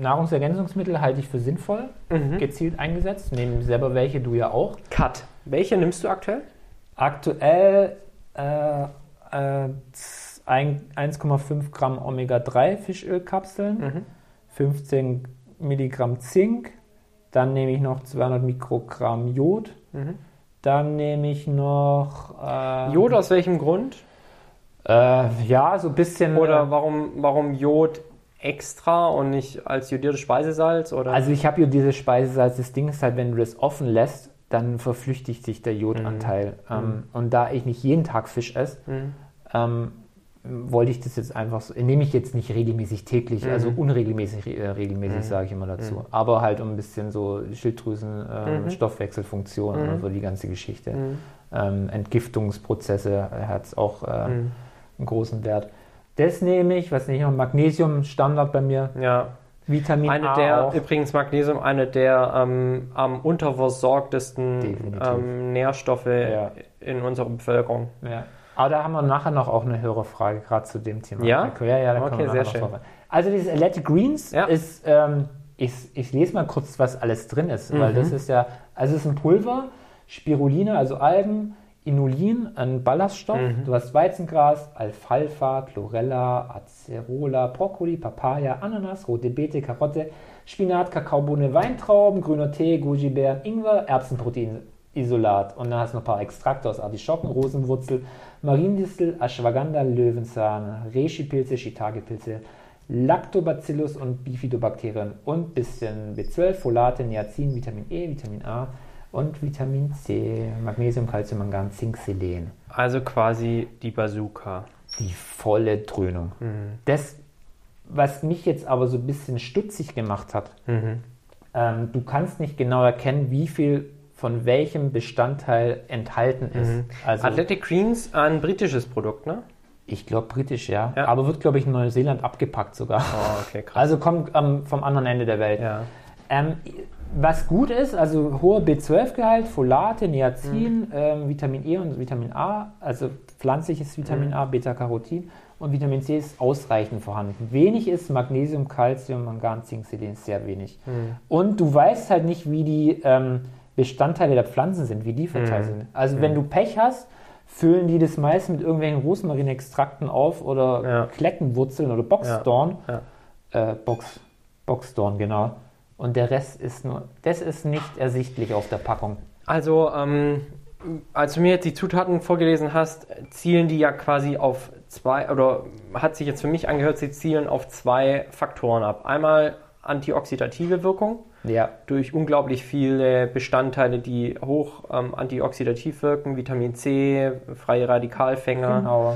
Speaker 2: Nahrungsergänzungsmittel halte ich für sinnvoll,
Speaker 1: Mhm.
Speaker 2: gezielt eingesetzt, nehmen selber welche, du ja auch.
Speaker 1: Cut. Welche nimmst du aktuell?
Speaker 2: Aktuell äh, äh, z- ein- 1,5 Gramm Omega-3 Fischölkapseln,
Speaker 1: Mhm.
Speaker 2: 15 Milligramm Zink, dann nehme ich noch 200 Mikrogramm Jod, dann nehme ich noch äh,
Speaker 1: Mhm. Jod aus welchem Grund?
Speaker 2: Äh, ja, so ein bisschen. äh,
Speaker 1: Oder warum, warum Jod extra und nicht als jodiertes Speisesalz? Oder?
Speaker 2: Also ich habe ja dieses Speisesalz. Das Ding ist halt, wenn du das offen lässt, dann verflüchtigt sich der Jodanteil. Ähm, und da ich nicht jeden Tag Fisch esse,
Speaker 1: Mhm.
Speaker 2: ähm, wollte ich das jetzt einfach so, nehme ich jetzt nicht regelmäßig täglich, also
Speaker 1: Mhm.
Speaker 2: unregelmäßig, äh, regelmäßig sage ich immer dazu, aber halt um ein bisschen so Schilddrüsen,
Speaker 1: Mhm.
Speaker 2: ähm, Stoffwechselfunktion und so die ganze Geschichte. Ähm, Entgiftungsprozesse hat es auch äh,
Speaker 1: Mhm.
Speaker 2: einen großen Wert. Das nehme ich, was nehme ich noch, Magnesium, Standard bei mir,
Speaker 1: ja,
Speaker 2: Vitamin
Speaker 1: eine
Speaker 2: A
Speaker 1: der,
Speaker 2: auch.
Speaker 1: übrigens Magnesium, eine der ähm, am unterversorgtesten
Speaker 2: Definitiv.
Speaker 1: ähm, Nährstoffe
Speaker 2: Ja.
Speaker 1: in unserer Bevölkerung.
Speaker 2: Ja. Aber da haben wir nachher noch auch eine höhere Frage, gerade zu dem Thema.
Speaker 1: Ja?
Speaker 2: Ja, ja, da kommen
Speaker 1: Okay,
Speaker 2: wir
Speaker 1: sehr
Speaker 2: nachher noch
Speaker 1: schön.
Speaker 2: drauf ein. Also dieses Athletic Greens
Speaker 1: Ja.
Speaker 2: ist, ähm, ich, ich lese mal kurz, was alles drin ist, weil das ist ja, also es ist ein Pulver, Spirulina, also Algen, Inulin, ein Ballaststoff, du hast Weizengras, Alfalfa, Chlorella, Acerola, Brokkoli, Papaya, Ananas, rote Beete, Karotte, Spinat, Kakaobohne, Weintrauben, grüner Tee, Goji-Beeren, Ingwer, Erbsenproteinisolat und dann hast du noch ein paar Extrakte aus Artischocken, Rosenwurzel, Mariendistel, Ashwagandha, Löwenzahn, Reishi-Pilze, Shiitake-Pilze, Lactobacillus und Bifidobakterien und bisschen B12, Folate, Niacin, Vitamin E, Vitamin A und Vitamin C, Magnesium, Calcium, Mangan, Zink, Selen.
Speaker 1: Also quasi die Bazooka.
Speaker 2: Die volle Dröhnung.
Speaker 1: Mhm.
Speaker 2: Das, was mich jetzt aber so ein bisschen stutzig gemacht hat,
Speaker 1: Mhm.
Speaker 2: ähm, du kannst nicht genau erkennen, wie viel von welchem Bestandteil enthalten ist.
Speaker 1: Mhm.
Speaker 2: Also,
Speaker 1: Athletic Greens, ein britisches Produkt, ne?
Speaker 2: ich glaube britisch, ja.
Speaker 1: Ja.
Speaker 2: Aber wird, glaube ich, in Neuseeland abgepackt sogar.
Speaker 1: Oh, okay, krass.
Speaker 2: Also kommt ähm, vom anderen Ende der Welt.
Speaker 1: ja.
Speaker 2: Ähm, was gut ist, also hoher B12-Gehalt, Folate, Niacin, ähm, Vitamin E und Vitamin A, also pflanzliches Vitamin A, Beta-Carotin und Vitamin C ist ausreichend vorhanden. Wenig ist Magnesium, Calcium, Mangan, Zink, Selen, sehr wenig. Und du weißt halt nicht, wie die ähm, Bestandteile der Pflanzen sind, wie die verteilt sind. Also wenn du Pech hast, füllen die das meist mit irgendwelchen Rosmarinextrakten auf oder
Speaker 1: Ja.
Speaker 2: Kleckenwurzeln oder Boxdorn
Speaker 1: Ja.
Speaker 2: äh, Box, Boxdorn, genau. Und der Rest ist nur, das ist nicht ersichtlich auf der Packung.
Speaker 1: Also, ähm, als du mir jetzt die Zutaten vorgelesen hast, zielen die ja quasi auf zwei, oder hat sich jetzt für mich angehört, sie zielen auf zwei Faktoren ab. Einmal antioxidative Wirkung
Speaker 2: Ja.
Speaker 1: durch unglaublich viele Bestandteile, die hoch ähm, antioxidativ wirken, Vitamin C, freie Radikalfänger.
Speaker 2: Genau.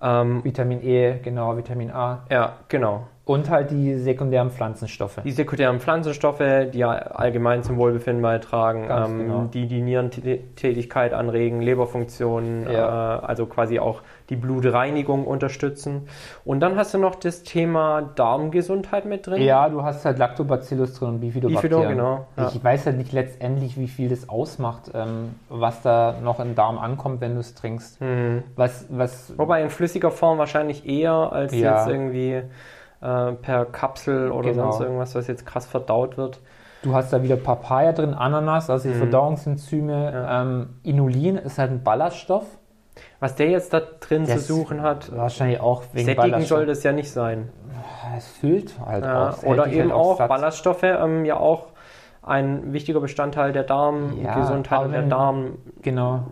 Speaker 1: Ähm,
Speaker 2: Vitamin E, genau, Vitamin A.
Speaker 1: ja, genau.
Speaker 2: Und halt die sekundären Pflanzenstoffe.
Speaker 1: Die sekundären Pflanzenstoffe, die ja allgemein zum Wohlbefinden beitragen,
Speaker 2: Ganz
Speaker 1: ähm,
Speaker 2: genau.
Speaker 1: die die Nierentätigkeit anregen, Leberfunktionen,
Speaker 2: Ja.
Speaker 1: äh, also quasi auch die Blutreinigung unterstützen. Und dann hast du noch das Thema Darmgesundheit mit drin.
Speaker 2: Ja, du hast halt Lactobacillus drin und Bifidobakterien.
Speaker 1: Bifido, genau, ja.
Speaker 2: Ich weiß halt nicht letztendlich, wie viel das ausmacht, ähm, was da noch im Darm ankommt, wenn du es trinkst. Was, was,
Speaker 1: Hm. Mhm. Wobei in flüssiger Form wahrscheinlich eher als
Speaker 2: Ja.
Speaker 1: jetzt irgendwie äh, per Kapsel oder
Speaker 2: Genau.
Speaker 1: sonst irgendwas, was jetzt krass verdaut wird.
Speaker 2: Du hast da wieder Papaya drin, Ananas, also die
Speaker 1: Mhm.
Speaker 2: Verdauungsenzyme. Ähm, Inulin ist halt ein Ballaststoff.
Speaker 1: Was der jetzt da drin
Speaker 2: Der
Speaker 1: zu
Speaker 2: ist
Speaker 1: suchen hat,
Speaker 2: Wahrscheinlich auch wegen
Speaker 1: sättigen soll das ja nicht sein.
Speaker 2: Es füllt halt
Speaker 1: Ja,
Speaker 2: auch. Es hält
Speaker 1: Äh, oder
Speaker 2: dich
Speaker 1: eben
Speaker 2: halt
Speaker 1: auch
Speaker 2: satt.
Speaker 1: Ballaststoffe, ähm, ja auch ein wichtiger Bestandteil der
Speaker 2: Ja,
Speaker 1: Darmgesundheit
Speaker 2: aber
Speaker 1: und der
Speaker 2: wenn-
Speaker 1: Darmnährung
Speaker 2: Genau.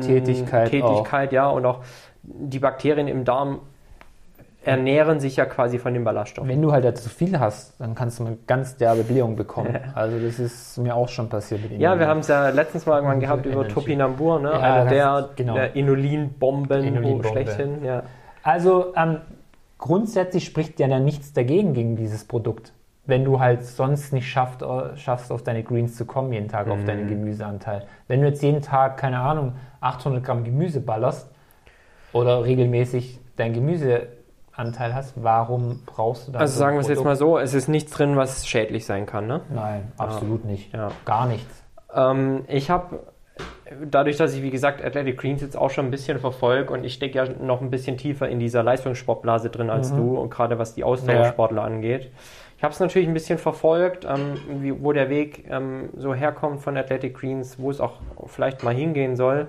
Speaker 2: Tätigkeit
Speaker 1: Tätigkeit, ja, und auch die Bakterien im Darm ernähren sich ja quasi von den Ballaststoffen.
Speaker 2: Wenn du halt dazu viel hast, dann kannst du eine ganz derbe Blähung bekommen. Also das ist mir auch schon passiert mit
Speaker 1: Ja,
Speaker 2: Inulin.
Speaker 1: wir haben es ja letztens mal irgendwann gehabt über
Speaker 2: Energy.
Speaker 1: Topinambur, ne?
Speaker 2: Ja,
Speaker 1: einer der,
Speaker 2: das- genau.
Speaker 1: der Inulinbomben
Speaker 2: Inulinbombe.
Speaker 1: oh, schlechthin. Ja.
Speaker 2: Also ähm, grundsätzlich spricht ja dann nichts dagegen gegen dieses Produkt. Wenn du halt sonst nicht schafft, äh, schaffst, auf deine Greens zu kommen, jeden Tag auf
Speaker 1: Mhm.
Speaker 2: deinen Gemüseanteil. Wenn du jetzt jeden Tag, keine Ahnung, 800 Gramm Gemüse ballerst oder regelmäßig deinen Gemüseanteil hast, warum brauchst du dann
Speaker 1: Also
Speaker 2: so ein
Speaker 1: sagen wir es jetzt
Speaker 2: Produkt?
Speaker 1: mal so, es ist nichts drin, was schädlich sein kann. Ne?
Speaker 2: Nein, absolut nicht.
Speaker 1: Ja.
Speaker 2: Gar nichts.
Speaker 1: Ähm, ich habe, dadurch, dass ich wie gesagt Athletic Greens jetzt auch schon ein bisschen verfolge und ich stecke ja noch ein bisschen tiefer in dieser Leistungssportblase drin als du und gerade was die Ausdauersportler angeht. Ich habe es natürlich ein bisschen verfolgt, ähm, wie, wo der Weg ähm, so herkommt von Athletic Greens, wo es auch vielleicht mal hingehen soll.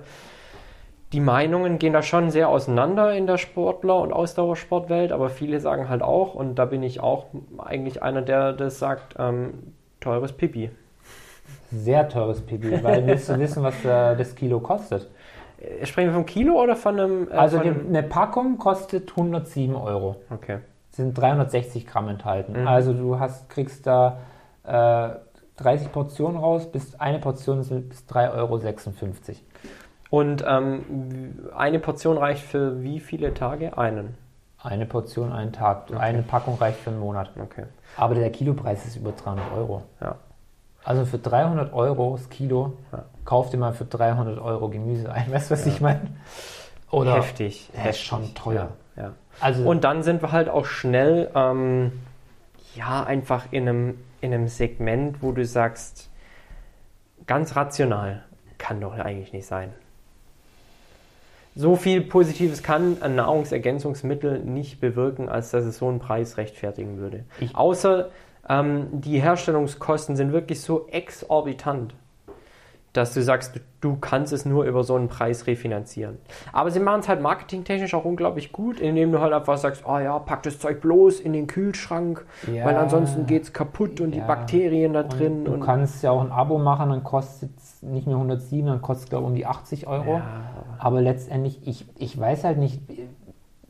Speaker 1: Die Meinungen gehen da schon sehr auseinander in der Sportler- und Ausdauersportwelt, aber viele sagen halt auch, und da bin ich auch eigentlich einer, der das sagt, ähm, teures Pipi.
Speaker 2: Sehr teures PB, weil willst du wissen, was äh, das Kilo kostet?
Speaker 1: Äh, Sprechen wir vom Kilo oder von einem. äh,
Speaker 2: Also
Speaker 1: von
Speaker 2: die,
Speaker 1: einem-
Speaker 2: eine Packung kostet 107 Euro.
Speaker 1: Okay.
Speaker 2: sind 360 Gramm enthalten.
Speaker 1: Mhm.
Speaker 2: Also du hast, kriegst da äh, 30 Portionen raus, bis eine Portion sind bis 3,56 Euro.
Speaker 1: Und ähm, eine Portion reicht für wie viele Tage? Einen.
Speaker 2: Eine Portion, einen Tag. Eine Packung reicht für einen Monat.
Speaker 1: Okay.
Speaker 2: Aber der Kilopreis ist über 300 Euro.
Speaker 1: Ja.
Speaker 2: Also für 300 Euro das Kilo,
Speaker 1: Ja.
Speaker 2: kauf dir mal für 300 Euro Gemüse ein. Weißt du, was ich meine? Oder?
Speaker 1: Heftig.
Speaker 2: Ja, ist schon teuer.
Speaker 1: Ja. ja.
Speaker 2: Also,
Speaker 1: Und dann sind wir halt auch schnell, ähm, ja, einfach in einem, in einem Segment, wo du sagst, ganz rational, kann doch eigentlich nicht sein. So viel Positives kann ein Nahrungsergänzungsmittel nicht bewirken, als dass es so einen Preis rechtfertigen würde.
Speaker 2: Ich-
Speaker 1: Außer ähm, die Herstellungskosten sind wirklich so exorbitant, dass du sagst, du, du kannst es nur über so einen Preis refinanzieren. Aber sie machen es halt marketingtechnisch auch unglaublich gut, indem du halt einfach sagst, oh ja, pack das Zeug bloß in den Kühlschrank,
Speaker 2: Ja.
Speaker 1: weil ansonsten geht es kaputt und die
Speaker 2: Ja.
Speaker 1: Bakterien da
Speaker 2: und
Speaker 1: drin.
Speaker 2: du
Speaker 1: und
Speaker 2: kannst ja auch ein Abo machen, dann kostet es nicht mehr 107, dann kostet es glaube ich um die 80 Euro.
Speaker 1: Ja.
Speaker 2: Aber letztendlich, ich, ich weiß halt nicht,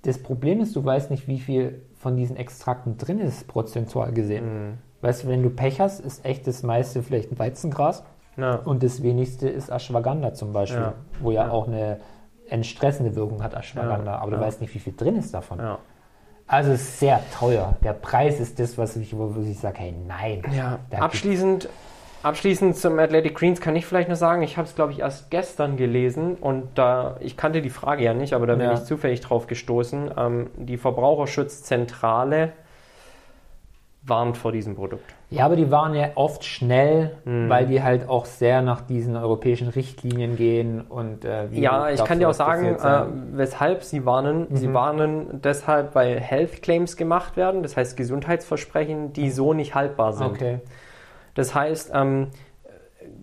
Speaker 2: das Problem ist, du weißt nicht, wie viel von diesen Extrakten drin ist, prozentual gesehen.
Speaker 1: Mhm.
Speaker 2: Weißt du, wenn du Pech hast, ist echt das meiste vielleicht ein Weizengras
Speaker 1: Ja.
Speaker 2: und das wenigste ist Ashwagandha zum Beispiel,
Speaker 1: Ja.
Speaker 2: wo ja, auch eine entstressende Wirkung hat, Ashwagandha,
Speaker 1: Ja.
Speaker 2: aber du
Speaker 1: Ja.
Speaker 2: weißt nicht, wie viel drin ist davon.
Speaker 1: Ja.
Speaker 2: Also es ist sehr teuer. Der Preis ist das, was ich, wo ich sage, hey, nein.
Speaker 1: Ja,
Speaker 2: Da
Speaker 1: abschließend, abschließend zum Athletic Greens kann ich vielleicht nur sagen, ich habe es, glaube ich, erst gestern gelesen und da, ich kannte die Frage ja nicht, aber da bin
Speaker 2: Ja.
Speaker 1: ich zufällig drauf gestoßen. Ähm, die Verbraucherschutzzentrale warnt vor diesem Produkt.
Speaker 2: Ja, aber die waren ja oft schnell,
Speaker 1: Mhm.
Speaker 2: weil die halt auch sehr nach diesen europäischen Richtlinien gehen und äh, wie
Speaker 1: Ja, ich
Speaker 2: darf
Speaker 1: kann dir auch
Speaker 2: sowas
Speaker 1: sagen,
Speaker 2: passiert sein?
Speaker 1: äh, weshalb sie warnen.
Speaker 2: Mhm.
Speaker 1: Sie warnen deshalb, weil Health Claims gemacht werden, das heißt Gesundheitsversprechen, die so nicht haltbar sind.
Speaker 2: Mhm. okay.
Speaker 1: Das heißt, ähm,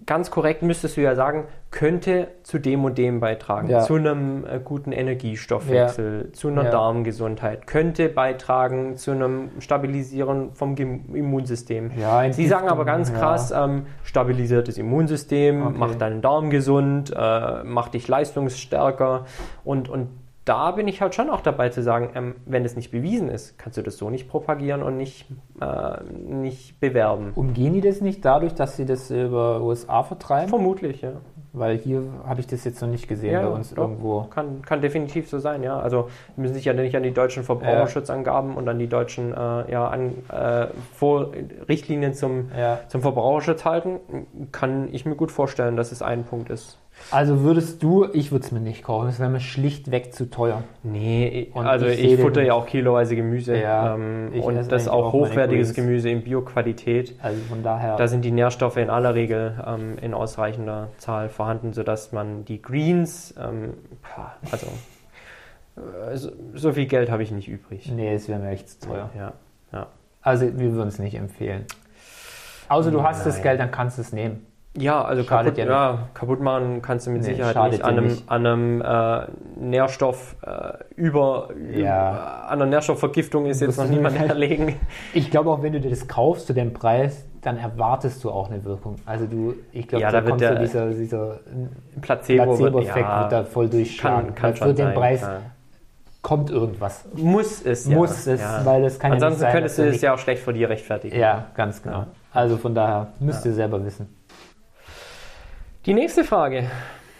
Speaker 1: ganz korrekt müsstest du ja sagen, könnte zu dem und dem beitragen,
Speaker 2: Ja.
Speaker 1: zu einem äh, guten Energiestoffwechsel, zu einer
Speaker 2: Ja.
Speaker 1: Darmgesundheit, könnte beitragen zu einem Stabilisieren vom Gem Immunsystem.
Speaker 2: Ja, ein
Speaker 1: Sie sagen
Speaker 2: Gift-
Speaker 1: aber ganz
Speaker 2: ja.
Speaker 1: krass, ähm, stabilisiertes Immunsystem,
Speaker 2: Okay.
Speaker 1: macht deinen Darm gesund, äh, macht dich leistungsstärker und, und da bin ich halt schon auch dabei zu sagen, ähm, wenn es nicht bewiesen ist, kannst du das so nicht propagieren und nicht, äh, nicht bewerben.
Speaker 2: Umgehen die das nicht dadurch, dass sie das über USA vertreiben?
Speaker 1: Vermutlich, ja.
Speaker 2: Weil hier habe ich das jetzt noch nicht gesehen
Speaker 1: Ja,
Speaker 2: bei uns
Speaker 1: doch.
Speaker 2: irgendwo.
Speaker 1: Kann, kann definitiv so sein, ja. Also die müssen sich ja nicht an die deutschen Verbraucherschutzangaben und an die deutschen äh, ja, an, äh, Vor Richtlinien zum,
Speaker 2: Ja.
Speaker 1: zum Verbraucherschutz halten. Kann ich mir gut vorstellen, dass es ein Punkt ist.
Speaker 2: Also würdest du, ich würde es mir nicht kaufen, es wäre mir schlichtweg zu teuer.
Speaker 1: Nee,
Speaker 2: Und
Speaker 1: also
Speaker 2: ich
Speaker 1: ich,
Speaker 2: sehe den-
Speaker 1: futter ja auch kiloweise Gemüse
Speaker 2: Ja,
Speaker 1: ähm,
Speaker 2: ich esse
Speaker 1: und das
Speaker 2: eigentlich
Speaker 1: auch
Speaker 2: auch meine
Speaker 1: hochwertiges
Speaker 2: Greens.
Speaker 1: Gemüse in Bioqualität.
Speaker 2: Also von daher.
Speaker 1: Da sind die Nährstoffe in aller Regel ähm, in ausreichender Zahl vorhanden, sodass man die Greens, ähm, pah, also äh, so, so viel Geld habe ich nicht übrig.
Speaker 2: nee, es wäre mir echt zu teuer.
Speaker 1: Ja, ja.
Speaker 2: Also wir würden es nicht empfehlen. Also du hast das
Speaker 1: Nein.
Speaker 2: Geld, dann kannst du es nehmen.
Speaker 1: Ja, also
Speaker 2: Schadet
Speaker 1: kaputt,
Speaker 2: ja
Speaker 1: ja
Speaker 2: nicht.
Speaker 1: kaputt machen kannst du mit
Speaker 2: Nee,
Speaker 1: Sicherheit
Speaker 2: schadet
Speaker 1: nicht an
Speaker 2: ja
Speaker 1: einem,
Speaker 2: nicht.
Speaker 1: An einem äh, Nährstoff äh, über,
Speaker 2: Ja.
Speaker 1: äh, an einer Nährstoffvergiftung ist jetzt noch
Speaker 2: Das ist
Speaker 1: niemand
Speaker 2: halt-
Speaker 1: erlegen.
Speaker 2: Ich glaube auch, wenn du dir das kaufst zu dem Preis, dann erwartest du auch eine Wirkung. Also du, ich glaube,
Speaker 1: Ja,
Speaker 2: da
Speaker 1: da wird
Speaker 2: kommt so
Speaker 1: der
Speaker 2: dieser, dieser
Speaker 1: Placebo,
Speaker 2: Placebo-Effekt
Speaker 1: ja,
Speaker 2: wird da voll durchschlagen.
Speaker 1: kann, kann
Speaker 2: Weil
Speaker 1: schon
Speaker 2: für den
Speaker 1: sein,
Speaker 2: Preis
Speaker 1: ja.
Speaker 2: kommt irgendwas.
Speaker 1: Muss es ja.
Speaker 2: Muss es,
Speaker 1: ja.
Speaker 2: weil das kann ja nicht
Speaker 1: Ansonsten
Speaker 2: sein,
Speaker 1: könntest
Speaker 2: dass
Speaker 1: du
Speaker 2: du
Speaker 1: es ja auch schlecht vor dir rechtfertigen.
Speaker 2: Ja, ganz genau. Also von daher müsst ihr selber wissen.
Speaker 1: Die nächste Frage.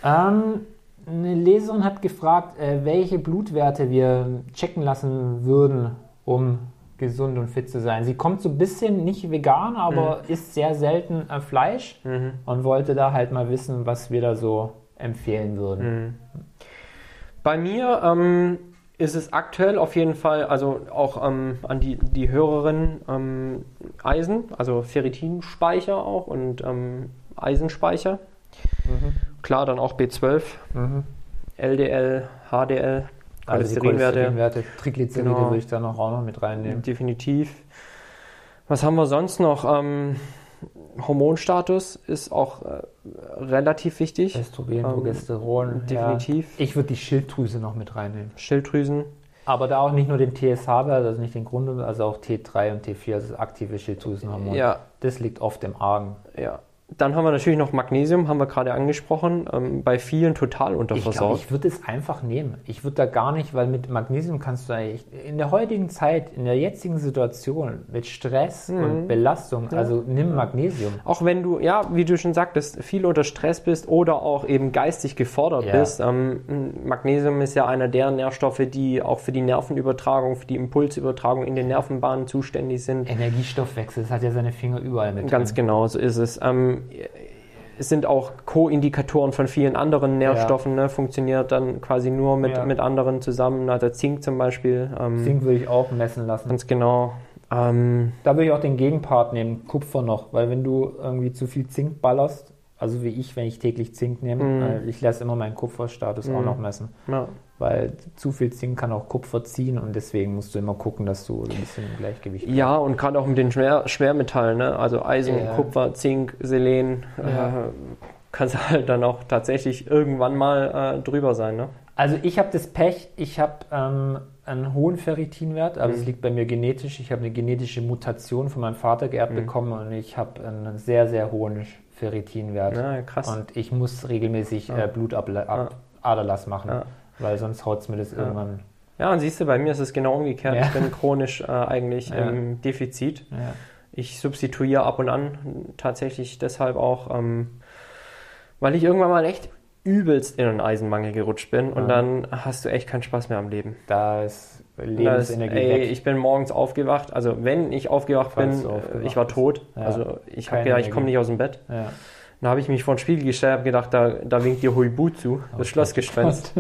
Speaker 2: Ähm, eine Leserin hat gefragt, äh, welche Blutwerte wir checken lassen würden, um gesund und fit zu sein. Sie kommt so ein bisschen nicht vegan, aber
Speaker 1: Mhm.
Speaker 2: isst sehr selten äh, Fleisch und wollte da halt mal wissen, was wir da so empfehlen würden.
Speaker 1: Bei mir ähm, ist es aktuell auf jeden Fall, also auch ähm, an die, die Hörerin, ähm, Eisen, also Ferritinspeicher auch und ähm, Eisenspeicher.
Speaker 2: Mhm.
Speaker 1: Klar, dann auch B12, LDL, HDL,
Speaker 2: Also
Speaker 1: Cholesterinwerte,
Speaker 2: die Cholesterinwerte, Triglyceride
Speaker 1: Genau. Mhm.
Speaker 2: würde ich da noch auch noch mit reinnehmen.
Speaker 1: definitiv. Was haben wir sonst noch? Ähm, Hormonstatus ist auch äh, relativ wichtig.
Speaker 2: Östrogen,
Speaker 1: Ähm,
Speaker 2: Progesteron.
Speaker 1: definitiv.
Speaker 2: Ja. Ich würde die Schilddrüse noch mit reinnehmen.
Speaker 1: Schilddresen,
Speaker 2: Aber da auch nicht nur den TSH-Wert, also nicht den Grundwert, also auch T3 und T4, also das aktive Schilddrüsenhormon.
Speaker 1: Ja.
Speaker 2: Das liegt oft im Argen.
Speaker 1: Ja. Dann haben wir natürlich noch Magnesium, haben wir gerade angesprochen, ähm, bei vielen total
Speaker 2: Ich, glaub,
Speaker 1: unterversorgt.
Speaker 2: ich würde es einfach nehmen. Ich würde da gar nicht, weil mit Magnesium kannst du eigentlich in der heutigen Zeit, in der jetzigen Situation mit Stress
Speaker 1: Mhm.
Speaker 2: und Belastung, also nimm Magnesium.
Speaker 1: Auch wenn du, ja, wie du schon sagtest, viel unter Stress bist oder auch eben geistig gefordert
Speaker 2: Ja.
Speaker 1: bist. Ähm, Magnesium ist ja einer der Nährstoffe, die auch für die Nervenübertragung, für die Impulsübertragung in den Nervenbahnen zuständig sind.
Speaker 2: Energiestoffwechsel, das hat ja seine Finger überall mit.
Speaker 1: Ganz
Speaker 2: drin.
Speaker 1: genau, so ist es. Ähm, es sind auch Co-Indikatoren von vielen anderen Nährstoffen, ne? funktioniert dann quasi nur mit,
Speaker 2: Ja.
Speaker 1: mit anderen zusammen, also Zink zum Beispiel. Ähm,
Speaker 2: Zink würde ich auch messen lassen.
Speaker 1: Ganz genau. Ähm,
Speaker 2: Da würde ich auch den Gegenpart nehmen, Kupfer noch, weil wenn du irgendwie zu viel Zink ballerst, also wie ich, wenn ich täglich Zink nehme, äh, ich lasse immer meinen Kupferstatus auch noch messen.
Speaker 1: ja.
Speaker 2: Weil zu viel Zink kann auch Kupfer ziehen und deswegen musst du immer gucken, dass du ein bisschen im Gleichgewicht bist.
Speaker 1: Ja, und gerade auch mit den Schwer Schwermetallen, ne? also Eisen,
Speaker 2: Ja.
Speaker 1: Kupfer, Zink, Selen,
Speaker 2: Ja.
Speaker 1: äh, kann es halt dann auch tatsächlich irgendwann mal äh, drüber sein. Ne?
Speaker 2: Also ich habe das Pech, ich habe ähm, einen hohen Ferritinwert, aber es liegt bei mir genetisch. Ich habe eine genetische Mutation von meinem Vater geerbt bekommen und ich habe einen sehr, sehr hohen Ferritinwert.
Speaker 1: Ja, krass.
Speaker 2: Und ich muss regelmäßig äh, Blutabla- ab Aderlass machen,
Speaker 1: Ja.
Speaker 2: weil sonst haut es mir das irgendwann.
Speaker 1: Ja, und siehst du, bei mir ist es genau umgekehrt.
Speaker 2: Ja.
Speaker 1: Ich bin chronisch äh, eigentlich
Speaker 2: Ja.
Speaker 1: im Defizit.
Speaker 2: Ja.
Speaker 1: Ich substituiere ab und an tatsächlich deshalb auch, ähm, weil ich irgendwann mal echt übelst in einen Eisenmangel gerutscht bin und
Speaker 2: Ja.
Speaker 1: dann hast du echt keinen Spaß mehr am Leben.
Speaker 2: Da ist
Speaker 1: Na, das-
Speaker 2: Lebensenergie
Speaker 1: ey,
Speaker 2: weg.
Speaker 1: Ich bin morgens aufgewacht, also wenn ich aufgewacht
Speaker 2: Falls
Speaker 1: bin,
Speaker 2: du aufgewacht
Speaker 1: äh, ich war
Speaker 2: bist.
Speaker 1: tot.
Speaker 2: Ja.
Speaker 1: Also ich
Speaker 2: Keine
Speaker 1: habe gedacht, ich komme
Speaker 2: Energie.
Speaker 1: nicht aus dem Bett.
Speaker 2: Ja.
Speaker 1: Dann habe ich mich vor den Spiegel gestellt, habe gedacht, da, da winkt dir Huibu zu, das Schlossgespenst.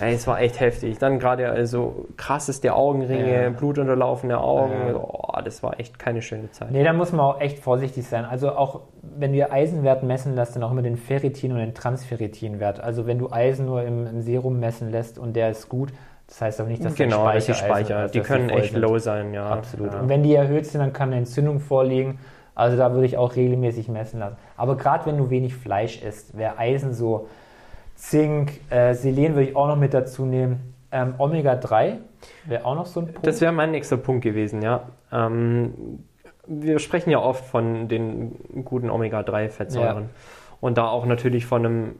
Speaker 1: Ey, es war echt heftig. Dann gerade äh, so krasseste Augenringe,
Speaker 2: Ja.
Speaker 1: blutunterlaufene Augen.
Speaker 2: Ja.
Speaker 1: Oh, das war echt keine schöne Zeit.
Speaker 2: Nee, da muss man auch echt vorsichtig sein. Also auch wenn wir Eisenwert messen lässt, dann auch immer den Ferritin und den Transferritinwert. Also wenn du Eisen nur im, im Serum messen lässt und der ist gut, das heißt auch nicht, dass
Speaker 1: genau,
Speaker 2: dein
Speaker 1: das ist die
Speaker 2: Speicher,
Speaker 1: Speicher.
Speaker 2: also
Speaker 1: die
Speaker 2: dass
Speaker 1: können
Speaker 2: voll
Speaker 1: echt
Speaker 2: sind.
Speaker 1: low sein, ja.
Speaker 2: Absolut.
Speaker 1: Ja.
Speaker 2: Und wenn die erhöht sind, dann kann eine Entzündung vorliegen. Also da würde ich auch regelmäßig messen lassen. Aber gerade wenn du wenig Fleisch isst, wäre Eisen so, Zink, äh, Selen würde ich auch noch mit dazu nehmen. Ähm, Omega-3 wäre auch noch so ein Punkt.
Speaker 1: Das wäre mein nächster Punkt gewesen, ja. Ähm, wir sprechen ja oft von den guten Omega-3-Fettsäuren.
Speaker 2: Ja.
Speaker 1: Und da auch natürlich von einem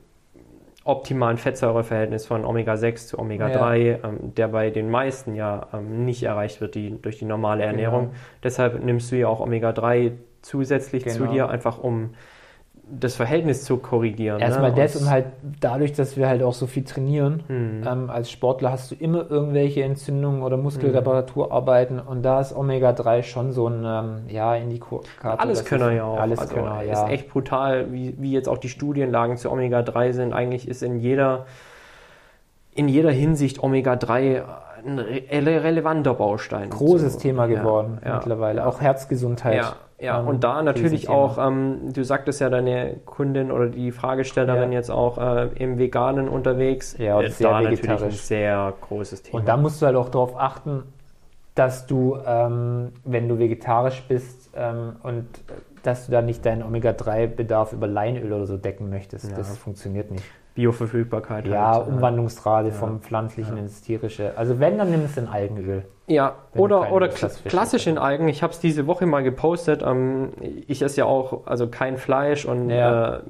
Speaker 1: optimalen Fettsäureverhältnis von Omega-6 zu Omega-3, ähm, der bei den meisten ja ähm, nicht erreicht wird die, durch die normale Ernährung.
Speaker 2: Genau.
Speaker 1: Deshalb nimmst du ja auch Omega-3 zusätzlich zu
Speaker 2: Genau.
Speaker 1: dir, einfach um das Verhältnis zu korrigieren.
Speaker 2: Erstmal
Speaker 1: ne?
Speaker 2: das
Speaker 1: Und- hm. Mhm.
Speaker 2: und halt dadurch, dass wir halt auch so viel trainieren, ähm, als Sportler hast du immer irgendwelche Entzündungen oder
Speaker 1: Mhm.
Speaker 2: Muskelreparaturarbeiten und da ist Omega-3 schon so ein, ähm, ja, Indikator.
Speaker 1: Alles
Speaker 2: das
Speaker 1: Könner
Speaker 2: ist-
Speaker 1: ja auch.
Speaker 2: Alles
Speaker 1: also,
Speaker 2: Könner,
Speaker 1: Ist
Speaker 2: ja.
Speaker 1: echt brutal, wie, wie jetzt auch die Studienlagen zu Omega-3 sind. Eigentlich ist in jeder, in jeder Hinsicht Omega-3 ein re ele- relevanter Baustein.
Speaker 2: Großes
Speaker 1: So.
Speaker 2: Thema
Speaker 1: Ja,
Speaker 2: geworden
Speaker 1: ja.
Speaker 2: mittlerweile. Auch Herzgesundheit.
Speaker 1: Ja, ja.
Speaker 2: ähm,
Speaker 1: und da natürlich
Speaker 2: Riesenthema.
Speaker 1: auch, ähm, du sagtest ja, deine Kundin oder die Fragestellerin
Speaker 2: Ja.
Speaker 1: jetzt auch äh, im Veganen unterwegs,
Speaker 2: Ja, und sehr
Speaker 1: da natürlich ein
Speaker 2: vegetarisch.
Speaker 1: sehr großes Thema.
Speaker 2: Und da musst du halt auch darauf achten, dass du, ähm, wenn du vegetarisch bist ähm, und dass du da nicht deinen Omega-3-Bedarf über Leinöl oder so decken möchtest.
Speaker 1: Ja.
Speaker 2: Das funktioniert nicht.
Speaker 1: Bioverfügbarkeit.
Speaker 2: Ja, um
Speaker 1: halt, äh,
Speaker 2: Umwandlungsrate vom pflanzlichen ins tierische. Also wenn, dann nimmst du ein Algenöl.
Speaker 1: Ja,
Speaker 2: Wenn du
Speaker 1: oder,
Speaker 2: keine
Speaker 1: oder
Speaker 2: Lust hast,
Speaker 1: kla-
Speaker 2: Fisch
Speaker 1: klassisch
Speaker 2: zu
Speaker 1: in Algen. Ich habe es diese Woche mal gepostet. Ähm, ich esse ja auch also kein Fleisch und
Speaker 2: Ja.
Speaker 1: äh,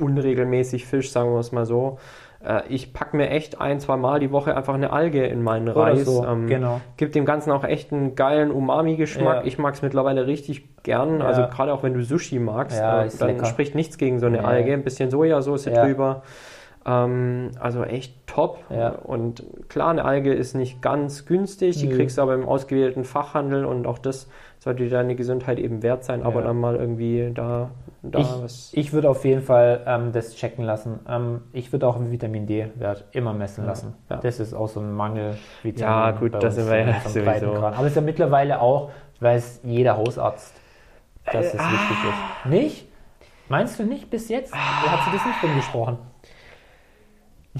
Speaker 1: unregelmäßig Fisch, sagen wir es mal so. Äh, ich packe mir echt ein, zwei Mal die Woche einfach eine Alge in meinen Reis.
Speaker 2: so,
Speaker 1: Ähm,
Speaker 2: genau.
Speaker 1: Gibt dem Ganzen auch echt einen geilen Umami-Geschmack.
Speaker 2: Ja.
Speaker 1: Ich mag es mittlerweile richtig gern. Also
Speaker 2: Ja.
Speaker 1: gerade auch wenn du Sushi magst,
Speaker 2: Ja,
Speaker 1: äh,
Speaker 2: ist
Speaker 1: dann
Speaker 2: lecker.
Speaker 1: spricht nichts gegen so eine
Speaker 2: Nee.
Speaker 1: Alge. Ein bisschen Sojasauce
Speaker 2: Ja.
Speaker 1: drüber. Ähm, also echt top.
Speaker 2: Ja.
Speaker 1: Und klar, eine Alge ist nicht ganz günstig, die
Speaker 2: Nö.
Speaker 1: kriegst du aber im ausgewählten Fachhandel und auch das sollte dir deine Gesundheit eben wert sein, aber
Speaker 2: Ja.
Speaker 1: dann mal irgendwie da, da was.
Speaker 2: Ich, ich würde auf jeden Fall ähm, das checken lassen. Ähm, ich würde auch einen Vitamin D-Wert immer messen lassen.
Speaker 1: ja.
Speaker 2: Das ist auch so ein Mangel.
Speaker 1: Ja, gut, da sind wir ja sowieso.
Speaker 2: Aber es ist ja mittlerweile auch, weiß jeder Hausarzt, dass
Speaker 1: Äh,
Speaker 2: es wichtig
Speaker 1: ah.
Speaker 2: ist. Nicht? Meinst du nicht bis jetzt? Hat sie das nicht drin gesprochen?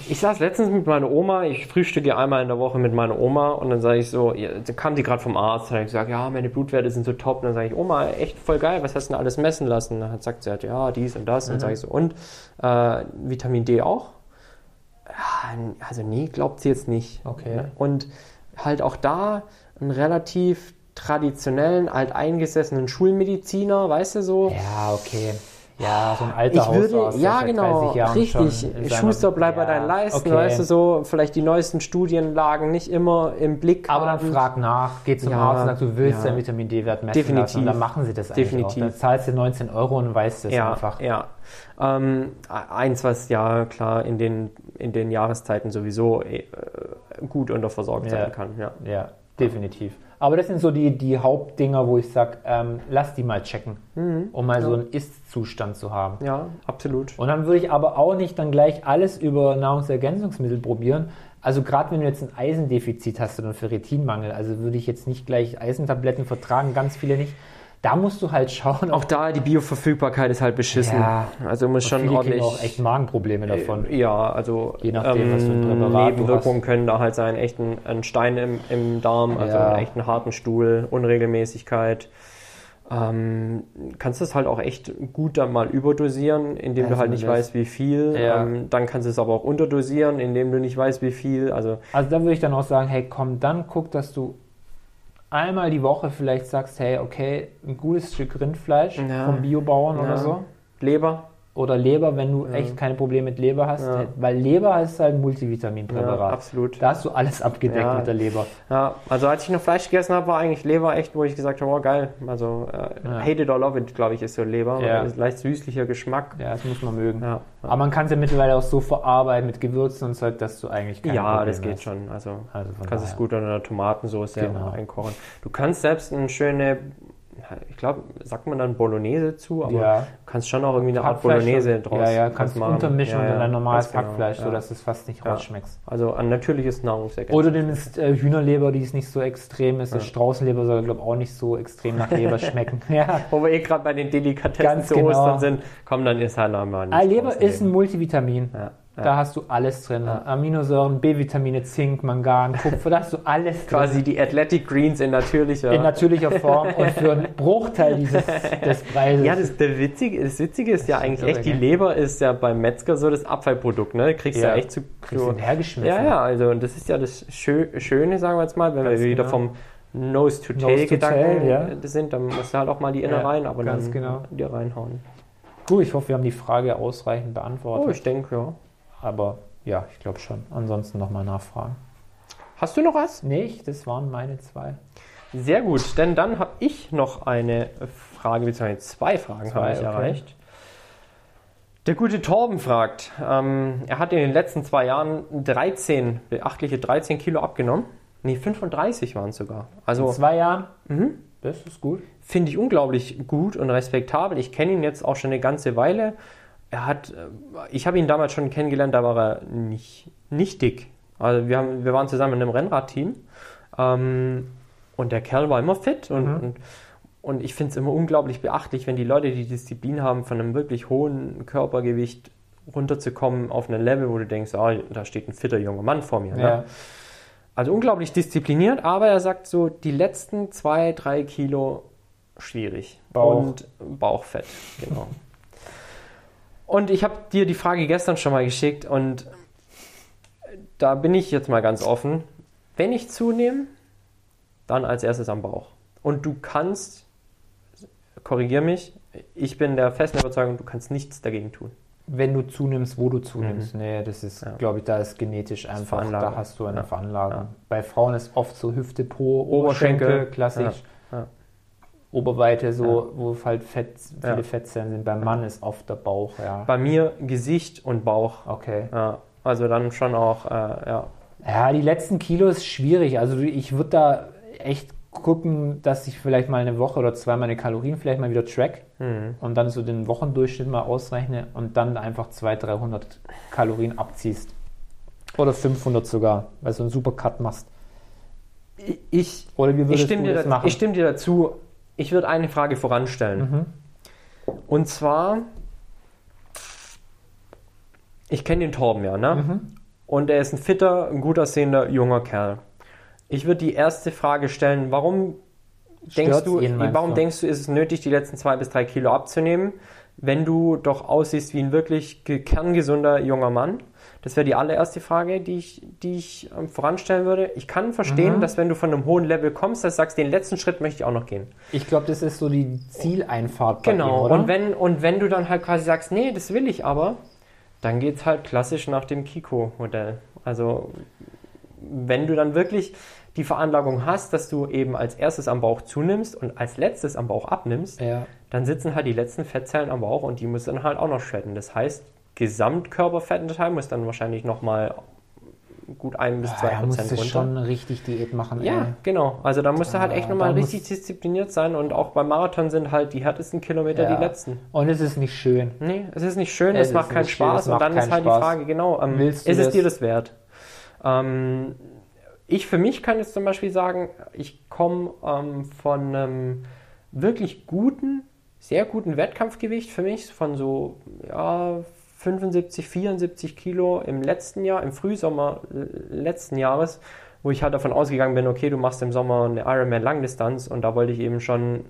Speaker 1: Ich saß letztens mit meiner Oma, ich frühstücke einmal in der Woche mit meiner Oma und dann sage ich so, ja, da kam die gerade vom Arzt, dann hat gesagt, ja, meine Blutwerte sind so top. Und dann sage ich, Oma, echt voll geil, was hast du denn alles messen lassen? Und dann hat- sagt sie halt, ja, dies und das. Und dann sage ich
Speaker 2: Mhm.
Speaker 1: so, und äh, Vitamin D auch? Ja, also nee, glaubt sie jetzt nicht.
Speaker 2: Okay.
Speaker 1: Ne? Und halt auch da einen relativ traditionellen, alteingesessenen Schulmediziner, weißt du so.
Speaker 2: Ja, okay. Ja, so ein alter
Speaker 1: Ich würde,
Speaker 2: Hausarzt. der
Speaker 1: ja
Speaker 2: seit
Speaker 1: genau,
Speaker 2: 30 Jahren schon
Speaker 1: richtig.
Speaker 2: in seiner-
Speaker 1: Schuster, bleib bei
Speaker 2: Ja,
Speaker 1: deinen Leisten,
Speaker 2: okay.
Speaker 1: weißt du so. Vielleicht die neuesten Studienlagen nicht immer im Blick
Speaker 2: Aber dann
Speaker 1: haben.
Speaker 2: frag nach, geh zum
Speaker 1: Ja,
Speaker 2: Arzt und sag, du willst
Speaker 1: ja.
Speaker 2: deinen Vitamin D-Wert messen
Speaker 1: Definitiv.
Speaker 2: lassen. Und dann machen sie das eigentlich auch.
Speaker 1: Definitiv.
Speaker 2: Dann zahlst du 19 Euro und weißt es
Speaker 1: ja,
Speaker 2: einfach.
Speaker 1: ja. Ähm, eins, was ja klar in den, in den Jahreszeiten sowieso äh, gut unterversorgt
Speaker 2: Ja.
Speaker 1: sein kann. Ja.
Speaker 2: Ja, definitiv. Aber das sind so die, die Hauptdinger, wo ich sage, ähm, lass die mal checken,
Speaker 1: Mhm.
Speaker 2: um mal so einen Ist-Zustand zu haben.
Speaker 1: ja, absolut.
Speaker 2: Und dann würde ich aber auch nicht dann gleich alles über Nahrungsergänzungsmittel probieren. Also gerade wenn du jetzt ein Eisendefizit hast oder einen Ferritinmangel, also würde ich jetzt nicht gleich Eisentabletten vertragen, ganz viele nicht. Da musst du halt schauen,
Speaker 1: Auch da, die Bioverfügbarkeit ist halt beschissen.
Speaker 2: Ja.
Speaker 1: Also muss schon
Speaker 2: viele kriegen
Speaker 1: ordentlich. äh,
Speaker 2: auch echt Magenprobleme davon.
Speaker 1: Ja, also
Speaker 2: Je nachdem, was für ein Präparat du
Speaker 1: Nebenwirkungen können da halt sein, echt ein, ein Stein im, im Darm, also
Speaker 2: Ja.
Speaker 1: einen echten harten Stuhl, Unregelmäßigkeit. Ähm, kannst das halt auch echt gut dann mal überdosieren, indem du
Speaker 2: Also
Speaker 1: halt nicht
Speaker 2: das-
Speaker 1: weißt, wie viel.
Speaker 2: Ja.
Speaker 1: Ähm, dann kannst du es aber auch unterdosieren, indem du nicht weißt, wie viel. Also
Speaker 2: Also da würde ich dann auch sagen, hey, komm, dann guck, dass du einmal die Woche vielleicht sagst, hey, okay, ein gutes Stück Rindfleisch
Speaker 1: Ja.
Speaker 2: vom Biobauern
Speaker 1: Ja.
Speaker 2: oder so.
Speaker 1: Leber,
Speaker 2: Oder Leber, wenn du echt keine Probleme mit Leber hast.
Speaker 1: Ja.
Speaker 2: Weil Leber ist halt
Speaker 1: ja,
Speaker 2: ein Multivitaminpräparat.
Speaker 1: absolut.
Speaker 2: da hast du alles abgedeckt
Speaker 1: Ja.
Speaker 2: mit der Leber.
Speaker 1: Ja, also als ich noch Fleisch gegessen habe, war eigentlich Leber echt, wo ich gesagt habe, oh geil. Also äh,
Speaker 2: Ja.
Speaker 1: hate it or love it, glaube ich, ist so Leber.
Speaker 2: Ja.
Speaker 1: Ist leicht süßlicher Geschmack.
Speaker 2: Ja, das muss man mögen.
Speaker 1: Ja.
Speaker 2: Aber man kann es ja mittlerweile auch so verarbeiten mit Gewürzen und Zeug, dass du eigentlich keine
Speaker 1: ja,
Speaker 2: Probleme
Speaker 1: das geht
Speaker 2: hast.
Speaker 1: schon. Also,
Speaker 2: Also von
Speaker 1: kannst es
Speaker 2: daher.
Speaker 1: gut unter einer Tomatensauce
Speaker 2: Genau.
Speaker 1: einkochen. Du kannst selbst eine schöne, ich glaube, sagt man dann Bolognese zu, aber
Speaker 2: Ja.
Speaker 1: du kannst schon auch irgendwie eine Art
Speaker 2: Hackfleisch
Speaker 1: Bolognese
Speaker 2: schon-
Speaker 1: draus
Speaker 2: Ja, ja,
Speaker 1: draus
Speaker 2: kannst
Speaker 1: machen.
Speaker 2: untermischen
Speaker 1: Ja,
Speaker 2: und
Speaker 1: ja,
Speaker 2: dann ein normales
Speaker 1: ganz genau,
Speaker 2: Packfleisch,
Speaker 1: ja.
Speaker 2: sodass du es fast nicht rausschmeckst.
Speaker 1: Also ein natürliches Nahrungsergänzung.
Speaker 2: Oder du nimmst äh, Hühnerleber, die ist nicht so extrem ist. Straußenleber soll, glaube ich, auch nicht so extrem nach Leber schmecken. ja.
Speaker 1: Wo wir eh gerade bei den Delikatessen
Speaker 2: Ganz
Speaker 1: zu
Speaker 2: genau.
Speaker 1: Ostern sind, komm, dann ist halt nochmal
Speaker 2: Ah, Leber ist ein Multivitamin.
Speaker 1: Ja,
Speaker 2: Da hast du alles drin. Aminosäuren, B-Vitamine, Zink, Mangan, Kupfer, da hast du alles drin.
Speaker 1: Quasi die Athletic Greens in natürlicher.
Speaker 2: In natürlicher Form und für einen Bruchteil dieses, des Preises.
Speaker 1: Ja, das, der Witzige, das Witzige ist ja
Speaker 2: ist
Speaker 1: eigentlich
Speaker 2: irre,
Speaker 1: echt, die
Speaker 2: gell?
Speaker 1: Leber ist ja beim Metzger so das Abfallprodukt, ne? Kriegst ja,
Speaker 2: Ja.
Speaker 1: echt zu.
Speaker 2: Kriegst du hergeschmissen.
Speaker 1: ja, ja, also und das ist ja das Schö Schöne, sagen wir jetzt mal, wenn
Speaker 2: Ganz
Speaker 1: wir wieder
Speaker 2: genau.
Speaker 1: vom Nose-to-Tail-Gedanken
Speaker 2: Nose-to-tail,
Speaker 1: sind, dann musst du halt auch mal die Innereien, aber
Speaker 2: ganz
Speaker 1: dann
Speaker 2: genau.
Speaker 1: dir reinhauen.
Speaker 2: Gut, ich hoffe, wir haben die Frage ausreichend
Speaker 1: Oh,
Speaker 2: beantwortet.
Speaker 1: ich denke, ja.
Speaker 2: Aber ja, ich glaube schon. Ansonsten nochmal nachfragen.
Speaker 1: Hast du noch was?
Speaker 2: Nicht, das waren meine zwei.
Speaker 1: Sehr gut, denn dann habe ich noch eine Frage, beziehungsweise zwei Fragen habe
Speaker 2: Zwei,
Speaker 1: ich
Speaker 2: okay.
Speaker 1: erreicht. Der gute Torben fragt, ähm, er hat in den letzten zwei Jahren 13, beachtliche 13 Kilo abgenommen. Nee, 35 waren es sogar. Also
Speaker 2: In zwei Jahren.
Speaker 1: Mhm.
Speaker 2: Das ist gut.
Speaker 1: finde ich unglaublich gut und respektabel. Ich kenne ihn jetzt auch schon eine ganze Weile. Er hat, äh, ich habe ihn damals schon kennengelernt, da war er nicht, nicht dick. Also wir, haben, wir waren zusammen in einem Rennradteam ähm, und der Kerl war immer fit und, und, und ich finde es immer unglaublich beachtlich, wenn die Leute die Disziplin haben, von einem wirklich hohen Körpergewicht runterzukommen auf ein Level, wo du denkst, ah, da steht ein fitter junger Mann vor mir. Ne?
Speaker 2: Ja.
Speaker 1: Also unglaublich diszipliniert, aber er sagt so, die letzten zwei, drei Kilo schwierig.
Speaker 2: Bauch.
Speaker 1: Und Bauchfett, genau. und ich habe dir die Frage gestern schon mal geschickt und da bin ich jetzt mal ganz offen. Wenn ich zunehme, dann als erstes am Bauch. Und du kannst, korrigier mich, ich bin der festen Überzeugung, du kannst nichts dagegen tun.
Speaker 2: Wenn du zunimmst, wo du zunimmst. Nee, das ist,
Speaker 1: Mhm. Ja.
Speaker 2: glaube ich, da ist genetisch einfach, da
Speaker 1: Veranlagung.
Speaker 2: hast du eine
Speaker 1: Ja.
Speaker 2: Veranlagung.
Speaker 1: Ja.
Speaker 2: Bei Frauen ist oft so Hüfte, Po,
Speaker 1: Oberschenkel.
Speaker 2: Oberschenkel, klassisch.
Speaker 1: Ja. Ja.
Speaker 2: Oberweite, so, wo halt Fett, viele
Speaker 1: Ja.
Speaker 2: Fettzellen sind. Beim Mann ist oft der Bauch, ja.
Speaker 1: Bei mir Gesicht und Bauch.
Speaker 2: Okay.
Speaker 1: Ja, also dann schon auch, äh, ja.
Speaker 2: Ja, die letzten Kilos ist schwierig. Also du- ich würde da echt gucken, dass ich vielleicht mal eine Woche oder zwei meine Kalorien vielleicht mal wieder track
Speaker 1: hm.
Speaker 2: und dann so den Wochendurchschnitt mal ausrechne und dann einfach 200, 300 Kalorien abziehst. Oder 500 sogar, weil so einen super Cut machst.
Speaker 1: Ich,
Speaker 2: Oder wie
Speaker 1: ich,
Speaker 2: würdest
Speaker 1: stimme,
Speaker 2: du
Speaker 1: dir
Speaker 2: das
Speaker 1: dazu,
Speaker 2: machen?
Speaker 1: ich stimme dir dazu. Ich würde eine Frage voranstellen.
Speaker 2: Mhm.
Speaker 1: Und zwar, ich kenne den Torben ja,
Speaker 2: Mhm.
Speaker 1: ne? Und er ist ein fitter, ein gut aussehender, junger Kerl. Ich würde die erste Frage stellen, warum denkst
Speaker 2: Stört's
Speaker 1: du,
Speaker 2: ihn, meinst
Speaker 1: warum
Speaker 2: du?
Speaker 1: denkst du, ist es nötig, die letzten zwei bis drei Kilo abzunehmen, wenn du doch aussiehst wie ein wirklich ge- kerngesunder junger Mann? Das wäre die allererste Frage, die ich, die ich ähm, voranstellen würde. Ich kann verstehen,
Speaker 2: Mhm.
Speaker 1: dass wenn du von einem hohen Level kommst, dass du sagst, den letzten Schritt möchte ich auch noch gehen.
Speaker 2: Ich glaube, das ist so die Zieleinfahrt bei ihm,
Speaker 1: Genau.
Speaker 2: oder?
Speaker 1: und, wenn, und wenn du dann halt quasi sagst, nee, das will ich aber, dann geht's halt klassisch nach dem Kiko-Modell. Also wenn du dann wirklich die Veranlagung hast, dass du eben als erstes am Bauch zunimmst und als letztes am Bauch abnimmst,
Speaker 2: ja.
Speaker 1: dann sitzen halt die letzten Fettzellen am Bauch und die müssen dann halt auch noch shredden. Das heißt, Gesamtkörperfettanteil muss dann wahrscheinlich nochmal gut ein bis zwei
Speaker 2: Ah, da musst
Speaker 1: Prozent
Speaker 2: du
Speaker 1: runter.
Speaker 2: schon richtig Diät machen.
Speaker 1: Ja,
Speaker 2: ey.
Speaker 1: genau. Also da musst du halt echt
Speaker 2: Ah,
Speaker 1: nochmal
Speaker 2: da muss-
Speaker 1: richtig diszipliniert sein und auch beim Marathon sind halt die härtesten Kilometer
Speaker 2: Ja.
Speaker 1: die letzten.
Speaker 2: Und es ist nicht schön.
Speaker 1: Nee, es ist nicht schön,
Speaker 2: Äh, Es
Speaker 1: es,
Speaker 2: ist
Speaker 1: macht keinen
Speaker 2: nicht schön, es
Speaker 1: Spaß und
Speaker 2: macht
Speaker 1: dann ist
Speaker 2: keinen
Speaker 1: halt
Speaker 2: Spaß.
Speaker 1: die Frage, genau, ähm,
Speaker 2: Willst
Speaker 1: ist
Speaker 2: du
Speaker 1: es
Speaker 2: das?
Speaker 1: dir das wert? Ähm, ich für mich kann jetzt zum Beispiel sagen, ich komme ähm, von einem wirklich guten, sehr guten Wettkampfgewicht für mich, von so ja, 75, 74 Kilo im letzten Jahr, im Frühsommer l- letzten Jahres, wo ich halt davon ausgegangen bin, okay, du machst im Sommer eine Ironman-Langdistanz und da wollte ich eben schon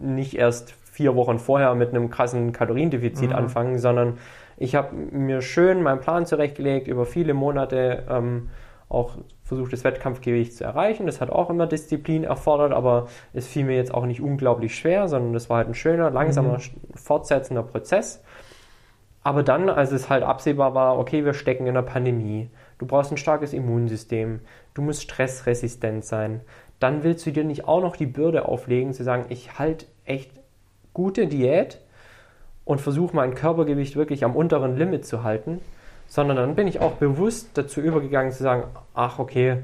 Speaker 1: nicht erst vier Wochen vorher mit einem krassen Kaloriendefizit anfangen, sondern ich habe mir schön meinen Plan zurechtgelegt, über viele Monate ähm, auch versucht, das Wettkampfgewicht zu erreichen. Das hat auch immer Disziplin erfordert, aber es fiel mir jetzt auch nicht unglaublich schwer, sondern das war halt ein schöner, langsamer, sch- fortsetzender Prozess. Aber dann, als es halt absehbar war, okay, wir stecken in der Pandemie, du brauchst ein starkes Immunsystem, du musst stressresistent sein, dann willst du dir nicht auch noch die Bürde auflegen, zu sagen, ich halte echt gute Diät und versuche mein Körpergewicht wirklich am unteren Limit zu halten, sondern dann bin ich auch bewusst dazu übergegangen zu sagen, ach okay,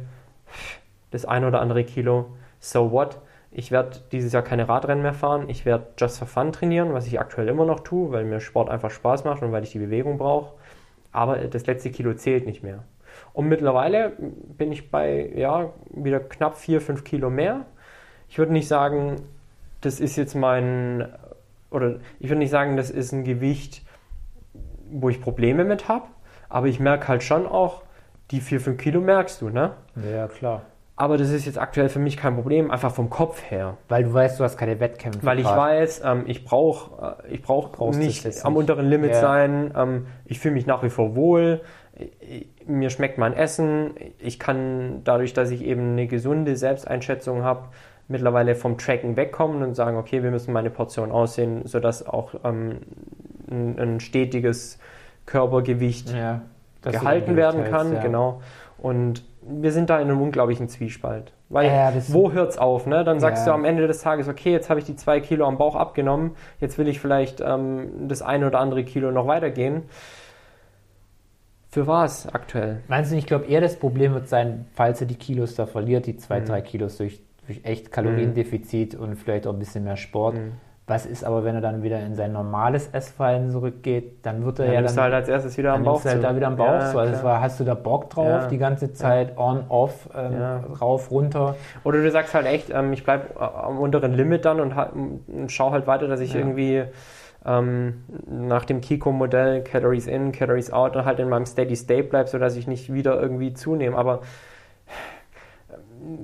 Speaker 1: das ein oder andere Kilo, so what? Ich werde dieses Jahr keine Radrennen mehr fahren, ich werde just for fun trainieren, was ich aktuell immer noch tue, weil mir Sport einfach Spaß macht und weil ich die Bewegung brauche. Aber das letzte Kilo zählt nicht mehr. Und mittlerweile bin ich bei, ja, wieder knapp 4, 5 Kilo mehr. Ich würde nicht sagen, das ist jetzt mein, oder ich würde nicht sagen, das ist ein Gewicht, wo ich Probleme mit habe, aber ich merke halt schon auch, die 4, 5 Kilo merkst du, ne?
Speaker 2: Ja, klar.
Speaker 1: Aber das ist jetzt aktuell für mich kein Problem, einfach vom Kopf her.
Speaker 2: Weil du weißt, du hast keine Wettkämpfe.
Speaker 1: Weil ich
Speaker 2: grad.
Speaker 1: weiß, ähm, ich brauche äh, ich brauch
Speaker 2: Brauchst du es
Speaker 1: nicht
Speaker 2: jetzt
Speaker 1: am
Speaker 2: nicht.
Speaker 1: unteren Limit
Speaker 2: Ja.
Speaker 1: sein. Ähm, ich fühle mich nach wie vor wohl. Ich- Mir schmeckt mein Essen. Ich kann dadurch, dass ich eben eine gesunde Selbsteinschätzung habe, mittlerweile vom Tracken wegkommen und sagen, okay, wir müssen meine Portion aussehen, sodass auch ähm, ein, ein stetiges Körpergewicht
Speaker 2: ja, dass du
Speaker 1: gehalten
Speaker 2: dann
Speaker 1: werden
Speaker 2: durchhältst,
Speaker 1: kann,
Speaker 2: ja.
Speaker 1: genau. Und wir sind da in einem unglaublichen Zwiespalt. Weil
Speaker 2: Ja, ja, das-
Speaker 1: wo hört's auf, ne? Dann sagst
Speaker 2: Ja.
Speaker 1: du am Ende des Tages, okay, jetzt habe ich die zwei Kilo am Bauch abgenommen, jetzt will ich vielleicht ähm, das eine oder andere Kilo noch weitergehen. Für was aktuell?
Speaker 2: Meinst du, nicht, ich glaube eher das Problem wird sein, falls er die Kilos da verliert, die
Speaker 1: Mhm.
Speaker 2: zwei, drei Kilos durch, durch echt Kaloriendefizit und vielleicht auch ein bisschen mehr Sport.
Speaker 1: Mhm.
Speaker 2: Was ist aber, wenn er dann wieder in sein normales Essverhalten zurückgeht, dann wird er
Speaker 1: Dann
Speaker 2: ja,
Speaker 1: nimmst du
Speaker 2: dann,
Speaker 1: halt als erstes wieder
Speaker 2: dann
Speaker 1: am Bauch
Speaker 2: nimmst du halt
Speaker 1: zu.
Speaker 2: da wieder am Bauch.
Speaker 1: Ja,
Speaker 2: so. also es
Speaker 1: klar.
Speaker 2: war, hast du da Bock drauf,
Speaker 1: Ja.
Speaker 2: die ganze Zeit on, off, ähm,
Speaker 1: Ja.
Speaker 2: rauf, runter.
Speaker 1: Oder du sagst halt echt, ähm, ich bleib äh, am unteren Limit dann und, halt- und schau halt weiter, dass ich irgendwie ähm, nach dem Kiko-Modell Calories in, Calories out und halt in meinem Steady State bleib, sodass ich nicht wieder irgendwie zunehme. Aber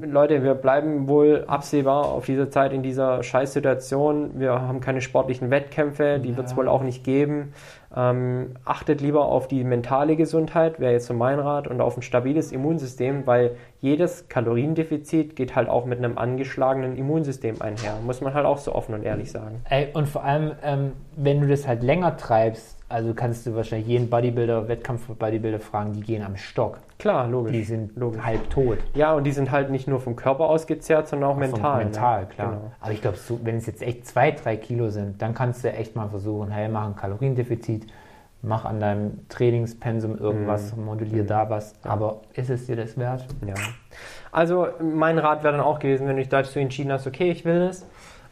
Speaker 1: Leute, wir bleiben wohl absehbar auf dieser Zeit in dieser Scheißsituation. Wir haben keine sportlichen Wettkämpfe, die wird es
Speaker 2: Ja.
Speaker 1: wohl auch nicht geben. Ähm, achtet lieber auf die mentale Gesundheit, wäre jetzt so mein Rat, und auf ein stabiles Immunsystem, weil jedes Kaloriendefizit geht halt auch mit einem angeschlagenen Immunsystem einher. Muss man halt auch so offen und ehrlich sagen.
Speaker 2: Ey, und vor allem, ähm, wenn du das halt länger treibst, also kannst du wahrscheinlich jeden Bodybuilder, Wettkampf-Bodybuilder fragen, die gehen am Stock.
Speaker 1: Klar, logisch.
Speaker 2: Die sind
Speaker 1: Logisch.
Speaker 2: halb tot.
Speaker 1: Ja, und die sind halt nicht nur vom Körper ausgezehrt, sondern auch mental.
Speaker 2: Vom
Speaker 1: ne?
Speaker 2: mental, klar.
Speaker 1: Genau.
Speaker 2: Aber ich glaube, so, wenn es jetzt echt zwei, drei Kilo sind, dann kannst du echt mal versuchen, hey, mach ein Kaloriendefizit, mach an deinem Trainingspensum irgendwas,
Speaker 1: Mhm.
Speaker 2: modulier da was. Aber ist es dir das wert?
Speaker 1: Ja. Also mein Rat wäre dann auch gewesen, wenn du dich dazu entschieden hast, okay, ich will das.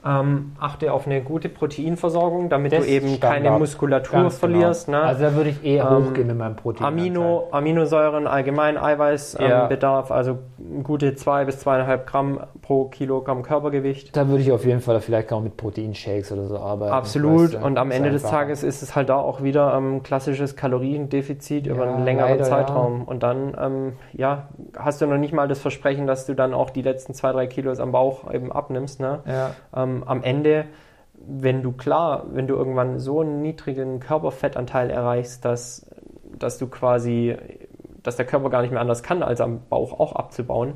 Speaker 1: Ähm, achte auf eine gute Proteinversorgung, damit
Speaker 2: Das
Speaker 1: du eben
Speaker 2: Standard.
Speaker 1: keine Muskulatur
Speaker 2: Ganz genau.
Speaker 1: verlierst. Ne?
Speaker 2: Also da würde ich eher
Speaker 1: Ähm,
Speaker 2: hochgehen mit meinem Protein.
Speaker 1: Amino, Aminosäuren, allgemein Eiweißbedarf,
Speaker 2: Ja.
Speaker 1: ähm, Bedarf, also gute 2 bis 2,5 Gramm pro Kilogramm Körpergewicht.
Speaker 2: Da würde ich auf jeden Fall vielleicht auch mit Proteinshakes oder so arbeiten.
Speaker 1: Absolut.
Speaker 2: weißt du,
Speaker 1: Und am
Speaker 2: ist
Speaker 1: Ende des
Speaker 2: einfacher.
Speaker 1: Tages ist es halt da auch wieder ähm, klassisches Kaloriendefizit über
Speaker 2: Ja,
Speaker 1: einen längeren
Speaker 2: leider,
Speaker 1: Zeitraum. Und dann, ähm, ja, hast du noch nicht mal das Versprechen, dass du dann auch die letzten zwei, drei Kilos am Bauch eben abnimmst. Ne?
Speaker 2: Ja.
Speaker 1: Ähm, am Ende, wenn du klar, wenn du irgendwann so einen niedrigen Körperfettanteil erreichst, dass, dass du quasi, dass der Körper gar nicht mehr anders kann, als am Bauch auch abzubauen,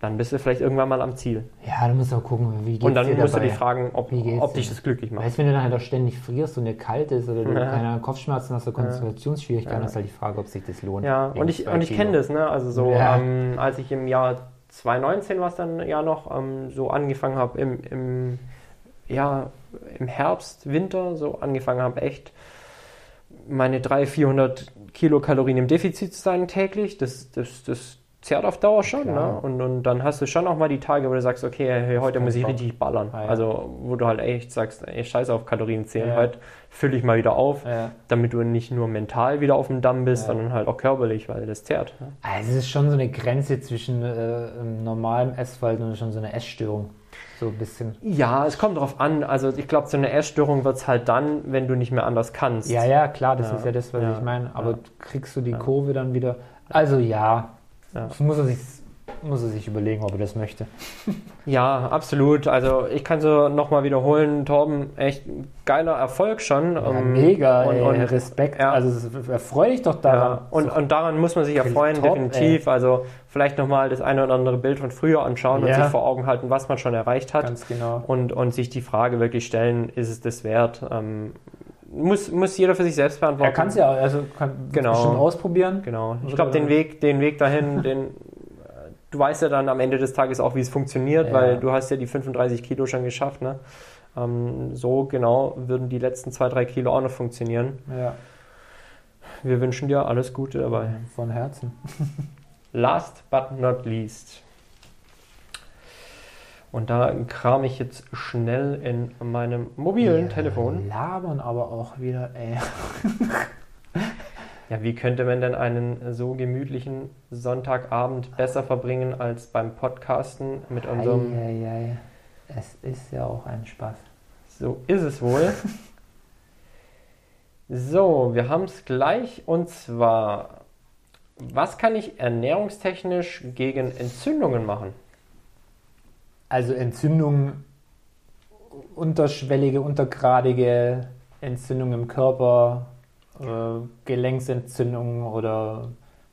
Speaker 1: dann bist du vielleicht irgendwann mal am Ziel.
Speaker 2: ja, du musst auch gucken, wie geht's
Speaker 1: Und dann
Speaker 2: dir
Speaker 1: musst
Speaker 2: dabei?
Speaker 1: du dich fragen, ob,
Speaker 2: Wie geht's
Speaker 1: ob
Speaker 2: dir?
Speaker 1: dich das glücklich macht.
Speaker 2: Weißt du, wenn du dann halt auch ständig frierst und dir kalt ist oder du
Speaker 1: Ja.
Speaker 2: keine Ahnung, Kopfschmerzen hast oder Konzentrationsschwierigkeiten, ist halt die Frage, ob sich das lohnt.
Speaker 1: Ja,
Speaker 2: wegen
Speaker 1: und ich,
Speaker 2: zwei
Speaker 1: und ich
Speaker 2: Kilo.
Speaker 1: kenne das, ne? Also so,
Speaker 2: Ja.
Speaker 1: ähm, als ich im Jahr 2019 war es dann ja noch, ähm, so angefangen habe im, im, ja, im Herbst, Winter, so angefangen habe echt meine 300, 400 Kilokalorien im Defizit zu sein täglich, das, das, das zehrt auf Dauer schon,
Speaker 2: Klar.
Speaker 1: ne? Und, und dann hast du schon auch mal die Tage, wo du sagst, okay, hey, heute
Speaker 2: kein
Speaker 1: muss ich
Speaker 2: Bock.
Speaker 1: richtig ballern.
Speaker 2: Ah, ja.
Speaker 1: Also, wo du halt echt sagst, ey, scheiß auf Kalorien zählen,
Speaker 2: Ja.
Speaker 1: heute fülle ich mal wieder auf
Speaker 2: Ja.
Speaker 1: damit du nicht nur mental wieder auf dem Damm bist,
Speaker 2: Ja.
Speaker 1: sondern halt auch körperlich, weil das zerrt. ne?
Speaker 2: Also es ist schon so eine Grenze zwischen äh, normalem Essverhalten und schon so eine Essstörung. So ein bisschen.
Speaker 1: Ja, es kommt drauf an. Also ich glaube, so eine Essstörung wird es halt dann, wenn du nicht mehr anders kannst.
Speaker 2: Ja, ja, klar, das
Speaker 1: Ja.
Speaker 2: ist ja das, was
Speaker 1: Ja.
Speaker 2: ich meine. Aber
Speaker 1: Ja.
Speaker 2: kriegst du die Kurve dann wieder? Also ja,
Speaker 1: Ja.
Speaker 2: Das muss er sich muss er sich überlegen, ob er das möchte.
Speaker 1: Ja, absolut. Also ich kann so nochmal wiederholen, Torben, echt geiler Erfolg schon.
Speaker 2: Ja,
Speaker 1: Ähm,
Speaker 2: mega,
Speaker 1: und,
Speaker 2: ey,
Speaker 1: und,
Speaker 2: Respekt.
Speaker 1: ja.
Speaker 2: Also es- erfreu dich doch daran.
Speaker 1: ja, und, und daran muss man sich
Speaker 2: Top,
Speaker 1: erfreuen,
Speaker 2: ey.
Speaker 1: definitiv. Also vielleicht nochmal das eine oder andere Bild von früher anschauen und
Speaker 2: Ja.
Speaker 1: sich vor Augen halten, was man schon erreicht hat.
Speaker 2: Ganz genau.
Speaker 1: und, und sich die Frage wirklich stellen, ist es das wert? Ähm, muss, muss jeder für sich selbst beantworten.
Speaker 2: Er kann es ja, also kann
Speaker 1: Genau.
Speaker 2: bestimmt ausprobieren.
Speaker 1: Genau. Ich
Speaker 2: Oder-
Speaker 1: glaube, den Weg, den Weg dahin, den äh, du weißt ja dann am Ende des Tages auch, wie es funktioniert,
Speaker 2: Ja.
Speaker 1: weil du hast ja die 35 Kilo schon geschafft, ne? Ähm, so genau würden die letzten zwei, drei Kilo auch noch funktionieren.
Speaker 2: Ja,
Speaker 1: Wir wünschen dir alles Gute dabei.
Speaker 2: von Herzen.
Speaker 1: Last but not least. Und da kram ich jetzt schnell in meinem mobilen Telefon.
Speaker 2: Labern aber auch wieder, ey.
Speaker 1: Ja, wie könnte man denn einen so gemütlichen Sonntagabend besser verbringen als beim Podcasten mit unserem
Speaker 2: Eieiei. Es ist ja auch ein Spaß.
Speaker 1: So ist es wohl. so, wir haben es gleich und zwar, was kann ich ernährungstechnisch gegen Entzündungen machen?
Speaker 2: Also Entzündungen, unterschwellige, untergradige Entzündungen im Körper, äh, Gelenksentzündungen oder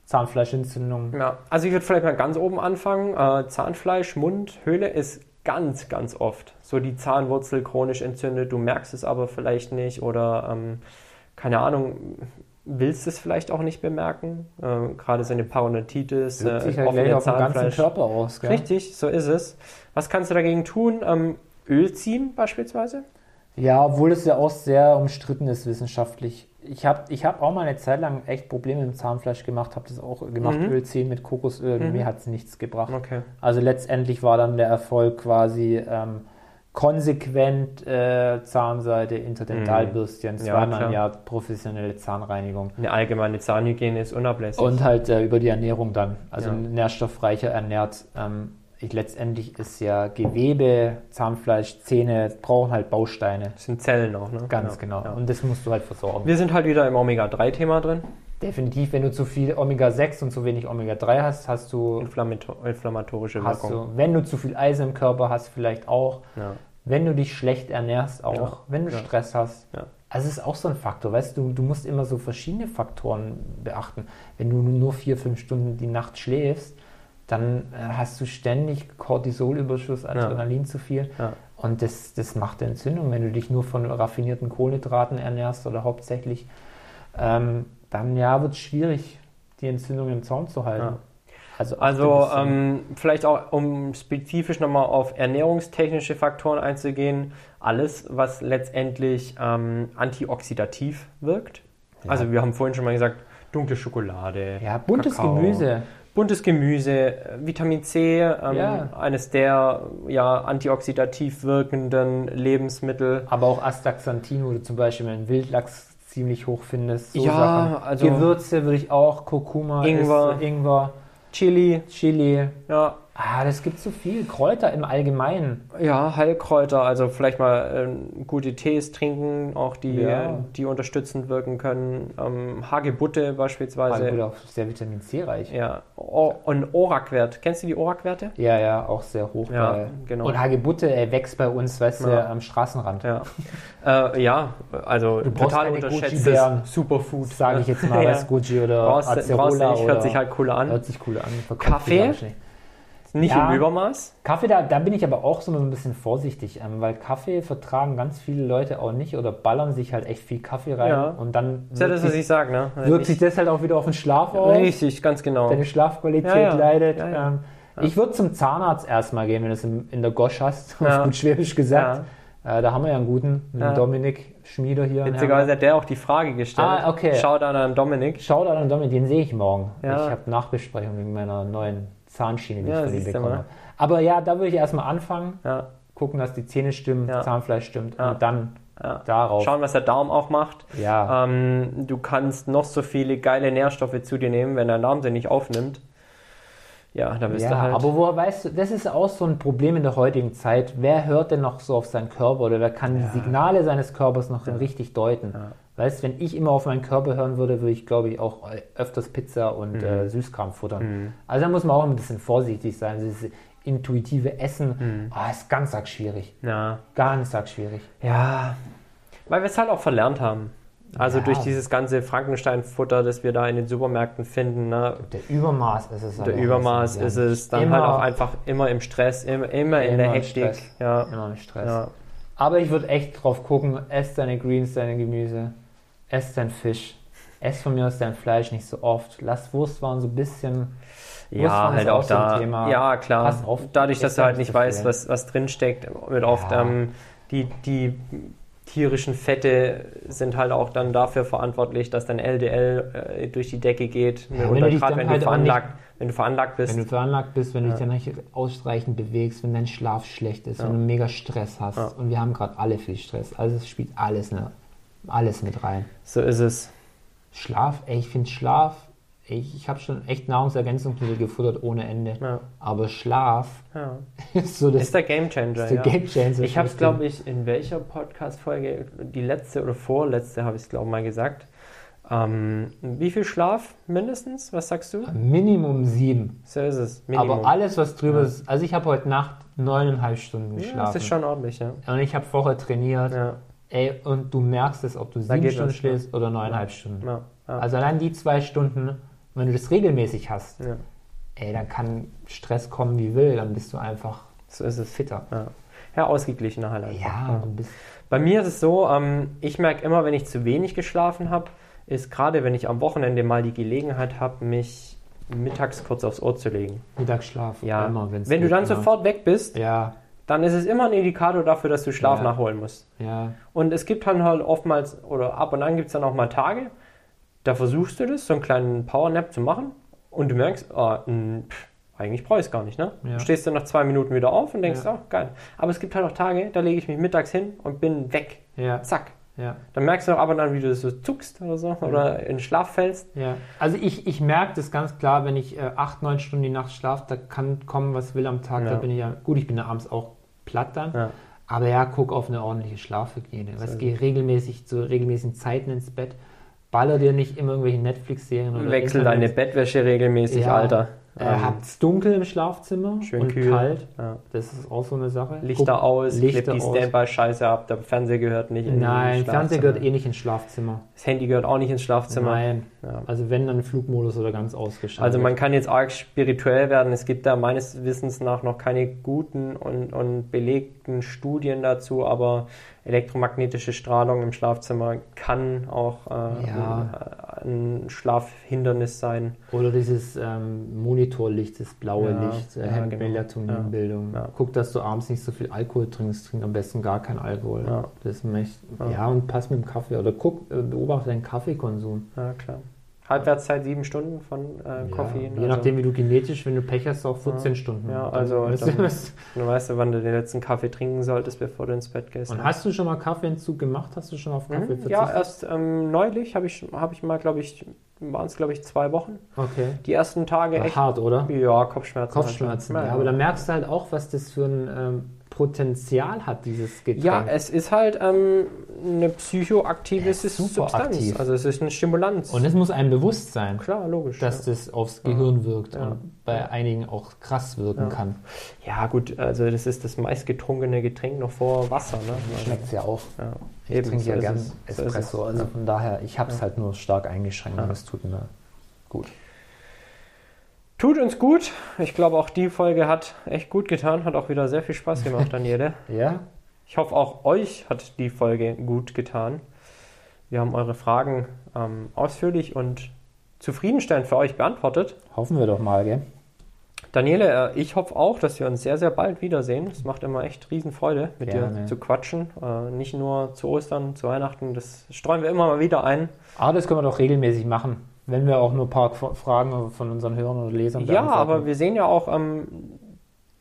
Speaker 2: Zahnfleischentzündungen.
Speaker 1: Ja, also ich würde vielleicht mal ganz oben anfangen. Äh, Zahnfleisch, Mund, Höhle ist ganz, ganz oft so die Zahnwurzel chronisch entzündet. Du merkst es aber vielleicht nicht oder ähm, keine Ahnung, willst es vielleicht auch nicht bemerken. Äh, Gerade so eine Parodontitis,
Speaker 2: Wirkt sich
Speaker 1: äh,
Speaker 2: halt gleich
Speaker 1: offene
Speaker 2: auf den ganzen
Speaker 1: Zahnfleisch.
Speaker 2: Körper aus, gell?
Speaker 1: Richtig, so ist es. Was kannst du dagegen tun? Ähm, Öl ziehen beispielsweise?
Speaker 2: Ja, obwohl es ja auch sehr umstritten ist wissenschaftlich. Ich habe ich hab auch mal eine Zeit lang echt Probleme mit dem Zahnfleisch gemacht, habe das auch gemacht,
Speaker 1: Mhm.
Speaker 2: Öl ziehen mit Kokosöl,
Speaker 1: Mhm.
Speaker 2: mir hat es nichts gebracht.
Speaker 1: Okay.
Speaker 2: Also letztendlich war dann der Erfolg quasi ähm, konsequent äh, Zahnseite, Interdentalbürstchen,
Speaker 1: Mhm. Ja,
Speaker 2: zweimal
Speaker 1: klar.
Speaker 2: im Jahr professionelle Zahnreinigung
Speaker 1: Eine allgemeine Zahnhygiene ist unablässig.
Speaker 2: und halt äh, über die Ernährung dann, also
Speaker 1: Ja.
Speaker 2: nährstoffreicher ernährt. Ähm, ich, letztendlich ist ja Gewebe, Zahnfleisch, Zähne brauchen halt Bausteine.
Speaker 1: das sind Zellen auch, ne?
Speaker 2: Ganz
Speaker 1: Ja,
Speaker 2: genau.
Speaker 1: ja.
Speaker 2: Und das musst du halt versorgen.
Speaker 1: Wir sind halt wieder im Omega-3-Thema drin.
Speaker 2: Definitiv, wenn du zu viel Omega-6 und zu wenig Omega-3 hast, hast du,
Speaker 1: Inflammator inflammatorische
Speaker 2: hast
Speaker 1: Wirkung.
Speaker 2: du, wenn du zu viel Eisen im Körper hast, vielleicht auch,
Speaker 1: Ja.
Speaker 2: wenn du dich schlecht ernährst, auch,
Speaker 1: Ja.
Speaker 2: wenn du
Speaker 1: Ja.
Speaker 2: Stress hast.
Speaker 1: Ja.
Speaker 2: Also es ist auch so ein Faktor, weißt du, du musst immer so verschiedene Faktoren beachten. Wenn du nur vier, fünf Stunden die Nacht schläfst, dann äh, hast du ständig Cortisolüberschuss, Adrenalin zu viel.
Speaker 1: Ja.
Speaker 2: Und das, das macht Entzündung. Wenn du dich nur von raffinierten Kohlenhydraten ernährst oder hauptsächlich, ähm, dann ja, wird es schwierig, die Entzündung im Zaun zu halten.
Speaker 1: Ja.
Speaker 2: Also, achte ein
Speaker 1: Also
Speaker 2: bisschen-
Speaker 1: ähm, vielleicht auch, um spezifisch nochmal auf ernährungstechnische Faktoren einzugehen, alles, was letztendlich ähm, antioxidativ wirkt. Also wir haben vorhin schon mal gesagt, dunkle Schokolade,
Speaker 2: ja, buntes
Speaker 1: ähm, Kakao,
Speaker 2: Gemüse.
Speaker 1: buntes Gemüse, äh, Vitamin C, ähm,
Speaker 2: Ja.
Speaker 1: eines der ja, antioxidativ wirkenden Lebensmittel.
Speaker 2: Aber auch Astaxanthin, wo du zum Beispiel einen Wildlachs ziemlich hoch findest. So
Speaker 1: Ja,
Speaker 2: Sachen.
Speaker 1: also-
Speaker 2: Gewürze würde ich auch, Kurkuma,
Speaker 1: Ingwer.
Speaker 2: Ist, Ingwer,
Speaker 1: Chili,
Speaker 2: Chili.
Speaker 1: ja,
Speaker 2: Ah, das gibt so viel. Kräuter im Allgemeinen.
Speaker 1: Ja, Heilkräuter, also vielleicht mal ähm, gute Tees trinken, auch die,
Speaker 2: Ja.
Speaker 1: die unterstützend wirken können. Ähm, Hagebutte beispielsweise.
Speaker 2: Also, auch sehr Vitamin C reich.
Speaker 1: Ja, o und Orakwert. Kennst du die Orakwerte?
Speaker 2: Ja, ja, auch sehr hoch.
Speaker 1: Ja,
Speaker 2: bei-
Speaker 1: genau.
Speaker 2: Und Hagebutte ey, wächst bei uns, weißt du,
Speaker 1: Ja.
Speaker 2: am Straßenrand.
Speaker 1: Ja, äh, ja also
Speaker 2: brauchst
Speaker 1: total
Speaker 2: keine Goji-Bären.
Speaker 1: unterschätztes Superfood.
Speaker 2: Sage ich jetzt mal,
Speaker 1: Ja.
Speaker 2: was Gucci oder
Speaker 1: Brauchst,
Speaker 2: Acerola
Speaker 1: brauchst nicht,
Speaker 2: oder
Speaker 1: hört sich halt cool an.
Speaker 2: hört sich cool an. verkauft
Speaker 1: Kaffee?
Speaker 2: sich aber schnell.
Speaker 1: Nicht
Speaker 2: Ja.
Speaker 1: im Übermaß.
Speaker 2: Kaffee, da, da bin ich aber auch so ein bisschen vorsichtig, ähm, weil Kaffee vertragen ganz viele Leute auch nicht oder ballern sich halt echt viel Kaffee rein
Speaker 1: Ja.
Speaker 2: und dann
Speaker 1: Ist ja
Speaker 2: wirkt,
Speaker 1: das, was
Speaker 2: sich,
Speaker 1: ich sage, ne?
Speaker 2: wirkt sich das halt auch wieder auf den Schlaf aus,
Speaker 1: Richtig, ganz genau.
Speaker 2: deine Schlafqualität
Speaker 1: Ja, ja.
Speaker 2: leidet.
Speaker 1: Ja, ja.
Speaker 2: Ähm, Ich würde zum Zahnarzt erstmal gehen, wenn du es in, in der Gosch hast,
Speaker 1: Ja.
Speaker 2: auf gut Schwäbisch gesagt. Äh, da haben wir ja einen guten, mit dem
Speaker 1: Ja.
Speaker 2: Dominik Schmieder hier. in Hermann.
Speaker 1: Witzigerweise hat der auch die Frage gestellt.
Speaker 2: Ah, okay.
Speaker 1: Shoutout an Dominik.
Speaker 2: Shoutout an Dominik, den sehe ich morgen.
Speaker 1: Ja.
Speaker 2: Ich habe Nachbesprechung wegen meiner neuen Zahnschiene, die
Speaker 1: Ja,
Speaker 2: ich von ihm
Speaker 1: siehst du
Speaker 2: bekommen
Speaker 1: mal.
Speaker 2: habe. Aber ja, da würde ich erstmal anfangen.
Speaker 1: Ja.
Speaker 2: gucken, dass die Zähne stimmen,
Speaker 1: Ja.
Speaker 2: Zahnfleisch stimmt
Speaker 1: Ja.
Speaker 2: und dann
Speaker 1: Ja.
Speaker 2: darauf.
Speaker 1: Schauen, was der Darm auch macht.
Speaker 2: Ja,
Speaker 1: Ähm, du kannst noch so viele geile Nährstoffe zu dir nehmen, wenn dein Darm sie nicht aufnimmt. Ja, da bist
Speaker 2: ja
Speaker 1: du halt.
Speaker 2: aber woher weißt du, das ist auch so ein Problem in der heutigen Zeit. Wer hört denn noch so auf seinen Körper oder wer kann die Signale seines Körpers noch richtig deuten? Weißt wenn ich immer auf meinen Körper hören würde, würde ich, glaube ich, auch äh, öfters Pizza und
Speaker 1: Mhm.
Speaker 2: äh, Süßkram futtern. Also da muss man auch ein bisschen vorsichtig sein. Also Dieses intuitive Essen
Speaker 1: Mhm.
Speaker 2: ah, ist ganz arg schwierig.
Speaker 1: ja.
Speaker 2: Ganz arg schwierig.
Speaker 1: ja, weil wir es halt auch verlernt haben. Also
Speaker 2: Ja.
Speaker 1: durch dieses ganze Frankenstein-Futter, das wir da in den Supermärkten finden, ne?
Speaker 2: Der Übermaß ist es.
Speaker 1: der Übermaß ist es dann
Speaker 2: Immer-
Speaker 1: halt auch einfach immer im Stress, immer, immer in der
Speaker 2: Immer im
Speaker 1: Hektik.
Speaker 2: Stress.
Speaker 1: Ja.
Speaker 2: Immer im Stress.
Speaker 1: Ja.
Speaker 2: Aber ich würde echt drauf gucken, ess deine Greens, deine Gemüse, ess dein Fisch, ess von mir aus dein Fleisch nicht so oft, lass Wurstwaren so ein bisschen.
Speaker 1: Ja,
Speaker 2: Wurstwaren ist
Speaker 1: halt auch
Speaker 2: so ein
Speaker 1: da.
Speaker 2: Thema.
Speaker 1: Ja, klar.
Speaker 2: Pass auf,
Speaker 1: Dadurch,
Speaker 2: isst
Speaker 1: dass du
Speaker 2: da
Speaker 1: halt
Speaker 2: nicht
Speaker 1: nicht
Speaker 2: so
Speaker 1: weißt,
Speaker 2: viel.
Speaker 1: was, was drinsteckt, wird oft
Speaker 2: Ja.
Speaker 1: ähm, die, die tierischen Fette sind halt auch dann dafür verantwortlich, dass dein LDL äh, durch die Decke geht.
Speaker 2: wenn
Speaker 1: Oder
Speaker 2: du dich
Speaker 1: gerade
Speaker 2: dann
Speaker 1: wenn,
Speaker 2: halt
Speaker 1: du
Speaker 2: auch
Speaker 1: veranlagt, wenn du veranlagt bist.
Speaker 2: Wenn du veranlagt bist, wenn du dich dann nicht ausreichend bewegst, wenn dein Schlaf schlecht ist, wenn du mega Stress hast. Und wir haben gerade alle viel Stress. Also es spielt alles, ne, alles mit rein.
Speaker 1: so ist es.
Speaker 2: Schlaf, ey, ich finde Schlaf, ich, ich habe schon echt Nahrungsergänzungsmittel gefuttert ohne Ende.
Speaker 1: Ja.
Speaker 2: Aber Schlaf
Speaker 1: Ja.
Speaker 2: ist so das
Speaker 1: Ist der Gamechanger.
Speaker 2: ist der
Speaker 1: ja. Also
Speaker 2: Game Changer.
Speaker 1: Ich habe es, glaube ich, in welcher Podcast-Folge, die letzte oder vorletzte, habe ich es, glaube ich, mal gesagt. Ähm, wie viel Schlaf mindestens? Was sagst du?
Speaker 2: Minimum sieben.
Speaker 1: So ist es.
Speaker 2: Aber alles, was drüber ist, also ich habe heute Nacht neuneinhalb Stunden geschlafen.
Speaker 1: Ja, das ist schon ordentlich, ja.
Speaker 2: und ich habe vorher trainiert.
Speaker 1: Ja,
Speaker 2: Ey, und du merkst es, ob du sieben
Speaker 1: geht
Speaker 2: Stunden
Speaker 1: was,
Speaker 2: schläfst oder neuneinhalb Stunden.
Speaker 1: ja, ja.
Speaker 2: Also allein die zwei Stunden, wenn du das regelmäßig hast,
Speaker 1: Ja.
Speaker 2: ey, dann kann Stress kommen wie will, dann bist du einfach
Speaker 1: so ist es.
Speaker 2: fitter.
Speaker 1: Ja, ja ausgeglichener halt. einfach.
Speaker 2: Ja, du bist
Speaker 1: Bei mir ist es so, ähm, ich merke immer, wenn ich zu wenig geschlafen habe, ist gerade, wenn ich am Wochenende mal die Gelegenheit habe, mich mittags kurz aufs Ohr zu legen.
Speaker 2: Mittagsschlaf.
Speaker 1: Ja,
Speaker 2: immer, wenn's
Speaker 1: wenn du
Speaker 2: geht,
Speaker 1: dann
Speaker 2: immer.
Speaker 1: sofort weg bist,
Speaker 2: Ja,
Speaker 1: dann ist es immer ein Indikator dafür, dass du Schlaf
Speaker 2: Ja.
Speaker 1: nachholen musst.
Speaker 2: ja.
Speaker 1: Und es gibt dann halt oftmals, oder ab und an gibt es dann auch mal Tage, da versuchst du das, so einen kleinen Powernap zu machen und du merkst, ah, mh, pff, eigentlich brauche ich es gar nicht. Ne?
Speaker 2: Ja.
Speaker 1: Stehst du nach zwei Minuten wieder auf und denkst,
Speaker 2: Ja.
Speaker 1: ach geil. Aber es gibt halt auch Tage, da lege ich mich mittags hin und bin weg.
Speaker 2: Ja,
Speaker 1: Zack.
Speaker 2: ja,
Speaker 1: Dann merkst du auch ab und an, wie du so zuckst oder so oder in Schlaf fällst.
Speaker 2: ja. Also ich, ich merke das ganz klar, wenn ich äh, acht, neun Stunden die Nacht schlafe, da kann kommen, was will am Tag.
Speaker 1: Ja.
Speaker 2: Da bin ich ja, gut, ich bin ja abends auch platt dann.
Speaker 1: Ja.
Speaker 2: Aber ja, guck auf eine ordentliche Schlafhygiene. Was geh regelmäßig zu regelmäßigen Zeiten ins Bett. Baller dir nicht immer irgendwelche Netflix-Serien oder
Speaker 1: Wechsel deine
Speaker 2: Internet.
Speaker 1: Bettwäsche regelmäßig,
Speaker 2: Ja.
Speaker 1: Alter.
Speaker 2: Äh,
Speaker 1: Ähm,
Speaker 2: habt's dunkel im Schlafzimmer
Speaker 1: schön
Speaker 2: und
Speaker 1: kühl.
Speaker 2: kalt.
Speaker 1: Ja.
Speaker 2: Das ist auch so eine Sache.
Speaker 1: Lichter
Speaker 2: Guck-
Speaker 1: aus,
Speaker 2: Lichter
Speaker 1: klebt die
Speaker 2: aus.
Speaker 1: Standby-Scheiße ab, der Fernseher gehört nicht in
Speaker 2: Nein,
Speaker 1: den
Speaker 2: Fernseher
Speaker 1: Schlafzimmer.
Speaker 2: gehört eh nicht ins Schlafzimmer.
Speaker 1: Das Handy gehört auch nicht ins Schlafzimmer.
Speaker 2: Nein.
Speaker 1: Ja.
Speaker 2: Also wenn, dann Flugmodus oder ganz ausgeschaltet.
Speaker 1: Also man kann jetzt arg spirituell werden. Es gibt da meines Wissens nach noch keine guten und, und belegten Studien dazu, aber elektromagnetische Strahlung im Schlafzimmer kann auch äh,
Speaker 2: Ja.
Speaker 1: ein, ein Schlafhindernis sein.
Speaker 2: Oder dieses ähm, Monitorlicht, das blaue
Speaker 1: Ja,
Speaker 2: Licht, äh,
Speaker 1: ja,
Speaker 2: hemmt
Speaker 1: genau.
Speaker 2: Melatoninbildung.
Speaker 1: Ja, ja.
Speaker 2: Guck, dass du abends nicht so viel Alkohol trinkst, trink am besten gar keinen Alkohol.
Speaker 1: Ja.
Speaker 2: Das möcht,
Speaker 1: Ja.
Speaker 2: ja. und pass mit dem Kaffee. Oder guck, äh, beobachte deinen Kaffeekonsum.
Speaker 1: Ja, klar. Halbwertszeit sieben Stunden von äh,
Speaker 2: Ja,
Speaker 1: Koffein.
Speaker 2: Je nachdem, wie du genetisch, wenn du Pech hast, auch 14 Stunden.
Speaker 1: Ja, also
Speaker 2: Dann-
Speaker 1: dann- Du weißt ja, wann du den letzten Kaffee trinken solltest, bevor du ins Bett gehst. ne?
Speaker 2: und hast du schon mal Kaffeeentzug gemacht? Hast du schon auf Kaffee
Speaker 1: Mhm.
Speaker 2: verzichtet?
Speaker 1: Ja, erst ähm, neulich habe ich, hab ich mal, glaube ich, waren es, glaube ich, zwei Wochen.
Speaker 2: Okay.
Speaker 1: Die ersten Tage
Speaker 2: War
Speaker 1: echt.
Speaker 2: hart, oder?
Speaker 1: Ja, Kopfschmerzen.
Speaker 2: Kopfschmerzen.
Speaker 1: halt.
Speaker 2: Ja, aber da merkst du halt auch, was das für ein ähm, Potenzial hat, dieses Getränk.
Speaker 1: ja, es ist halt ähm, eine psychoaktive
Speaker 2: Ja,
Speaker 1: Substanz.
Speaker 2: super aktiv.
Speaker 1: Also es ist eine Stimulanz.
Speaker 2: und es muss einem bewusst sein.
Speaker 1: Klar, logisch.
Speaker 2: dass das aufs Gehirn wirkt
Speaker 1: Ja.
Speaker 2: und bei einigen auch krass wirken
Speaker 1: Ja.
Speaker 2: kann.
Speaker 1: ja. ja, gut, also das ist das meistgetrunkene Getränk noch vor Wasser. Ne? Also,
Speaker 2: Schmeckt es ja auch.
Speaker 1: Ja.
Speaker 2: Ich
Speaker 1: Eben,
Speaker 2: trinke
Speaker 1: so
Speaker 2: ja
Speaker 1: ist
Speaker 2: gern
Speaker 1: es. So ist
Speaker 2: Espresso,
Speaker 1: es.
Speaker 2: also von daher, ich habe es halt nur stark eingeschränkt
Speaker 1: Ja.
Speaker 2: und es tut mir gut.
Speaker 1: Tut uns gut. Ich glaube, auch die Folge hat echt gut getan. Hat auch wieder sehr viel Spaß gemacht, Daniele.
Speaker 2: Ja?
Speaker 1: Ich hoffe, auch euch hat die Folge gut getan. Wir haben eure Fragen ähm, ausführlich und zufriedenstellend für euch beantwortet.
Speaker 2: Hoffen wir doch mal, gell?
Speaker 1: Daniele, äh, ich hoffe auch, dass wir uns sehr, sehr bald wiedersehen. Es macht immer echt Riesenfreude, mit dir
Speaker 2: Gerne.
Speaker 1: zu quatschen. Äh, nicht nur zu Ostern, zu Weihnachten. Das streuen wir immer mal wieder ein.
Speaker 2: Aber Ah, das können wir doch regelmäßig machen, wenn wir auch nur ein paar Qu- Fragen von unseren Hörern oder Lesern
Speaker 1: Ja,
Speaker 2: beantworten.
Speaker 1: aber wir sehen ja auch ähm,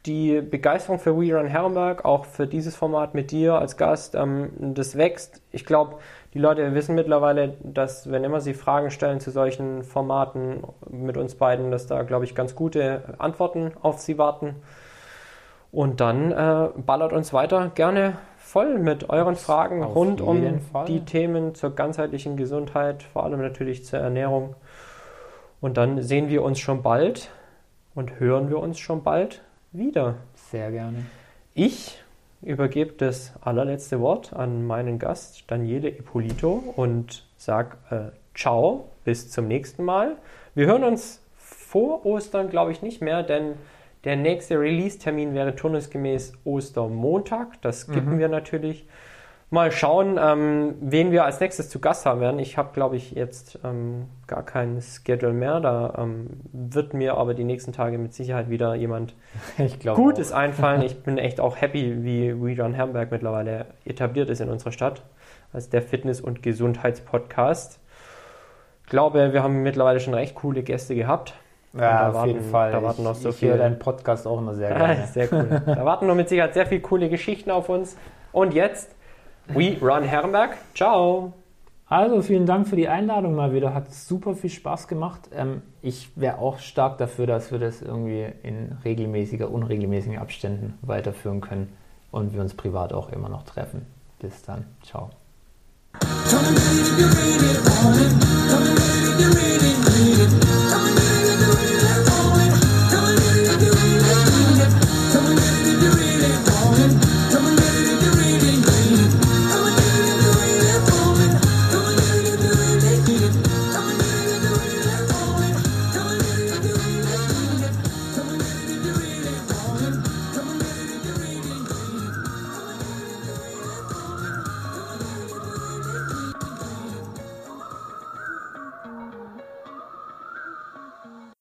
Speaker 1: die Begeisterung für We Run Herrenberg, auch für dieses Format mit dir als Gast, ähm, das wächst. Ich glaube, die Leute wissen mittlerweile, dass wenn immer sie Fragen stellen zu solchen Formaten mit uns beiden, dass da, glaube ich, ganz gute Antworten auf sie warten. Und dann äh, ballert uns weiter gerne voll mit euren Fragen
Speaker 2: auf
Speaker 1: rund um
Speaker 2: jeden Fall.
Speaker 1: die Themen zur ganzheitlichen Gesundheit, vor allem natürlich zur Ernährung. Und dann sehen wir uns schon bald und hören wir uns schon bald wieder.
Speaker 2: Sehr gerne.
Speaker 1: Ich übergebe das allerletzte Wort an meinen Gast Daniele Ippolito und sag äh, ciao, bis zum nächsten Mal. Wir hören uns vor Ostern, glaube ich, nicht mehr, denn der nächste Release-Termin wäre turnusgemäß Ostermontag. Das skippen wir natürlich. Mal schauen, ähm, wen wir als nächstes zu Gast haben werden. Ich habe, glaube ich, jetzt ähm, gar keinen Schedule mehr. Da ähm, wird mir aber die nächsten Tage mit Sicherheit wieder jemand
Speaker 2: Ich glaube auch.
Speaker 1: Gutes einfallen. Ich bin echt auch happy, wie We Run Hamburg mittlerweile etabliert ist in unserer Stadt als der Fitness- und Gesundheitspodcast. Ich glaube, wir haben mittlerweile schon recht coole Gäste gehabt.
Speaker 2: Ja,
Speaker 1: da
Speaker 2: auf
Speaker 1: warten-
Speaker 2: jeden Fall.
Speaker 1: da warten noch so
Speaker 2: ich ich
Speaker 1: viele.
Speaker 2: höre deinen Podcast auch immer sehr
Speaker 1: Ah,
Speaker 2: gerne.
Speaker 1: sehr cool. Da warten noch mit Sicherheit sehr viele coole Geschichten auf uns. Und jetzt We Run Herrenberg. Ciao.
Speaker 2: Also vielen Dank für die Einladung mal wieder. Hat super viel Spaß gemacht. Ähm, ich wäre auch stark dafür, dass wir das irgendwie in regelmäßiger, unregelmäßigen Abständen weiterführen können und wir uns privat auch immer noch treffen. Bis dann. Ciao.
Speaker 4: Come and make you really want it. Come and make you really need it.